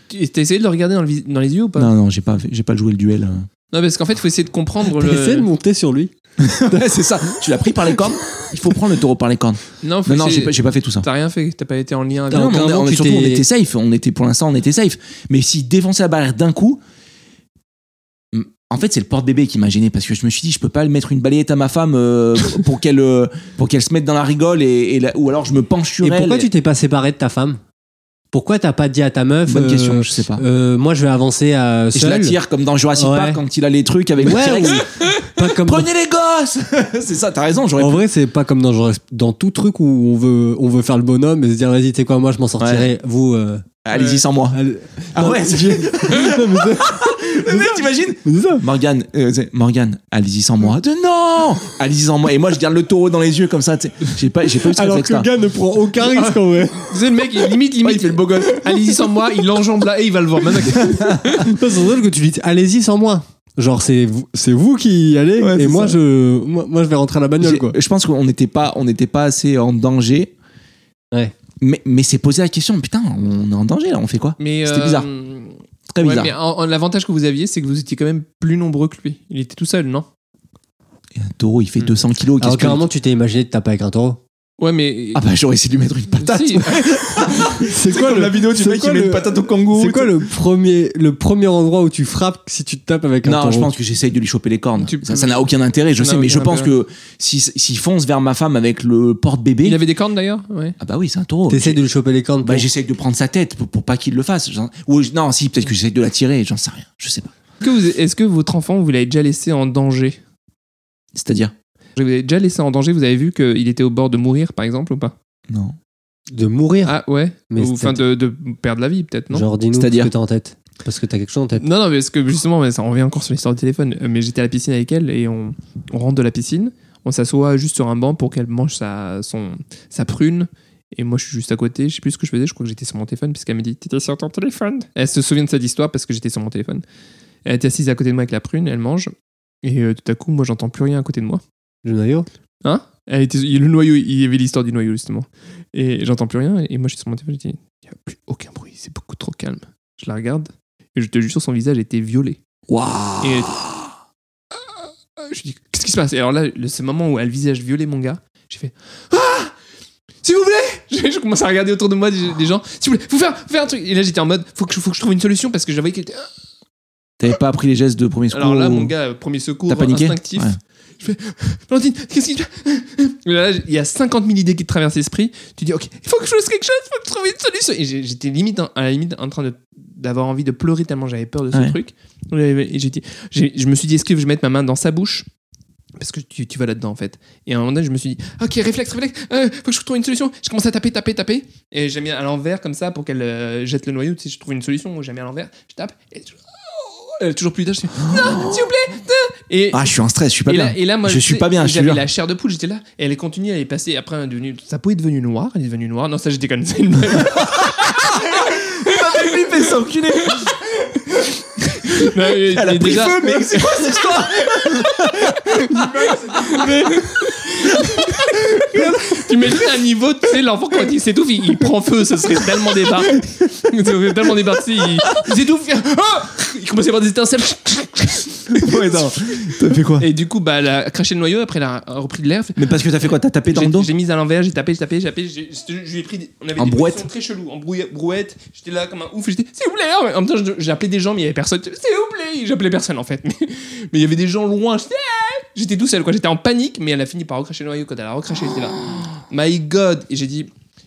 Speaker 1: Tu- T'as essayé de le regarder dans, le vis- dans les yeux ou pas
Speaker 2: Non, non, j'ai pas, j'ai pas joué le duel. hein.
Speaker 1: Non, parce qu'en fait, il faut essayer de comprendre le.
Speaker 8: Essaie de monter sur lui.
Speaker 2: c'est ça, tu l'as pris par les cornes. Il faut prendre le taureau par les cornes.
Speaker 1: Non, faut
Speaker 2: Non, non,
Speaker 1: essayer-
Speaker 2: j'ai pas, j'ai pas fait tout ça.
Speaker 1: T'as rien fait, t'as pas été en lien avec.
Speaker 8: T'as
Speaker 2: Non, mais
Speaker 8: aucun
Speaker 2: on, est-
Speaker 8: moment
Speaker 2: on est-
Speaker 8: tu
Speaker 2: surtout, on
Speaker 8: t'es-
Speaker 2: était safe. On était, pour l'instant, on était safe. Mais s'il défonçait la barrière d'un coup. m- En fait, c'est le porte-bébé qui m'a gêné parce que je me suis dit, je peux pas le mettre une balayette à ma femme euh, pour qu'elle euh, pour qu'elle se mette dans la rigole et, et la- ou alors je me penche sur
Speaker 8: Et
Speaker 2: elle.
Speaker 8: pourquoi tu t'es pas séparé de ta femme Pourquoi t'as pas dit à ta meuf
Speaker 2: Bonne
Speaker 8: euh,
Speaker 2: question, je sais pas.
Speaker 8: euh, Moi, je vais avancer euh, à
Speaker 2: Et je
Speaker 8: seul.
Speaker 2: l'attire comme dans Jurassic
Speaker 8: Ouais.
Speaker 2: Park quand il a les trucs avec le
Speaker 8: Ouais,
Speaker 2: T-Rex.
Speaker 8: ou- pas comme.
Speaker 2: Prenez les gosses C'est ça, t'as raison, j'aurais
Speaker 8: En
Speaker 2: pu-
Speaker 8: vrai, c'est pas comme dans, genre, dans tout truc où on veut, on veut faire le bonhomme et se dire vas-y, tu sais quoi, moi je m'en sortirai. Vous. euh,
Speaker 2: Allez-y sans moi.
Speaker 8: allez-
Speaker 2: Ah ouais, c'est-
Speaker 8: Non, mais c'est-
Speaker 2: Le mec, t'imagines
Speaker 8: mais c'est ça. Mm.
Speaker 2: Morgane, euh, c'est- Morgane, allez-y sans moi. De- non Allez-y sans moi. Et moi, je garde le taureau dans les yeux comme ça, tu sais. J'ai pas, j'ai pas eu ce
Speaker 8: Alors que le
Speaker 2: réflexe-là.
Speaker 8: gars ne prend aucun risque en vrai.
Speaker 1: Vous savez, le mec, il- limite, limite. il fait le beau gosse. Allez-y sans moi, il l'enjambe là et il va le voir. Maintenant,
Speaker 8: C'est drôle que tu lui dis allez-y sans moi. Genre, c'est vous, c'est vous qui y allez
Speaker 2: Ouais,
Speaker 8: et
Speaker 2: c'est
Speaker 8: moi
Speaker 2: ça.
Speaker 8: je, moi, moi, je vais rentrer à la bagnole
Speaker 2: J'ai-
Speaker 8: quoi.
Speaker 2: Je pense qu'on n'était pas, on n'était pas assez en danger.
Speaker 8: Ouais.
Speaker 2: Mais, mais c'est posé la question, putain, on est en danger là, on fait quoi
Speaker 8: Mm.
Speaker 1: mais euh,
Speaker 2: C'était bizarre. Très
Speaker 1: ouais,
Speaker 2: bizarre.
Speaker 1: mais en- en- l'avantage que vous aviez, c'est que vous étiez quand même plus nombreux que lui. Il était tout seul, non
Speaker 2: Et un taureau, il fait
Speaker 1: Hmm.
Speaker 2: 200 kilos. qu'est-ce
Speaker 8: Mm. Alors
Speaker 2: que-
Speaker 8: carrément, tu t'es imaginé de taper avec un taureau.
Speaker 1: Ouais, mais.
Speaker 2: Ah bah, j'aurais essayé de lui mettre une patate.
Speaker 1: Si.
Speaker 8: C'est quoi
Speaker 2: comme la vidéo du
Speaker 8: c'est
Speaker 2: mec qui
Speaker 8: quoi
Speaker 2: met
Speaker 8: le-
Speaker 2: une patate au kangourou.
Speaker 8: C'est quoi le premier, le premier endroit où tu frappes si tu te tapes avec un
Speaker 2: Non,
Speaker 8: taureau
Speaker 2: je pense que j'essaye de lui choper les cornes.
Speaker 1: Tu-
Speaker 2: Ça ça n'a aucun intérêt, je
Speaker 1: Ça
Speaker 2: sais,
Speaker 1: n'a
Speaker 2: mais je
Speaker 1: aucun
Speaker 2: pense que si- s'il fonce vers ma femme avec le
Speaker 1: Il
Speaker 2: porte-bébé.
Speaker 1: avait des cornes d'ailleurs Ouais.
Speaker 2: Ah bah oui, c'est un taureau.
Speaker 8: T'essayes de lui choper les cornes.
Speaker 2: Bah,
Speaker 8: pour-
Speaker 2: j'essaye de prendre sa tête pour, pour pas qu'il le fasse. J'en- Ou je- non, si, peut-être que j'essaye de la tirer, j'en sais rien, je sais pas.
Speaker 1: Est-ce que, vous- est-ce que votre enfant, vous l'avez déjà laissé en danger
Speaker 2: C'est-à-dire
Speaker 1: Vous l'avez déjà laissé en danger, vous avez vu qu'il était au bord de mourir, par exemple, ou pas
Speaker 2: Non.
Speaker 8: de mourir.
Speaker 1: Ah ouais
Speaker 8: Mais
Speaker 1: Ou enfin de, de perdre la vie, peut-être, non
Speaker 8: Genre, dis-nous ce
Speaker 2: C'est-à-dire
Speaker 8: que t'as en tête. Parce que t'as quelque chose en tête.
Speaker 1: Non, non, mais parce que justement, mais ça revient encore sur l'histoire du téléphone. Euh, Mais j'étais à la piscine avec elle et on, on rentre de la piscine, on s'assoit juste sur un banc pour qu'elle mange sa, son, sa prune. Et moi, je suis juste à côté, je sais plus ce que je faisais, je crois que j'étais sur mon téléphone, puisqu'elle me dit T'étais sur ton téléphone Elle se souvient de cette histoire parce que j'étais sur mon téléphone. Elle était assise à côté de moi avec la prune, elle mange, et euh, tout à coup, moi, j'entends plus rien à côté de moi.
Speaker 8: Le noyau
Speaker 1: Hein Elle était, le noyau, il y avait l'histoire du noyau justement. Et j'entends plus rien. Et moi, je suis sur mon téléphone. Je dis, il n'y a plus aucun bruit. C'est beaucoup trop calme. Je la regarde. Et je te jure, son visage était violé.
Speaker 2: Waouh
Speaker 1: Et elle était- Je dis, qu'est-ce qui se passe Et alors là, le, ce moment où elle a le visage violé, mon gars, j'ai fait, ah S'il vous plaît je, je commence à regarder autour de moi des, des gens. S'il vous plaît, faut faire, faut faire un truc. Et là, j'étais en mode, faut que, je- faut que je trouve une solution parce que j'avais qu'elle était.
Speaker 2: T'avais pas appris les gestes de premier secours
Speaker 1: Alors là,
Speaker 2: ou-
Speaker 1: mon gars, premier secours
Speaker 2: T'as paniqué
Speaker 1: instinctif.
Speaker 2: Ouais.
Speaker 1: Valentine, qu'est-ce qui te Et là, Il y a 50 000 idées qui te traversent l'esprit. Tu dis, ok, il faut que je fasse quelque chose, il faut que je trouve une solution. Et j'ai- j'étais limite, en- à la limite, en train de- d'avoir envie de pleurer tellement j'avais peur de ce
Speaker 2: Ouais.
Speaker 1: truc. Et j'ai dit- j'ai- je me suis dit, est-ce que je vais mettre ma main dans sa bouche parce que tu, tu vas là-dedans en fait. Et à un moment donné, je me suis dit, ok, réflexe, réflexe, euh, faut que je trouve une solution. Je commence à taper, taper, taper. Et j'ai mis à l'envers comme ça pour qu'elle euh, jette le noyau. Tu sais, je trouve une solution, j'ai mis à l'envers, je tape. Et je- Euh, toujours plus tard, je fais, non, s'il vous plaît. non. Et,
Speaker 2: Oh. Ah, je suis en stress, je suis pas
Speaker 1: et
Speaker 2: bien.
Speaker 1: là, et là, moi,
Speaker 2: Je suis
Speaker 1: sais,
Speaker 2: pas bien, je
Speaker 1: J'avais
Speaker 2: suis
Speaker 1: la chair de poule, j'étais là. Et elle est continue, elle est passée. Après, elle est devenue, sa peau est devenue noire. Elle est devenue noire. Non, ça, j'étais comme ça.
Speaker 2: Il fait s'enculer Elle a pris feu, mais c'est quoi cette histoire
Speaker 1: Tu mets un niveau, tu sais, l'enfant quand il s'étouffe, il, il prend feu, ce serait tellement débarque. Ce serait tellement débarque, tu sais, il, il s'étouffe, il, fait, Ah Il commence à avoir des étincelles.
Speaker 2: Ouais, non. T'as fait quoi
Speaker 1: Et du coup, bah, elle a craché le noyau, après elle a repris de l'air.
Speaker 2: Mais parce que t'as fait quoi T'as tapé dans le
Speaker 1: J'ai-
Speaker 2: dos
Speaker 1: J'ai mis à l'envers, j'ai tapé, j'ai tapé, j'ai tapé. j'ai- j'ai- Je lui ai pris. des- On avait
Speaker 2: En
Speaker 1: des
Speaker 2: brouette.
Speaker 1: positions très chelou, en brouille- brouette. J'étais là comme un ouf. J'étais, s'il vous plaît. hein. En même temps, je- j'ai appelé des gens, mais il y avait personne. S'il vous plaît. J'appelais personne en fait. Mais mais il y avait des gens loin. J'étais, Ah J'étais tout seul, quoi. J'étais en panique, mais elle a fini par recracher le noyau. Quand elle a recraché, j'étais là. My God. Et j'ai dit.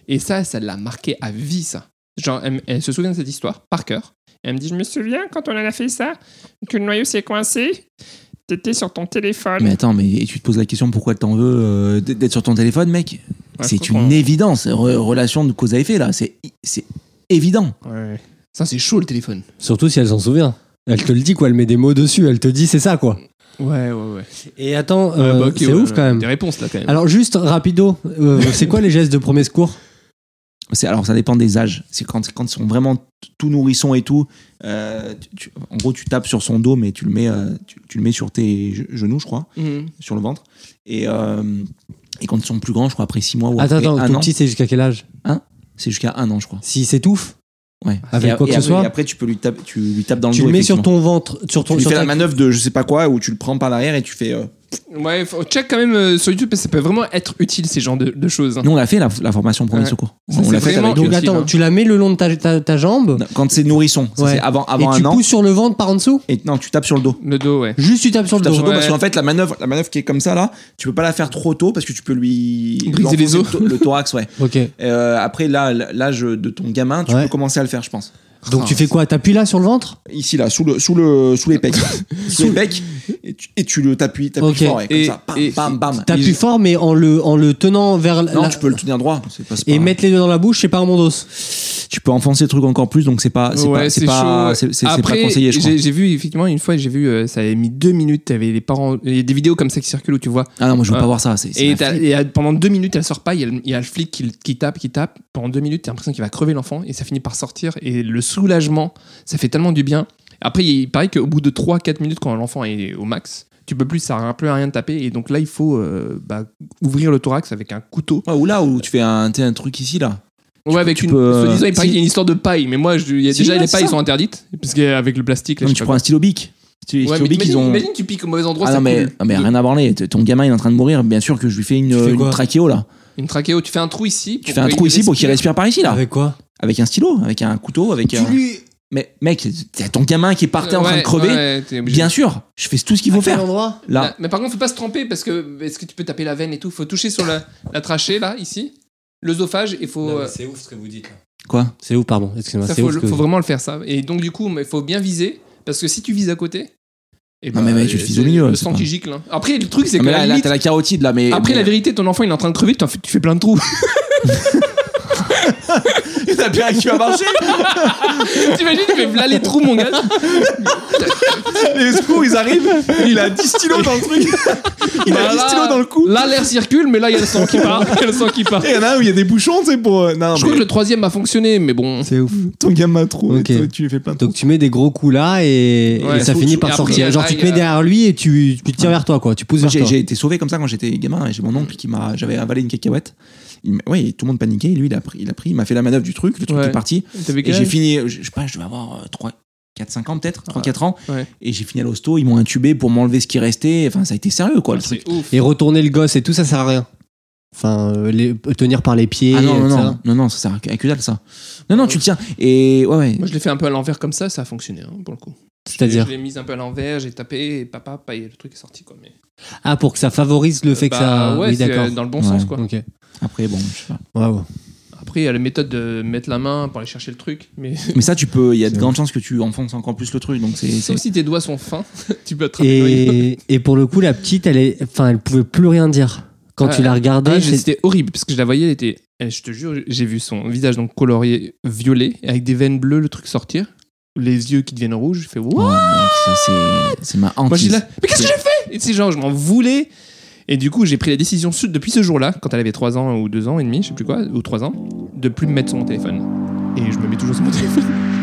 Speaker 1: Et ça, ça l'a marqué à vie, ça. Genre, elle, elle se souvient de cette histoire par cœur. Elle me dit, je me souviens quand on en a fait ça, que le noyau s'est coincé. T'étais sur ton téléphone.
Speaker 2: Mais attends, mais et tu te poses la question pourquoi t'en veux euh, d- d'être sur ton téléphone, mec
Speaker 1: Ouais,
Speaker 2: C'est
Speaker 1: je comprends.
Speaker 2: une évidence, re- relation de cause à effet là, c'est c'est évident.
Speaker 1: Ouais. Ça, c'est chaud le téléphone.
Speaker 8: Surtout si elle s'en souvient. Elle te le dit quoi, elle met des mots dessus, elle te dit c'est ça quoi.
Speaker 1: Ouais, ouais, ouais.
Speaker 8: Et attends,
Speaker 1: Ah,
Speaker 8: euh,
Speaker 1: bah, ok,
Speaker 8: c'est
Speaker 1: ouais,
Speaker 8: ouf
Speaker 1: ouais.
Speaker 8: quand même.
Speaker 1: Des réponses là quand même.
Speaker 8: Alors juste rapido, euh, c'est quoi les gestes de premier secours
Speaker 2: C'est- alors ça dépend des âges. C'est quand, quand ils sont vraiment t- tout nourrissons et tout. euh, tu- tu- en gros, tu tapes sur son dos, mais tu le mets, euh, tu, tu le mets sur tes ge- genoux, je crois,
Speaker 1: Mhm.
Speaker 2: sur le ventre. Et, euh, et quand ils sont plus grands, je crois après 6 mois ou après
Speaker 8: Attends, attends,
Speaker 2: un
Speaker 8: ton
Speaker 2: an,
Speaker 8: petit c'est jusqu'à quel âge
Speaker 2: c'est jusqu'à un an, je crois.
Speaker 8: S'il s'étouffe,
Speaker 2: Ouais.
Speaker 8: Avec
Speaker 2: Et-
Speaker 8: quoi que
Speaker 2: et
Speaker 8: ce
Speaker 2: après-
Speaker 8: soit
Speaker 2: Et après, tu peux lui taper, tu lui tapes dans le
Speaker 8: tu
Speaker 2: dos.
Speaker 8: le mets sur
Speaker 2: effectivement.
Speaker 8: ton ventre, sur ton
Speaker 2: Tu lui
Speaker 8: sur
Speaker 2: fais
Speaker 8: ta-
Speaker 2: la manœuvre de je sais pas quoi où tu le prends par l'arrière et tu fais. euh,
Speaker 1: Ouais, faut- check quand même euh, sur YouTube parce que ça peut vraiment être utile ces genres de, de choses. hein.
Speaker 2: Nous, on l'a fait la, la formation premier
Speaker 1: Ouais.
Speaker 2: secours.
Speaker 1: Ça,
Speaker 2: on
Speaker 1: c'est
Speaker 2: l'a fait
Speaker 1: vraiment-
Speaker 2: avec
Speaker 8: Donc
Speaker 1: Aussi,
Speaker 8: attends,
Speaker 1: là.
Speaker 8: tu la mets le long de ta, ta- ta jambe
Speaker 2: Non, quand c'est nourrisson. ça,
Speaker 8: Ouais.
Speaker 2: c'est avant avant
Speaker 8: et
Speaker 2: un
Speaker 8: tu
Speaker 2: an.
Speaker 8: pousses sur le ventre par en dessous
Speaker 2: Et non, tu tapes sur le dos.
Speaker 1: Le dos, ouais.
Speaker 8: Juste tu tapes sur
Speaker 2: Tu
Speaker 8: le
Speaker 2: tapes
Speaker 8: dos.
Speaker 2: sur le dos
Speaker 1: Ouais.
Speaker 2: parce qu'en fait la manœuvre la manœuvre qui est comme ça là, tu peux pas la faire trop tôt parce que tu peux lui
Speaker 1: Briser les
Speaker 2: l'enfoncer
Speaker 1: os.
Speaker 2: le to- Le thorax, ouais.
Speaker 8: Ok.
Speaker 2: Euh, après là l- l'âge de ton gamin, tu
Speaker 8: Ouais.
Speaker 2: peux commencer à le faire, je pense.
Speaker 8: Donc
Speaker 1: Ah,
Speaker 8: tu fais quoi T'appuies là sur le ventre
Speaker 2: Ici là, sous le sous le sous les pecs. sous les pecs et tu, et tu le t'appuies t'appuies
Speaker 8: Ok.
Speaker 2: fort ouais, comme
Speaker 1: Et-
Speaker 2: ça. Bam,
Speaker 1: et-
Speaker 2: bam bam.
Speaker 8: T'appuies
Speaker 2: Il-
Speaker 8: fort mais en le en le tenant vers la-
Speaker 2: Non,
Speaker 8: la-
Speaker 2: tu peux le tenir droit, c'est pas, c'est
Speaker 8: et
Speaker 2: pas-
Speaker 8: mettre les deux dans la bouche, c'est pas un mondos.
Speaker 2: tu peux enfoncer le truc encore plus donc c'est pas Ah, c'est
Speaker 1: Ouais,
Speaker 2: pas c'est
Speaker 1: c'est
Speaker 2: pas
Speaker 1: chaud.
Speaker 2: c'est- c'est- c'est pas
Speaker 1: Après,
Speaker 2: conseillé je crois.
Speaker 1: j'ai j'ai vu effectivement une fois, j'ai vu euh, ça avait mis deux minutes. T'avais les parents, il y a des vidéos comme ça qui circulent où tu vois.
Speaker 2: Ah non, moi je veux pas
Speaker 1: Ouais.
Speaker 2: voir ça, c'est c'est
Speaker 1: Et,
Speaker 2: la
Speaker 1: t'as-
Speaker 2: flippe.
Speaker 1: et elle- pendant deux minutes, elle sort pas. Il y, a le- il y a le flic qui, le- qui tape, qui tape. Pendant deux minutes, t'as l'impression qu'il va crever l'enfant et ça finit par sortir. Et le soulagement, ça fait tellement du bien. Après, il paraît qu'au bout de 3-4 minutes, quand l'enfant est au max, tu peux plus, ça sert plus à rien de taper. Et donc là, il faut euh, bah, ouvrir le thorax avec un couteau.
Speaker 2: Ouais, ou là où tu fais un, tu sais, un truc ici là.
Speaker 1: Ouais, avec
Speaker 2: tu
Speaker 1: une.
Speaker 2: peux, euh,
Speaker 1: soi-disant, il paraît
Speaker 2: si-
Speaker 1: qu'il y a une histoire de paille, mais moi, je- il y a
Speaker 2: Si,
Speaker 1: déjà
Speaker 2: ouais,
Speaker 1: les
Speaker 2: c'est
Speaker 1: pailles
Speaker 2: ça.
Speaker 1: sont interdites, parce qu'avec le plastique, là,
Speaker 2: Non,
Speaker 1: je
Speaker 2: mais tu
Speaker 1: sais
Speaker 2: prends
Speaker 1: pas
Speaker 2: un stylo bic. Tu- Les
Speaker 1: quoi. Ouais,
Speaker 2: stylo
Speaker 1: mais
Speaker 2: bic, ils
Speaker 1: imagine,
Speaker 2: ont.
Speaker 1: imagine, tu piques au mauvais endroit,
Speaker 2: Ah
Speaker 1: ça
Speaker 2: non, mais,
Speaker 1: pue.
Speaker 2: ah, mais rien à branler. T- Ton gamin, il est en train de mourir. Bien sûr que je lui fais une,
Speaker 8: Tu fais
Speaker 2: une
Speaker 8: quoi
Speaker 2: trachéo là.
Speaker 1: Une trachéo, tu fais un trou ici.
Speaker 2: Tu fais Ah, un trou ici pour qu'il respire par ici là.
Speaker 8: Avec quoi
Speaker 2: Avec un stylo, avec un couteau, avec un. Mais mec, t'as ton gamin qui est par terre en train de crever. Bien sûr, je fais tout ce qu'il faut faire.
Speaker 8: endroit
Speaker 2: Là,
Speaker 1: Mais par contre, faut pas se tromper parce que est-ce que tu peux taper la veine et tout Faut toucher sur la, la trachée là, ici, l'œsophage et faut. euh,
Speaker 8: C'est ouf ce que vous dites.
Speaker 2: quoi
Speaker 8: C'est ouf, pardon, excuse-moi.
Speaker 1: ça
Speaker 8: C'est
Speaker 1: faut,
Speaker 8: ouf. que-
Speaker 1: faut vraiment le faire ça. Et donc du coup, mais faut bien viser parce que si tu vises à côté, et
Speaker 2: Non, mais mec, tu le vises au milieu,
Speaker 1: Le
Speaker 2: c'est
Speaker 1: sang
Speaker 2: pas-
Speaker 1: qui gicle. hein. Après, le truc c'est
Speaker 2: Ah,
Speaker 1: que
Speaker 2: mais
Speaker 1: à
Speaker 2: là,
Speaker 1: la
Speaker 2: là,
Speaker 1: limite,
Speaker 2: t'as la carotide là, mais.
Speaker 1: après
Speaker 2: mais-
Speaker 1: la vérité, ton enfant il est en train de crever, t'en fais- tu fais plein de trous.
Speaker 2: T'as bien qui va marcher
Speaker 1: T'imagines, tu fais là les trous, mon gars.
Speaker 2: Les secours, ils arrivent. Il a 10 stylos dans le truc. Il a 10 stylos dans le cou.
Speaker 1: Là, l'air circule, mais là, il y a le sang qui part. Il y a le sang qui part.
Speaker 2: Et Il y en a un où il y a des bouchons, tu sais, pour. euh,
Speaker 1: Je
Speaker 2: Non, mais
Speaker 1: crois que le troisième a fonctionné, mais bon.
Speaker 8: C'est ouf.
Speaker 2: ton gamin trop.
Speaker 8: Ok.
Speaker 2: et toi, Tu lui fais plein de
Speaker 8: Donc tu mets des gros coups là et,
Speaker 1: Ouais,
Speaker 8: et ça
Speaker 1: sous-
Speaker 8: finit
Speaker 1: sous- et
Speaker 8: par
Speaker 1: après,
Speaker 8: sortir.
Speaker 1: il y a-
Speaker 8: Genre tu
Speaker 1: il
Speaker 8: te
Speaker 1: y a-
Speaker 8: mets derrières lui et tu, tu tires vers toi quoi, tu pousses
Speaker 2: Moi,
Speaker 8: vers
Speaker 2: j'ai,
Speaker 8: toi.
Speaker 2: j'ai été sauvé comme ça quand j'étais gamin. et J'ai mon oncle qui m'a, j'avais avalé une cacahuète. Il m'a- ouais, et tout le monde paniquait. Et lui, il a pris, il a pris, il m'a fait la manœuvre du truc. Le truc
Speaker 1: Ouais.
Speaker 2: est parti.
Speaker 1: T'avais
Speaker 2: Et
Speaker 1: quel
Speaker 2: j'ai
Speaker 1: âge
Speaker 2: fini. Je, je sais pas, je devais avoir euh, 3, 4, 5 ans peut-être, 3, 4 ans.
Speaker 1: ouais.
Speaker 2: Et j'ai fini à l'hosto. Ils m'ont intubé pour m'enlever ce qui restait. Enfin, ça a été sérieux, quoi, le truc.
Speaker 1: C'est ouf.
Speaker 8: Et retourner le gosse et tout ça sert à rien. Enfin euh, les- tenir par les pieds.
Speaker 2: Ah non, non,
Speaker 8: etc.
Speaker 2: non, non, non, ça sert à que à que dalle, ça. Non, non, tu le tiens. Et ouais, ouais.
Speaker 1: Moi, je l'ai fait un peu à l'envers comme ça, ça a fonctionné, hein, pour le coup.
Speaker 8: C'est-à-dire
Speaker 1: Je l'ai mise un peu à l'envers, j'ai tapé, et papa, papa, et le truc est sorti, quoi. Mais...
Speaker 8: Ah pour que ça favorise le fait que
Speaker 1: Bah,
Speaker 8: ça
Speaker 1: ouais,
Speaker 8: oui
Speaker 1: c'est,
Speaker 8: d'accord.
Speaker 1: euh, dans le bon sens,
Speaker 2: Ouais.
Speaker 1: quoi.
Speaker 8: OK.
Speaker 2: Après, bon, je sais pas.
Speaker 8: Waouh.
Speaker 1: Après, il y a la méthode de mettre la main pour aller chercher le truc, mais
Speaker 2: Mais ça, tu peux. Il y a de
Speaker 8: C'est
Speaker 2: grandes chances que tu enfonces encore plus le truc. Donc c'est. c'est-
Speaker 1: sauf si tes doigts sont fins, tu peux attraper le noyau.
Speaker 8: Et, et pour le coup la petite elle est enfin elle pouvait plus rien dire quand
Speaker 1: Ah,
Speaker 8: tu la regardais,
Speaker 1: Ah,
Speaker 8: c'est-
Speaker 1: c'était horrible parce que je la voyais, elle était. elle, je te jure, j'ai vu son visage donc colorié violet et avec des veines bleues, le truc sortir, les yeux qui deviennent rouges. Je fais
Speaker 2: Oh,
Speaker 1: What
Speaker 2: mec, ça, c'est, c'est ma hantise.
Speaker 1: Moi j'ai là, mais qu'est-ce que j'ai fait Et c'est genre, je m'en voulais. Et du coup, j'ai pris la décision su- depuis ce jour-là, quand elle avait 3 ans ou 2 ans et demi, je sais plus quoi, ou 3 ans, de plus me mettre sur mon téléphone. Et je me mets toujours sur mon téléphone.